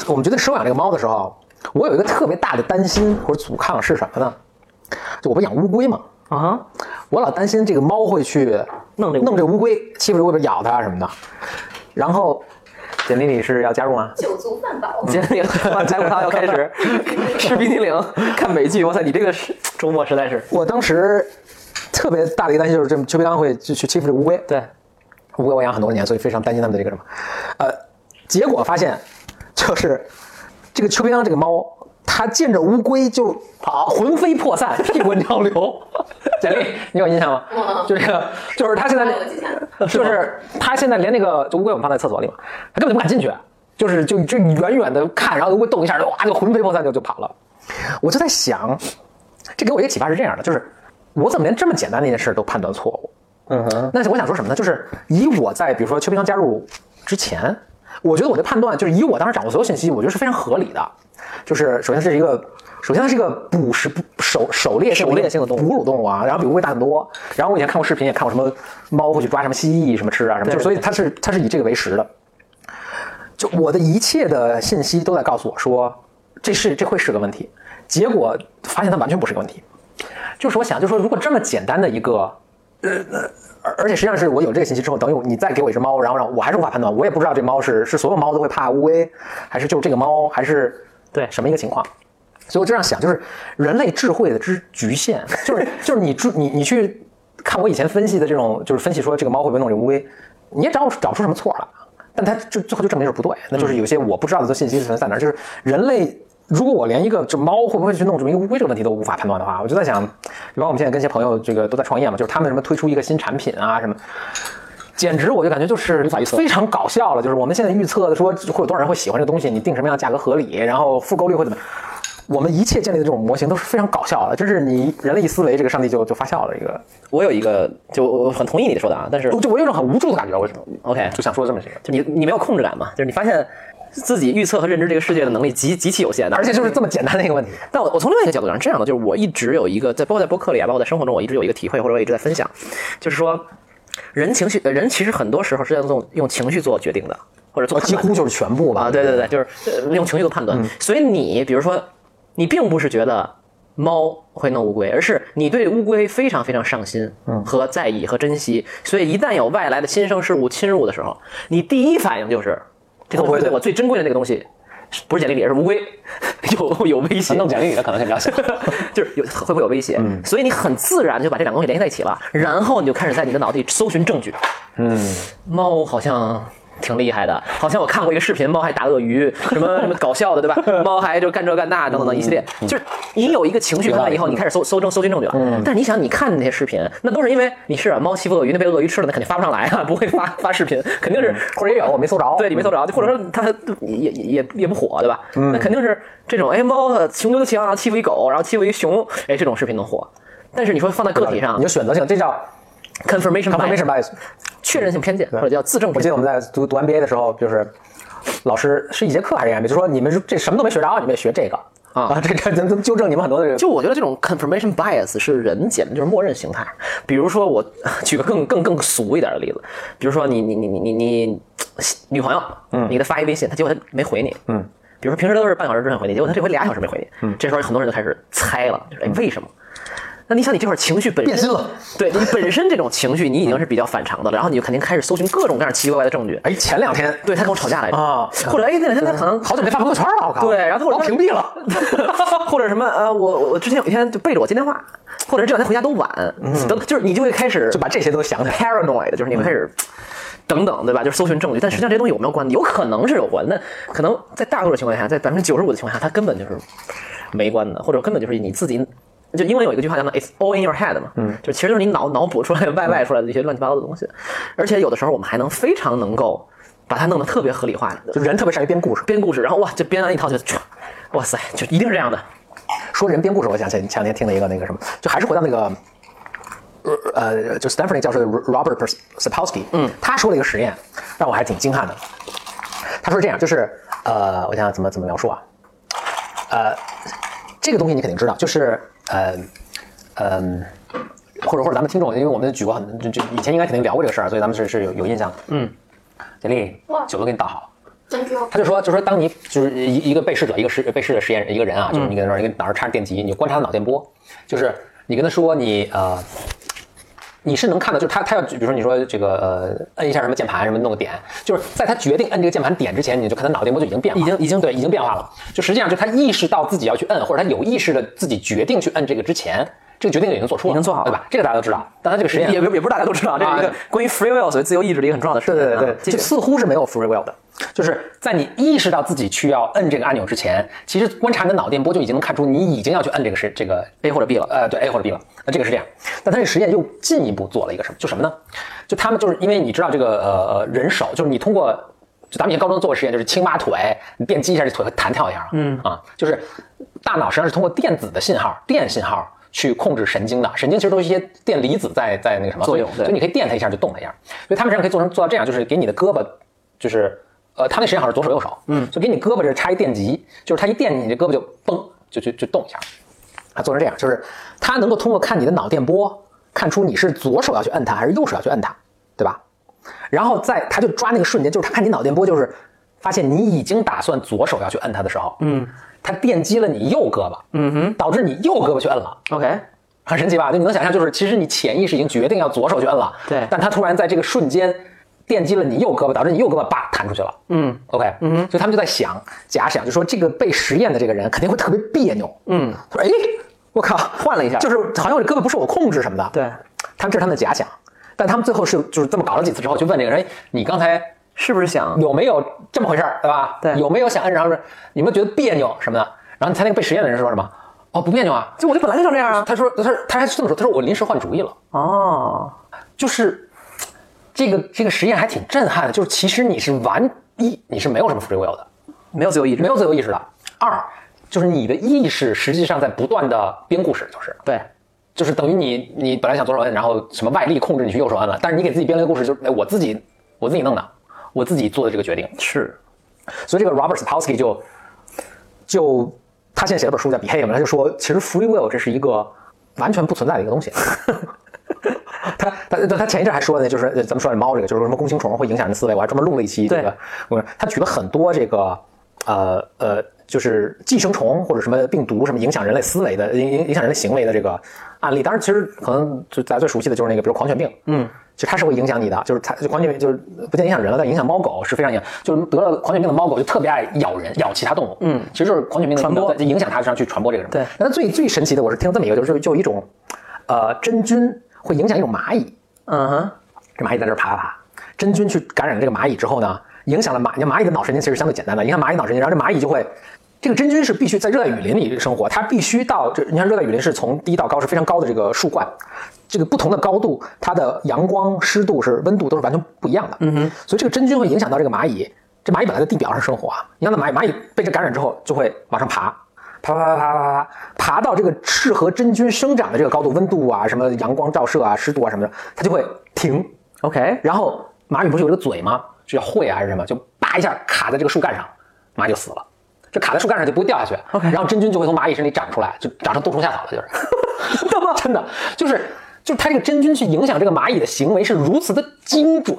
S2: 我们决定收养这个猫的时候，我有一个特别大的担心或者阻抗是什么呢？就我不养乌龟嘛，
S1: 啊哈，
S2: 我老担心这个猫会去
S1: 弄这个乌龟
S2: 弄这个乌龟，欺负这个乌龟咬它什么的。然后，简历你是要加入吗？
S3: 酒足饭饱。
S1: 今 天那个宅舞堂要开始， 吃冰激凌，看美剧，哇塞，你这个是周末实在是
S2: 我当时特别大的一个担心就是，这邱培刚会去去欺负这个乌龟。
S1: 对，
S2: 乌龟我养很多年，所以非常担心他们的这个什么，呃，结果发现就是这个邱培刚这个猫，它见着乌龟就跑，魂飞魄散，屁滚尿流。 简历，你有印象吗？就这个，就是它现在
S3: 我之前
S2: 就是它现在连那个就乌龟我们放在厕所里嘛，它根本就不敢进去，就是就就远远的看，然后乌龟动一下，哇就魂飞魄散就就跑了。我就在想，这给我一个启发是这样的，就是我怎么连这么简单的一件事都判断错误？
S1: 嗯
S2: 但是我想说什么呢？就是以我在比如说邱培强加入之前，我觉得我的判断就是以我当时掌握所有信息，我觉得是非常合理的。就是首先这是一个，首先它是一个捕食捕狩狩猎
S1: 狩猎性的动物
S2: 哺乳动物啊，然后比乌龟大很多。然后我以前看过视频，也看过什么猫会去抓什么蜥蜴什么吃啊什么，
S1: 对
S2: 就是所以它是它是以这个为食的。就我的一切的信息都在告诉我说，这是这会是个问题，结果发现它完全不是个问题。就是我想，就是说如果这么简单的一个，呃，呃而而且实际上是我有这个信息之后，等于你再给我一只猫，然后让我还是无法判断，我也不知道这猫是是所有猫都会怕乌龟，还是就这个猫，还是
S6: 对
S2: 什么一个情况。所以我就这样想，就是人类智慧的之局限，就是就是你注你你去看我以前分析的这种，就是分析说这个猫会不会弄这个乌龟，你也找不出找不出什么错了，但它就最后就证明是不对，那就是有些我不知道的信息存在哪儿，就是人类。如果我连一个这猫会不会去弄这么一个乌龟这个问题都无法判断的话，我就在想，比方我们现在跟一些朋友这个都在创业嘛，就是他们什么推出一个新产品啊什么，简直我就感觉就是
S1: 法预测
S2: 非常搞笑了。就是我们现在预测的说会有多少人会喜欢这个东西，你定什么样的价格合理，然后复购率会怎么样，我们一切建立的这种模型都是非常搞笑的，就是你人类一思维，这个上帝就就发笑了一个，
S1: 我有一个，就我我很同意你说的啊，但 是
S2: 我就我有一种很无助的感觉，为什么？
S1: OK，
S2: 就想说这么一个，
S1: 就你你没有控制感嘛，就是你发现自己预测和认知这个世界的能力极极其有限的，
S2: 而且就是这么简单的一个问题，
S1: 但我我从另外一个角度上是这样的，就是我一直有一个在包括在播客里啊，包括在生活中，我一直有一个体会，或者我一直在分享，就是说，人情绪，呃人其实很多时候是要用用情绪做决定的，或者做
S2: 我
S1: 判
S2: 几
S1: 断
S2: 乎就是全部吧。
S1: 啊，对对对，就是呃用情绪做判
S2: 嗯
S1: 断。所以你比如说，你并不是觉得猫会弄乌龟，而是你对乌龟非常非常上心
S2: 嗯
S1: 和在意和珍惜。所以一旦有外来的新生事物侵入的时候，你第一反应就是，这东西对我最珍贵的那个东西。不是简历里，而是乌龟， 有有威胁。
S2: 啊弄简历里的可能性比较 小。
S1: 就是有会不会有威胁，所以你很自然地就把这两个东西联系在一起了，然后你就开始在你的脑子里搜寻证据。嗯，猫好像挺厉害的，好像我看过一个视频，猫还打鳄鱼，什么什么搞笑的，对吧？猫还就干这干那等等等一系列，就是你有一个情绪判断以后，你开始搜搜证搜寻证据了。但是你想，你看那些视频，那都是因为你是啊猫欺负鳄鱼，那被鳄鱼吃了，那肯定发不上来啊，不会发发视频，肯定是
S2: 或者也有我没搜着，
S1: 对，你没搜着，啊或者说
S2: 嗯
S1: 它也也也也不火，对吧？那肯定是这种，哎，猫呃雄赳赳气昂昂欺负一狗，然后欺负一熊，哎，这种视频能火。但是你说放在个体上
S2: 你就选择性，这叫
S1: ，confirmation
S2: confirmation
S1: bias，
S2: bias。
S1: 确认性偏见，或者叫自证
S2: 我
S1: 偏
S2: 记得
S1: 见。
S2: 我们在读读 MBA 的时候，就是老师是一节课还是一节 MBA，就说你们是这什么都没学着，你们也学这个
S1: 啊
S2: 这个能能纠正你们很多的这个。
S1: 就我觉得这种 confirmation bias 是人简直就是默认形态。比如说我 举个更更更俗一点的例子，比如说你你你你你你女朋友，嗯，你给她发一微信，她结果她没回你，嗯，比如说平时都是半小时之内回你，结果她这回俩小时没回你，嗯，这时候很多人就开始猜了，就是哎为什么？那你想，你这会儿情绪本身
S2: 嗯变心了，
S1: 对你本身这种情绪，你已经是比较反常的了，然后你就肯定开始搜寻各种各样奇奇怪怪的证据。
S2: 哎，前两天
S1: 对他跟我吵架来着
S2: 啊嗯
S1: 或者哎那两天他可能
S2: 好久没发朋友圈了，我靠。
S1: 对，然后或
S2: 我
S1: 者
S2: 哦屏蔽了。
S1: 或者什么呃，我我之前有一天就背着我接电话，或者这两天回家都晚，等就是你就会开始
S2: 嗯就把这嗯些都想起来。
S1: paranoid，就是你会开始。等等，对吧？就是搜寻证据，但实际上这些东西有没有关系？有可能是有关，那可能在大多数情况下，在百分之九十五的情况下，它根本就是没关的，或者根本就是你自己。就英文有一个句话叫做 “It's all in your head” 嘛，嗯，就其实就是你脑脑补出来、外外出来的一些乱七八糟的东西，而且有的时候我们还能非常能够把它弄得特别合理化，
S2: 就人特别善于编故事，
S1: 编故事，然后哇，这编完一套就，唰哇塞，就一定是这样的，
S2: 说人编故事，我想前前两天听了一个那个什么，就还是回到那个，呃，呃就 Stanford 那个教授 Robert Pers- Sapolsky，嗯，他说了一个实验，让我还挺惊叹的。他说这样，就是呃，我想想怎么怎么描述啊，呃，这个东西你肯定知道，就是呃，嗯、或者或者咱们听众，因为我们举过很就就以前应该肯定聊过这个事儿，所以咱们是是有有印象的。嗯，简历
S7: 哇
S2: 酒都给你倒好了。
S7: Thank you。
S2: 他就说，就说当你就是一一个被试者，一个实被试的实验人，一个人啊，
S1: 嗯
S2: 就是你跟他说，你跟脑上插着电极，你就观察他脑电波，就是你跟他说你呃，你是能看到，就是他他要比如说你说这个呃，摁一下什么键盘什么弄个点，就是在他决定摁这个键盘点之前，你就看他脑电波就已经变化了，
S1: 已经已经
S2: 对已经变化了，就实际上就他意识到自己要去摁，或者他有意识的自己决定去摁这个之前，这个决定已经做出了，
S1: 已经做好了
S2: 对吧？这个大家都知道，但他这个实
S1: 也
S2: 验
S1: 也不也不是大家都知道，这是一
S2: 啊
S1: 个关于 free will 所谓自由意志的一个很重要的事情啊。
S2: 对对对，
S1: 继
S2: 就
S1: 续
S2: 似乎是没有 free will 的，就是在你意识到自己去要摁这个按钮之前，其实观察你的脑电波就已经能看出你已经要去摁这个是这个
S1: A 或者 B 了。
S2: 呃，对 A 或者 B 了。那这个是这样，但他这实验又进一步做了一个什么？就什么呢？就他们就是因为你知道这个呃呃人手，就是你通过就咱们以前高中做过实验，就是青蛙腿，你电击一下，这腿会弹跳一下了。嗯啊，就是大脑实际上是通过电子的信号、电信号。去控制神经的，神经其实都是一些电离子在在那个什么
S1: 作用
S2: 所以
S1: 对
S2: 所以你可以电它一下就动它一下，所以他们实际上可以做成做到这样，就是给你的胳膊，就是呃，他那实际上好像是左手右手，嗯，就给你胳膊这儿插一电极，就是他一电你，你这胳膊就嘣就就就动一下，啊，做成这样，就是它能够通过看你的脑电波，看出你是左手要去摁它还是右手要去摁它，对吧？然后在它就抓那个瞬间，就是它看你脑电波，就是发现你已经打算左手要去摁它的时候，嗯，它电击了你右胳膊，嗯哼，导致你右胳膊去摁了。
S1: OK，
S2: 很神奇吧？就你能想象，就是其实你潜意识已经决定要左手捐了，
S1: 对
S2: 但他突然在这个瞬间电击了你右胳膊，导致你右胳膊叭弹出去了。嗯，OK，嗯，所以他们就在想，假想，就说这个被实验的这个人肯定会特别别扭。嗯，他说，哎，我靠，
S1: 换了一下
S2: 就是好像我这胳膊不受我控制什么的。
S1: 对，
S2: 他们这是他们的假想，但他们最后是就是这么搞了几次之后，就问这个人，哎你刚才
S1: 是不是想
S2: 有没有这么回事儿，对吧？
S1: 对
S2: 有没有想摁，然后是你们觉得别扭什么的？然后他那个被实验的人说什么？哦，不别扭啊，
S1: 就我就本来就想这样啊。
S2: 他说，他他还是这么说，他说我临时换主意了，
S1: 哦，
S2: 就是这个这个实验还挺震撼的，就是其实你是完一，你是没有什么 free will 的，
S1: 没有自由意志，
S2: 没有自由意识的。二就是你的意识实际上在不断的编故事，就是
S1: 对，
S2: 就是等于你你本来想左手摁，然后什么外力控制你去右手摁了，但是你给自己编了一个故事，就是哎我自己我自己弄的，我自己做的这个决定。
S1: 是
S2: 所以这个 Robert Sapolsky 就就他现在写了本书叫《Behave》嘛，他就说其实 free will 这是一个完全不存在的一个东西。 他他他前一阵还说呢，就是呃咱们说这猫这个，就是什么弓形虫会影响人的思维，我还专门录了一期这个
S1: 对。
S2: 我他举了很多这个呃呃，就是寄生虫或者什么病毒什么影响人类思维的影影影响人类行为的这个案例。当然，其实可能就大家最熟悉的就是那个，比如狂犬病，嗯，其实它是会影响你的，就是它狂犬病就是不仅影响人了，但影响猫狗是非常影响，就是得了狂犬病的猫狗就特别爱咬人，咬其他动物，嗯，其实就是狂犬病的
S1: 传播
S2: 就影响它，让去传播这个什么。
S1: 对
S2: 但最最神奇的，我是听这么一个，就是就有一种呃真菌会影响一种蚂蚁，
S1: 嗯哼，
S2: 这蚂蚁在这儿爬爬爬，真菌去感染了这个蚂蚁之后呢，影响了蚂蚁。蚂蚁的脑神经其实相对简单的，影响蚂蚁脑神经，然后这蚂蚁就会，这个真菌是必须在热带雨林里生活，它必须到这，你看热带雨林是从低到高是非常高的这个树冠，这个不同的高度，它的阳光、湿度是温度都是完全不一样的。嗯哼，所以这个真菌会影响到这个蚂蚁。这蚂蚁本来在地表上生活啊，你让它蚂蚁蚂蚁被这感染之后就会往上爬，爬爬爬爬爬爬，爬到这个适合真菌生长的这个高度，温度啊，什么阳光照射啊、湿度啊什么的，它就会停，
S1: ，OK，
S2: 然后蚂蚁不是有一个嘴吗？就叫喙啊还是什么？就叭一下卡在这个树干上，蚂蚁就死了。这卡在树干上就不会掉下去
S1: OK
S2: 然后真菌就会从蚂蚁身体长出来，就长成冬虫夏草了，就是。真的真的就是就是它这个真菌去影响这个蚂蚁的行为是如此的精准，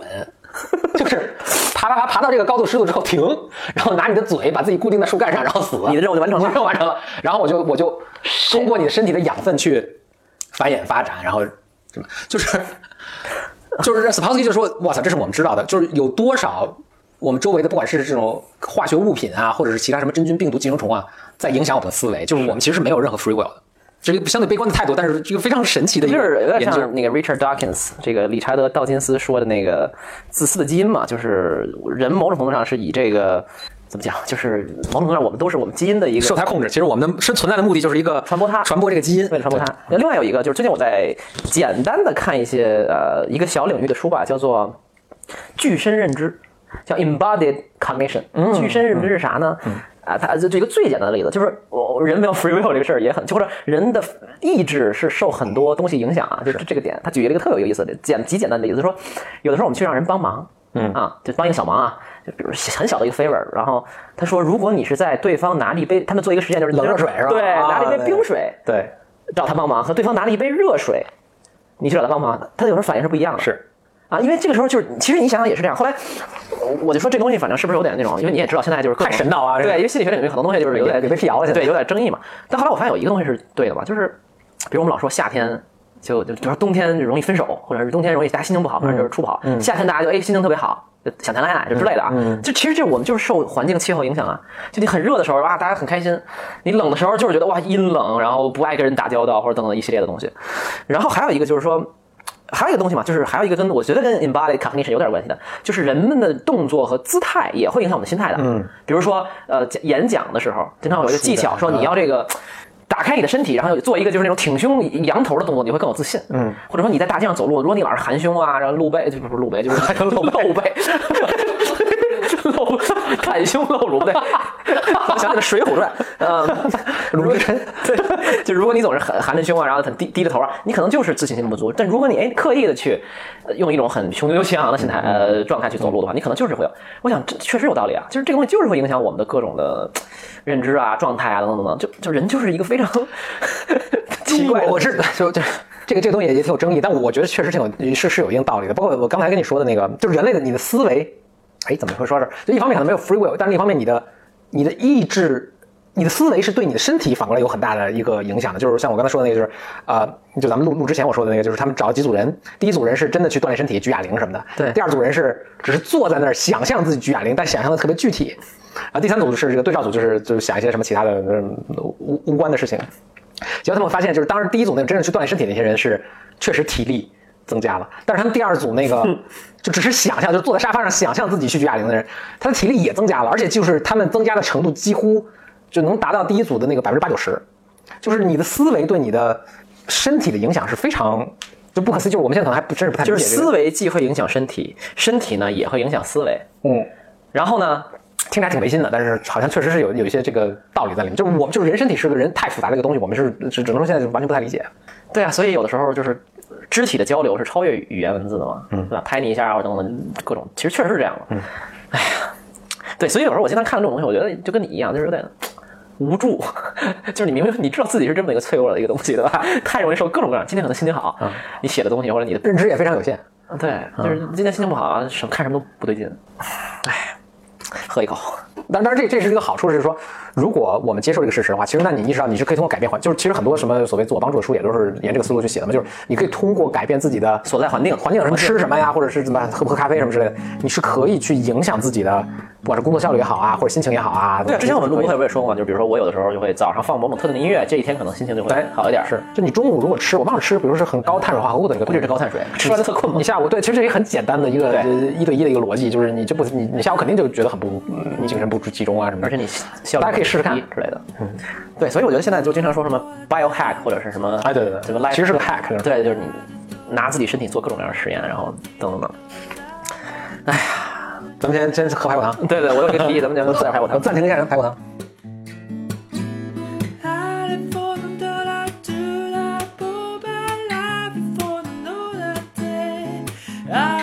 S2: 就是爬爬爬爬到这个高度湿度之后停，然后拿你的嘴把自己固定在树干上，然后死。
S1: 你的任务就完成了
S2: 任务完成了。然后我就我就通过你的身体的养分去繁衍发展，然后什么就是就是让 Sapolsky 就说：“哇塞，这是我们知道的，就是有多少我们周围的，不管是这种化学物品啊，或者是其他什么真菌、病毒、寄生虫啊，在影响我们的思维。就是我们其实是没有任何 free will 的，这是一个相对悲观的态度，但是这个非常神奇的一
S1: 就是有
S2: 个
S1: 点
S2: 研究。
S1: 像那个 Richard Dawkins 这个理查德·道金斯说的那个自私的基因嘛，就是人某种程度上是以这个怎么讲，就是某种程度上我们都是我们基因的一个
S2: 受它控制，其实我们的是存在的目的就是一个
S1: 传播它
S2: 传播这个基因，
S1: 为了传播它。那另外有一个就是最近我在简单的看一些呃一个小领域的书吧，叫做具身认知，叫 embodied cognition。具
S2: 嗯
S1: 身认知是啥呢？啊，它这这个最简单的例子就是，我人没有 free will 这个事儿也很，或者人的意志是受很多东西影响啊，就是这个点。他举了一个特有意思的简极简单的例子，说有的时候我们去让人帮忙，嗯啊，就帮一个小忙啊，就比如很小的一个 favor，然后他说，如果你是在对方拿了一杯，他们做一个实验就是
S2: 冷热水是吧
S1: 对，
S2: 啊
S1: 拿了一杯
S2: 对
S1: 冰水，
S2: 对，
S1: 找他帮忙，和对方拿了一杯热水，你去找他帮忙，他有时候反应是不一样的。
S2: 是
S1: 啊，因为这个时候就是，其实你想想也是这样。后来我我就说这东西反正是不是有点那种，因为你也知道现在就是各种
S2: 太神道啊这个
S1: 对，因为心理学领域很多东西就是有点
S2: 也被辟谣了现在
S1: 对，有点争议嘛。但后来我发现有一个东西是对的嘛，就是比如我们老说夏天。就就比如说冬天容易分手，或者是冬天容易大家心情不好，反正
S2: 嗯
S1: 就是处不好。夏天大家就哎心情特别好，就想谈恋爱就之类的啊。
S2: 嗯
S1: 就其实这我们就是受环境气候影响啊。就你很热的时候哇，大家很开心；你冷的时候就是觉得哇阴冷，然后不爱跟人打交道或者等等一系列的东西。然后还有一个就是说，还有一个东西嘛，就是还有一个跟我觉得跟 embodied cognition 有点关系的，就是人们的动作和姿态也会影响我们的心态的。嗯，比如说呃讲演讲的时嗯候，经常有一个技巧说你要这个。打开你的身体，然后做一个就是那种挺胸扬头的动作，你会更有自信。嗯，或者说你在大街上走路，如果你老是含胸啊，然后露背，就不是露背，就是露露 背，露 袒胸露乳 背。我想起了《水浒传》，呃，鲁智深， 对，就如果你总是含含着胸啊，然后很低低着头啊，你可能就是自信心不足。但如果你哎刻意的去呃用一种很雄赳气昂的心态呃状态去走路的话，你可能就是会有。我想这确实有道理啊，就是这个东西就是会影响我们的各种的呃认知啊、状态啊等等等等。就就人就是一个非 常奇怪的
S2: 我我是就就这个这个东西也也挺有争议，但我觉得确实挺有是是有一定道理的。包括我刚才跟你说的那个，就是人类的你的思维，哎，怎么会说这儿？就一方面可能没有 free will，但是另一方面你的你的意志你的思维是对你的身体反过来有很大的一个影响的，就是像我刚才说的那个，就是呃，就咱们录录之前我说的那个，就是他们找几组人，第一组人是真的去锻炼身体，举哑铃什么的，
S1: 对
S2: 第二组人是只是坐在那儿想象自己举哑铃，但想象的特别具体，啊，第三组是这个对照组，就是就是想一些什么其他的嗯无无关的事情，结果他们发现，就是当时第一组那个真正去锻炼身体的那些人是确实体力增加了，但是他们第二组那个就只是想象，就坐在沙发上想象自己去举哑铃的人，他的体力也增加了，而且就是他们增加的程度几乎就能达到第一组的那个百分之八九十，就是你的思维对你的身体的影响是非常就不可思议，就是我们现在可能还不真是不太理
S1: 就是
S2: 解这
S1: 思
S2: 个，
S1: 维既会影响身体，身体呢也会影响思维。
S2: 嗯。
S1: 然后呢，
S2: 听着还挺违心的，但是好像确实是有有一些这个道理在里面。就是我们就是人身体是个人太复杂的一个东西，我们是只只能说现在是完全不太理解。
S1: 对啊，所以有的时候就是肢体的交流是超越语言文字的嘛，嗯，对吧？拍你一下啊，或者等等各种，其实确实是这样的。嗯，哎呀，对，所以有时候我经常看这种东西，我觉得就跟你一样，就是有点。无助， 就是你明明你知道自己是这么一个脆弱的一个东西，对吧？太容易受各种各样。今天可能心情好，你写的东西或者你的
S2: 认知也非常有限。
S1: 对，就是今天心情不好啊，什么看什么都不对劲。哎，喝一口。
S2: 但当然这这是一个好处，是说，如果我们接受这个事实的话，其实那你意识到你是可以通过改变环，就是其实很多什么所谓自我帮助的书也都是沿这个思路去写的嘛，就是你可以通过改变自己的
S1: 所在环境
S2: 环境有什么吃什么呀，或者是怎么喝不喝咖啡什么之类的，你是可以去影响自己的，不管是工作效率也好啊，或者心情也好啊。
S1: 对啊，之前我们录播
S2: 会
S1: 会不也说过吗？就比如说我有的时候就会早上放某种特定的音乐，这一天可能心情就会
S2: 哎
S1: 好一点。
S2: 是，就你中午如果吃，我忘了吃，比如说是很高碳水化合物的一个东西，
S1: 估计是高碳水吃完就特困嘛
S2: 你下午对，其实这也很简单的一个
S1: 对
S2: 呃一对一的一个逻辑，就是你这不你你下午肯定就觉得很不嗯精神不集中啊什么的。
S1: 而且你效率
S2: 大家可以试试看
S1: 低之类的。嗯，对，所以我觉得现在就经常说什么 biohack 或者是什么，
S2: 哎对对对
S1: 什么 life，
S2: 其实是个 hack 是吧
S1: 对，就是你拿自己身体做各种各样的实验，然后等等等。
S2: 咱们先先喝排骨汤，
S1: 对对，我有一个提议，咱们就自然排骨汤。
S2: 暂停一下排骨汤。
S3: I live for them that I do not put my life before the know that day. I